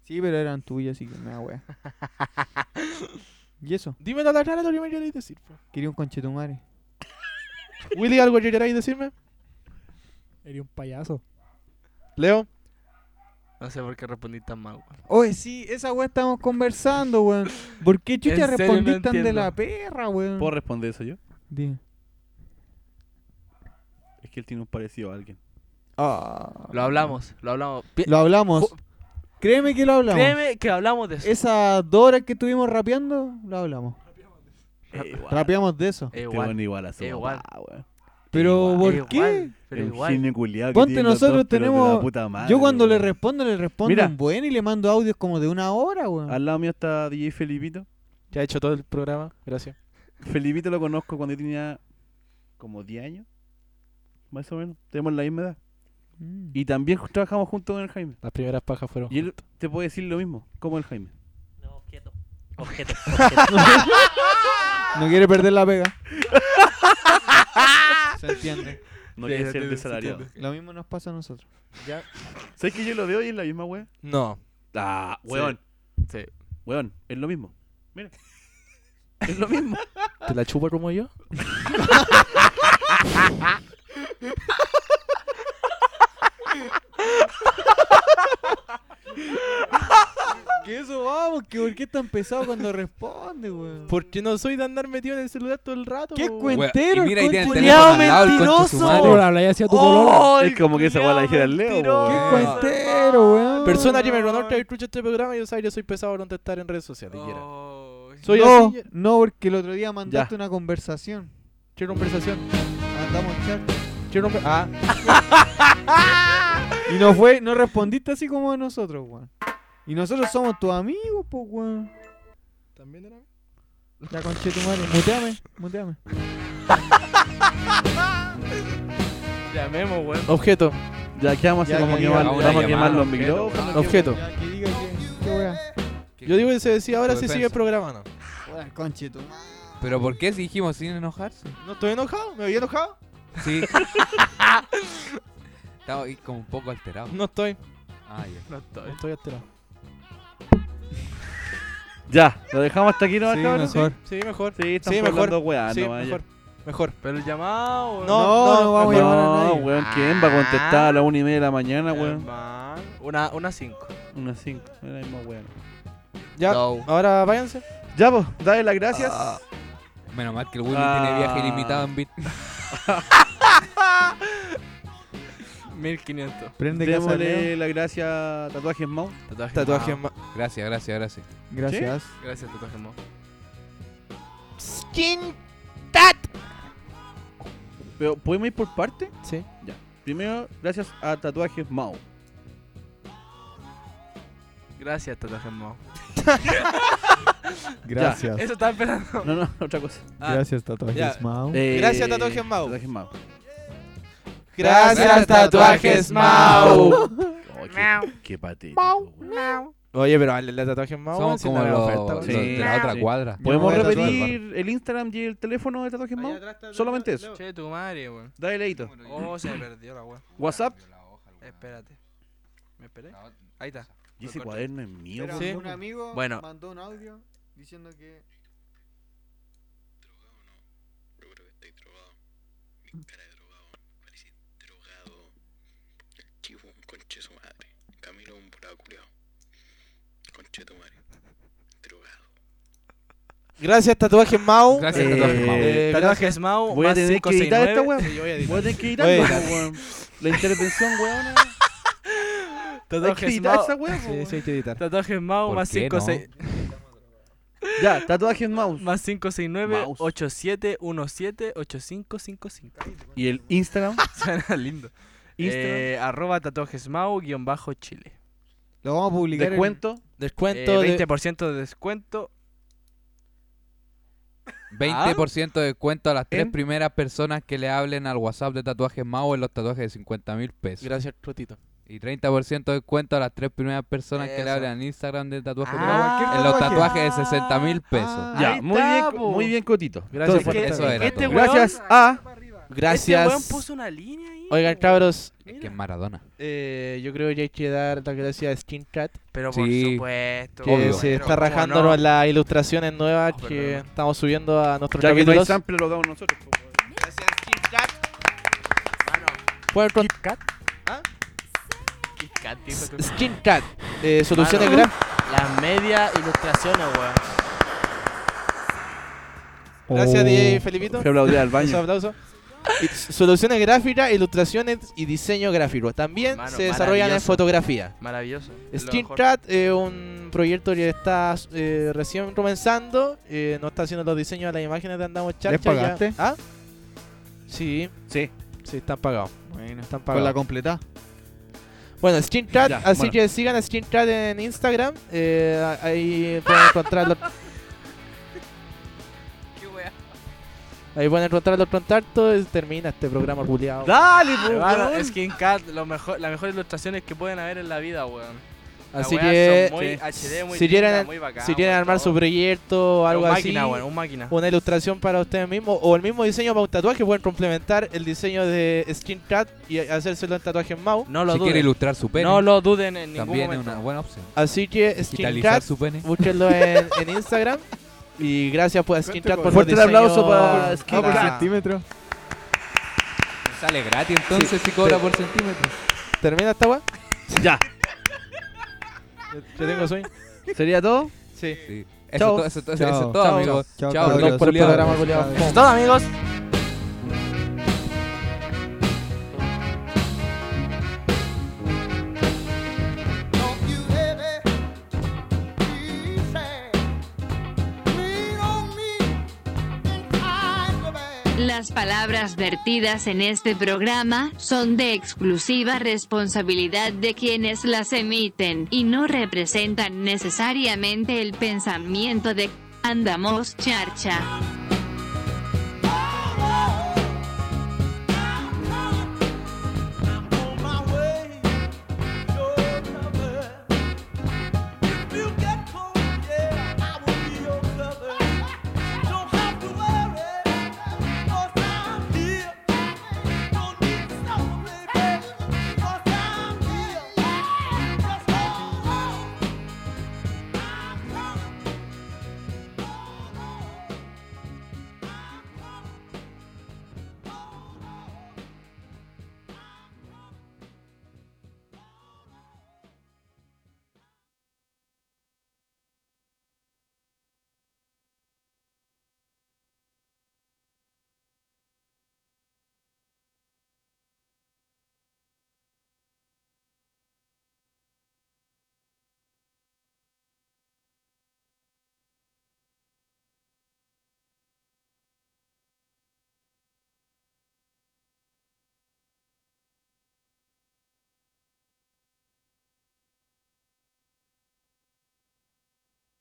Speaker 5: Sí, pero eran tuyas, así que me da wea.
Speaker 1: (laughs)
Speaker 5: ¿Y eso?
Speaker 3: Dímelo a la cara lo primero que queréis decir. po.
Speaker 5: Quería un conchetumare.
Speaker 3: Willy, ¿algo que queráis decirme?
Speaker 11: Eres un payaso.
Speaker 3: Leo.
Speaker 1: No sé por qué respondí tan mal, weón.
Speaker 5: Oye, sí, esa wea estamos conversando, weón. ¿Por qué chucha
Speaker 1: En serio, no
Speaker 5: respondiste tan de
Speaker 1: entiendo.
Speaker 5: la perra, weón?
Speaker 7: ¿Puedo responder eso yo?
Speaker 5: Bien.
Speaker 7: Es que él tiene un parecido a alguien.
Speaker 5: Ah.
Speaker 1: Lo hablamos, lo hablamos. Pi-
Speaker 5: Lo hablamos. Créeme que lo hablamos.
Speaker 1: Créeme que hablamos de eso.
Speaker 5: Esa Dora que estuvimos rapeando, lo hablamos.
Speaker 7: Eh, igual.
Speaker 5: Rapeamos de eso.
Speaker 1: Es
Speaker 7: Este
Speaker 1: igual.
Speaker 7: weón igual a su
Speaker 1: es
Speaker 7: papá,
Speaker 1: igual.
Speaker 7: weón.
Speaker 5: Pero
Speaker 1: Es
Speaker 5: ¿por
Speaker 1: Eh, igual,
Speaker 5: qué?
Speaker 1: Pero
Speaker 7: El
Speaker 1: igual.
Speaker 7: genio culiao que
Speaker 5: Ponte,
Speaker 7: tienen los dos,
Speaker 5: nosotros
Speaker 7: pero de la
Speaker 5: tenemos-
Speaker 7: puta madre,
Speaker 5: Yo cuando le
Speaker 7: weón.
Speaker 5: respondo, le respondo
Speaker 7: Mira.
Speaker 5: en buen y le mando audios como de una hora, weón.
Speaker 7: Al lado mío está DJ Felipito.
Speaker 3: Ya ha hecho todo el programa. Gracias.
Speaker 7: Felipito lo conozco cuando yo tenía
Speaker 4: como 10 años, más o menos. Tenemos la misma edad.
Speaker 5: Mm.
Speaker 4: Y también ju- trabajamos juntos con el Jaime.
Speaker 3: Las primeras pajas fueron.
Speaker 4: Y él te puede decir lo mismo, como el Jaime.
Speaker 12: Objeto,
Speaker 5: No quiere perder la pega. Se entiende.
Speaker 4: No quiere ser desalariado.
Speaker 5: Lo mismo nos pasa a nosotros.
Speaker 3: Ya.
Speaker 4: ¿Sabes que yo lo veo y es la misma wea?
Speaker 1: No.
Speaker 4: Ah,
Speaker 1: Sí.
Speaker 4: weón.
Speaker 1: Sí.
Speaker 4: Weón, es lo mismo. Mira. es lo mismo.
Speaker 3: ¿Te la chupa como yo?
Speaker 5: ¿Qué eso vamos? ¿Que ¿Por qué tan pesado cuando responde, weón?
Speaker 3: Porque no soy de andar metido en el celular todo el rato.
Speaker 5: ¡Qué
Speaker 3: po, weón.
Speaker 5: cuentero!
Speaker 2: y mira, ahí
Speaker 5: el
Speaker 2: tiene el
Speaker 5: conche-
Speaker 2: teléfono
Speaker 5: ¡Culeado
Speaker 2: al lado, el conche su madre.
Speaker 5: mentiroso!
Speaker 2: Hola, habla
Speaker 3: hacia tu
Speaker 4: es como que esa wea la dijera el Leo, po, weón.
Speaker 5: ¡Qué cuentero, weón!
Speaker 3: Persona que me honor que escucha este programa, yo sabía yo soy pesado a contestar en redes sociales. y era.
Speaker 1: Oh,
Speaker 3: Soy
Speaker 5: No,
Speaker 3: así.
Speaker 5: no, porque el otro día mandaste una conversación.
Speaker 3: ¿Qué conversación?
Speaker 5: Mandamos chat.
Speaker 3: ¿Qué conver- Ah.
Speaker 5: (laughs) Y no fue, no respondiste así como a nosotros, weón. Y nosotros somos tus amigos, pues, weón.
Speaker 3: ¿También era?
Speaker 5: Ya conche tu madre, muteame, muteame.
Speaker 1: Llamemos, weón.
Speaker 3: Objeto.
Speaker 4: Ya que vamos a
Speaker 5: Ya,
Speaker 4: hacer como
Speaker 5: ya,
Speaker 4: que
Speaker 5: ya,
Speaker 4: vamos-
Speaker 5: ya,
Speaker 4: vamos a
Speaker 5: ya,
Speaker 4: quemar
Speaker 5: ya,
Speaker 4: los
Speaker 5: ya,
Speaker 4: micrófonos.
Speaker 3: Objeto.
Speaker 5: Ya, Ah, que diga que, qué weón.
Speaker 3: Yo digo que se decía ahora se
Speaker 2: Defensa.
Speaker 3: sigue el programa, ¿no?
Speaker 5: Weón, conche tu madre.
Speaker 2: ¿Pero por qué si dijimos sin enojarse?
Speaker 3: No estoy enojado, me había enojado.
Speaker 2: Sí. Estaba ahí como un poco alterado.
Speaker 3: No estoy.
Speaker 2: Ah, ya.
Speaker 1: No
Speaker 3: No
Speaker 1: estoy.
Speaker 3: estoy alterado.
Speaker 4: Ya, lo dejamos hasta aquí, ¿no?
Speaker 5: Sí,
Speaker 4: cabrón?
Speaker 5: mejor.
Speaker 3: Sí, mejor.
Speaker 4: Sí, estamos
Speaker 3: Sí, mejor.
Speaker 4: hablando weá,
Speaker 3: sí,
Speaker 4: no vaya.
Speaker 3: mejor. Mejor.
Speaker 1: Pero el llamado, weón.
Speaker 3: No,
Speaker 5: No, no vamos a llamar a
Speaker 4: No,
Speaker 5: nadie.
Speaker 4: weón, ¿quién va a contestar a las 1 y media de la mañana, weón?
Speaker 1: Hermano. Una, una cinco.
Speaker 4: Unas 5, era la misma weón.
Speaker 3: Ya,
Speaker 1: No.
Speaker 3: ahora váyanse. Ah,
Speaker 4: Ya, pues, dale las gracias.
Speaker 2: Menos mal que el Willy
Speaker 4: Ah.
Speaker 2: tiene viaje ilimitado en bit.
Speaker 1: 1500.
Speaker 5: Prende casa ¿eh? Leo.
Speaker 4: Démosle las gracias a Tatuajes Mau.
Speaker 1: Tatuaje.
Speaker 3: Tatuaje más.
Speaker 2: Gracias, gracias, gracias.
Speaker 5: Gracias.
Speaker 1: Gracias, tatuaje mo.
Speaker 3: Skin.
Speaker 4: Pero, ¿podemos ir por parte?
Speaker 3: Sí.
Speaker 4: Ya. Primero, gracias a
Speaker 3: (laughs)
Speaker 4: Tatuajes Mau.
Speaker 1: Gracias, tatuaje mo.
Speaker 5: Gracias.
Speaker 1: Eso estaba esperando.
Speaker 4: No, no, otra cosa.
Speaker 1: Ah,
Speaker 5: Gracias, tatuajes
Speaker 1: ya.
Speaker 5: Mau.
Speaker 4: Eh,
Speaker 3: Gracias, Tatuajes Mau.
Speaker 4: Tatuajes Mau.
Speaker 3: Gracias, tatuajes Mau.
Speaker 4: Oh, qué, qué patético. weón.
Speaker 3: Oye, pero hazle el tatuaje Mau.
Speaker 2: Somos
Speaker 3: si
Speaker 2: como
Speaker 3: no hay
Speaker 2: los,
Speaker 3: oferta,
Speaker 2: los
Speaker 3: weón.
Speaker 4: Sí.
Speaker 2: de la otra
Speaker 4: Sí.
Speaker 2: cuadra.
Speaker 4: ¿Podemos
Speaker 5: Yo me voy a tatuar.
Speaker 4: repetir el Instagram y el teléfono de Tatuajes Mau? Solamente eso.
Speaker 1: Che, tu madre, weón.
Speaker 4: Dale, Leito.
Speaker 1: Oh, se me perdió la weón.
Speaker 4: WhatsApp.
Speaker 1: Espérate. ¿Me esperé?
Speaker 2: La ot-
Speaker 1: Ahí está.
Speaker 4: Y ese cuaderno es mío.
Speaker 5: Pero
Speaker 1: Sí.
Speaker 5: un amigo
Speaker 1: Bueno.
Speaker 5: mandó un audio diciendo que
Speaker 13: Yo creo que estoy drogado. Mi cara de drogado. Parece drogado. Chivo, un conche su madre. Camilo, un pura culiao. Conche tu madre. Drogado.
Speaker 3: Gracias, tatuaje Mau.
Speaker 2: Gracias,
Speaker 3: Eh,
Speaker 2: tatuaje Mau.
Speaker 3: eh,
Speaker 1: Tatuaje es Mau.
Speaker 4: Voy a
Speaker 1: más
Speaker 4: tener que editar esta
Speaker 1: 569.
Speaker 4: weón.
Speaker 3: Sí, yo voy a editar.
Speaker 4: Voy a tener que editarlo,
Speaker 3: Oye.
Speaker 4: po, weón. La intervención, weón. Hay que
Speaker 1: Tatuaje es
Speaker 4: editar
Speaker 1: Mau.
Speaker 4: esa weón, po,
Speaker 3: Sí,
Speaker 4: weón.
Speaker 3: sí, hay que editar.
Speaker 1: Tatuaje es Mau
Speaker 2: ¿Por
Speaker 1: más
Speaker 2: qué
Speaker 1: 5
Speaker 2: no?
Speaker 3: (laughs)
Speaker 4: Ya, tatuajes mouse.
Speaker 1: más 569
Speaker 4: Mouse.
Speaker 1: 8717 8555.
Speaker 4: Y el Instagram.
Speaker 1: (laughs) Suena lindo.
Speaker 4: Instagram.
Speaker 1: Eh, arroba tatuajesmau guión bajo chile.
Speaker 5: lo vamos a publicar. en-
Speaker 4: descuento.
Speaker 1: Eh,
Speaker 3: Descuento de
Speaker 1: 20% de descuento. Ah.
Speaker 2: 20% de descuento a las tres
Speaker 1: ¿Eh?
Speaker 4: ¿En?
Speaker 2: primeras personas que le hablen al WhatsApp de tatuajes Mau en los tatuajes de 50 mil pesos.
Speaker 3: Gracias, Tuetito.
Speaker 2: Y 30% de descuento a las tres primeras personas que le
Speaker 1: Eso.
Speaker 2: hablen en Instagram de tatuajes
Speaker 1: Ah,
Speaker 2: Mau en los
Speaker 5: tatuaje.
Speaker 2: tatuajes de 60 mil pesos.
Speaker 5: Ah.
Speaker 4: Ya,
Speaker 1: Ahí
Speaker 4: muy
Speaker 1: está,
Speaker 4: bien,
Speaker 1: po.
Speaker 4: muy bien, Cotito.
Speaker 3: Gracias
Speaker 4: Entonces,
Speaker 3: por
Speaker 1: Porque
Speaker 2: eso era
Speaker 1: este
Speaker 2: todo.
Speaker 1: weón,
Speaker 4: gracias a.
Speaker 1: Este weón
Speaker 3: Gracias.
Speaker 1: puso una línea ahí.
Speaker 3: Oigan,
Speaker 1: po.
Speaker 3: cabros,
Speaker 2: Es que es Maradona.
Speaker 3: eh, yo creo que hay que dar las gracias a Skin Chat
Speaker 1: Pero por
Speaker 2: Sí.
Speaker 12: Pues,
Speaker 1: supuesto.
Speaker 3: que
Speaker 2: Obvio.
Speaker 3: se está
Speaker 1: ¿Cómo
Speaker 3: rajándonos
Speaker 1: no?
Speaker 3: las ilustraciones nuevas
Speaker 1: Oh,
Speaker 3: que
Speaker 1: perdón.
Speaker 3: estamos subiendo a nuestros
Speaker 4: Ya que no hay
Speaker 3: capítulos.
Speaker 4: sample, lo damos nosotros. po, weón.
Speaker 3: Gracias, Skin Chat. Pueden con- ¿Ah? Skin Chat, eh, soluciones
Speaker 1: Mano.
Speaker 3: gráficas.
Speaker 14: Las medias ilustraciones, weón.
Speaker 3: Gracias,
Speaker 5: Oh.
Speaker 3: DJ Felipito.
Speaker 4: Fui a aplaudir al
Speaker 3: Esos (laughs)
Speaker 4: baño.
Speaker 3: aplausos. Y s- Soluciones gráficas, ilustraciones y diseño gráfico. También
Speaker 1: Mano,
Speaker 3: se desarrollan en
Speaker 1: maravilloso.
Speaker 3: fotografía.
Speaker 1: Maravilloso. Es lo
Speaker 3: Skin
Speaker 1: mejor.
Speaker 3: Chat es un proyecto que está eh, recién comenzando. eh, no está haciendo los diseños de las imágenes de Andamos Charcha. ya-
Speaker 5: pagaste?
Speaker 3: ¿Ah? Sí,
Speaker 4: Sí.
Speaker 3: sí, están pagados.
Speaker 5: Bueno,
Speaker 3: Están
Speaker 5: con la
Speaker 3: pagados.
Speaker 5: completá.
Speaker 3: Bueno, Skin Chat,
Speaker 4: Ya,
Speaker 3: así
Speaker 4: bueno.
Speaker 3: que sigan a Skin Chat en Instagram. eh, ahí pueden encontrar los- Ahí pueden encontrar los contactos. y Termina este programa culiado.
Speaker 7: Dale,
Speaker 1: pues, Hermano, Skin Cat, lo mejor, las mejores ilustraciones que pueden haber en la vida, weón. Las
Speaker 3: Así
Speaker 1: weas
Speaker 3: que,
Speaker 1: son muy
Speaker 3: sí.
Speaker 1: HD, muy
Speaker 3: si
Speaker 1: lindas,
Speaker 3: quieren,
Speaker 1: muy bacán,
Speaker 3: si quieren
Speaker 1: weón,
Speaker 3: armar
Speaker 1: todo.
Speaker 3: su proyecto o
Speaker 1: Es
Speaker 3: algo
Speaker 1: un
Speaker 3: así,
Speaker 1: máquina, weón, un máquina.
Speaker 3: una ilustración para ustedes mismos o el mismo diseño para un tatuaje, pueden complementar el diseño de Skin Cat y hacérselo en tatuaje en Mau.
Speaker 1: No
Speaker 2: Si quiere ilustrar su pene.
Speaker 1: No lo duden en ningún
Speaker 2: También es
Speaker 1: momento.
Speaker 2: una buena opción.
Speaker 3: Así que
Speaker 2: Digitalizar
Speaker 3: Skincat,
Speaker 2: su pene.
Speaker 3: búsquenlo en, en Instagram. Y gracias pues, a Skincat por
Speaker 7: Fuerte el
Speaker 3: los diseños.
Speaker 7: aplauso para
Speaker 3: Ah,
Speaker 7: Skin
Speaker 3: por
Speaker 7: Cat.
Speaker 3: centímetro.
Speaker 2: Sale gratis entonces si cobra por centímetro.
Speaker 3: ¿Termina
Speaker 7: (laughs)
Speaker 3: esta weá?
Speaker 7: Ya.
Speaker 3: Yo tengo sueño.
Speaker 7: ¿Sería todo?
Speaker 3: Sí.
Speaker 2: Eso,
Speaker 3: Chao.
Speaker 2: todo, eso, todo,
Speaker 3: Chao.
Speaker 2: eso es todo,
Speaker 3: Chao.
Speaker 2: amigos.
Speaker 3: Chao,
Speaker 2: Chao,
Speaker 3: cabros,
Speaker 2: amigos.
Speaker 3: por el
Speaker 2: culiados.
Speaker 3: programa, culiados.
Speaker 1: Eso es todo, amigos.
Speaker 15: Las palabras vertidas en este programa son de exclusiva responsabilidad de quienes las emiten y no representan necesariamente el pensamiento de Andamos Charcha.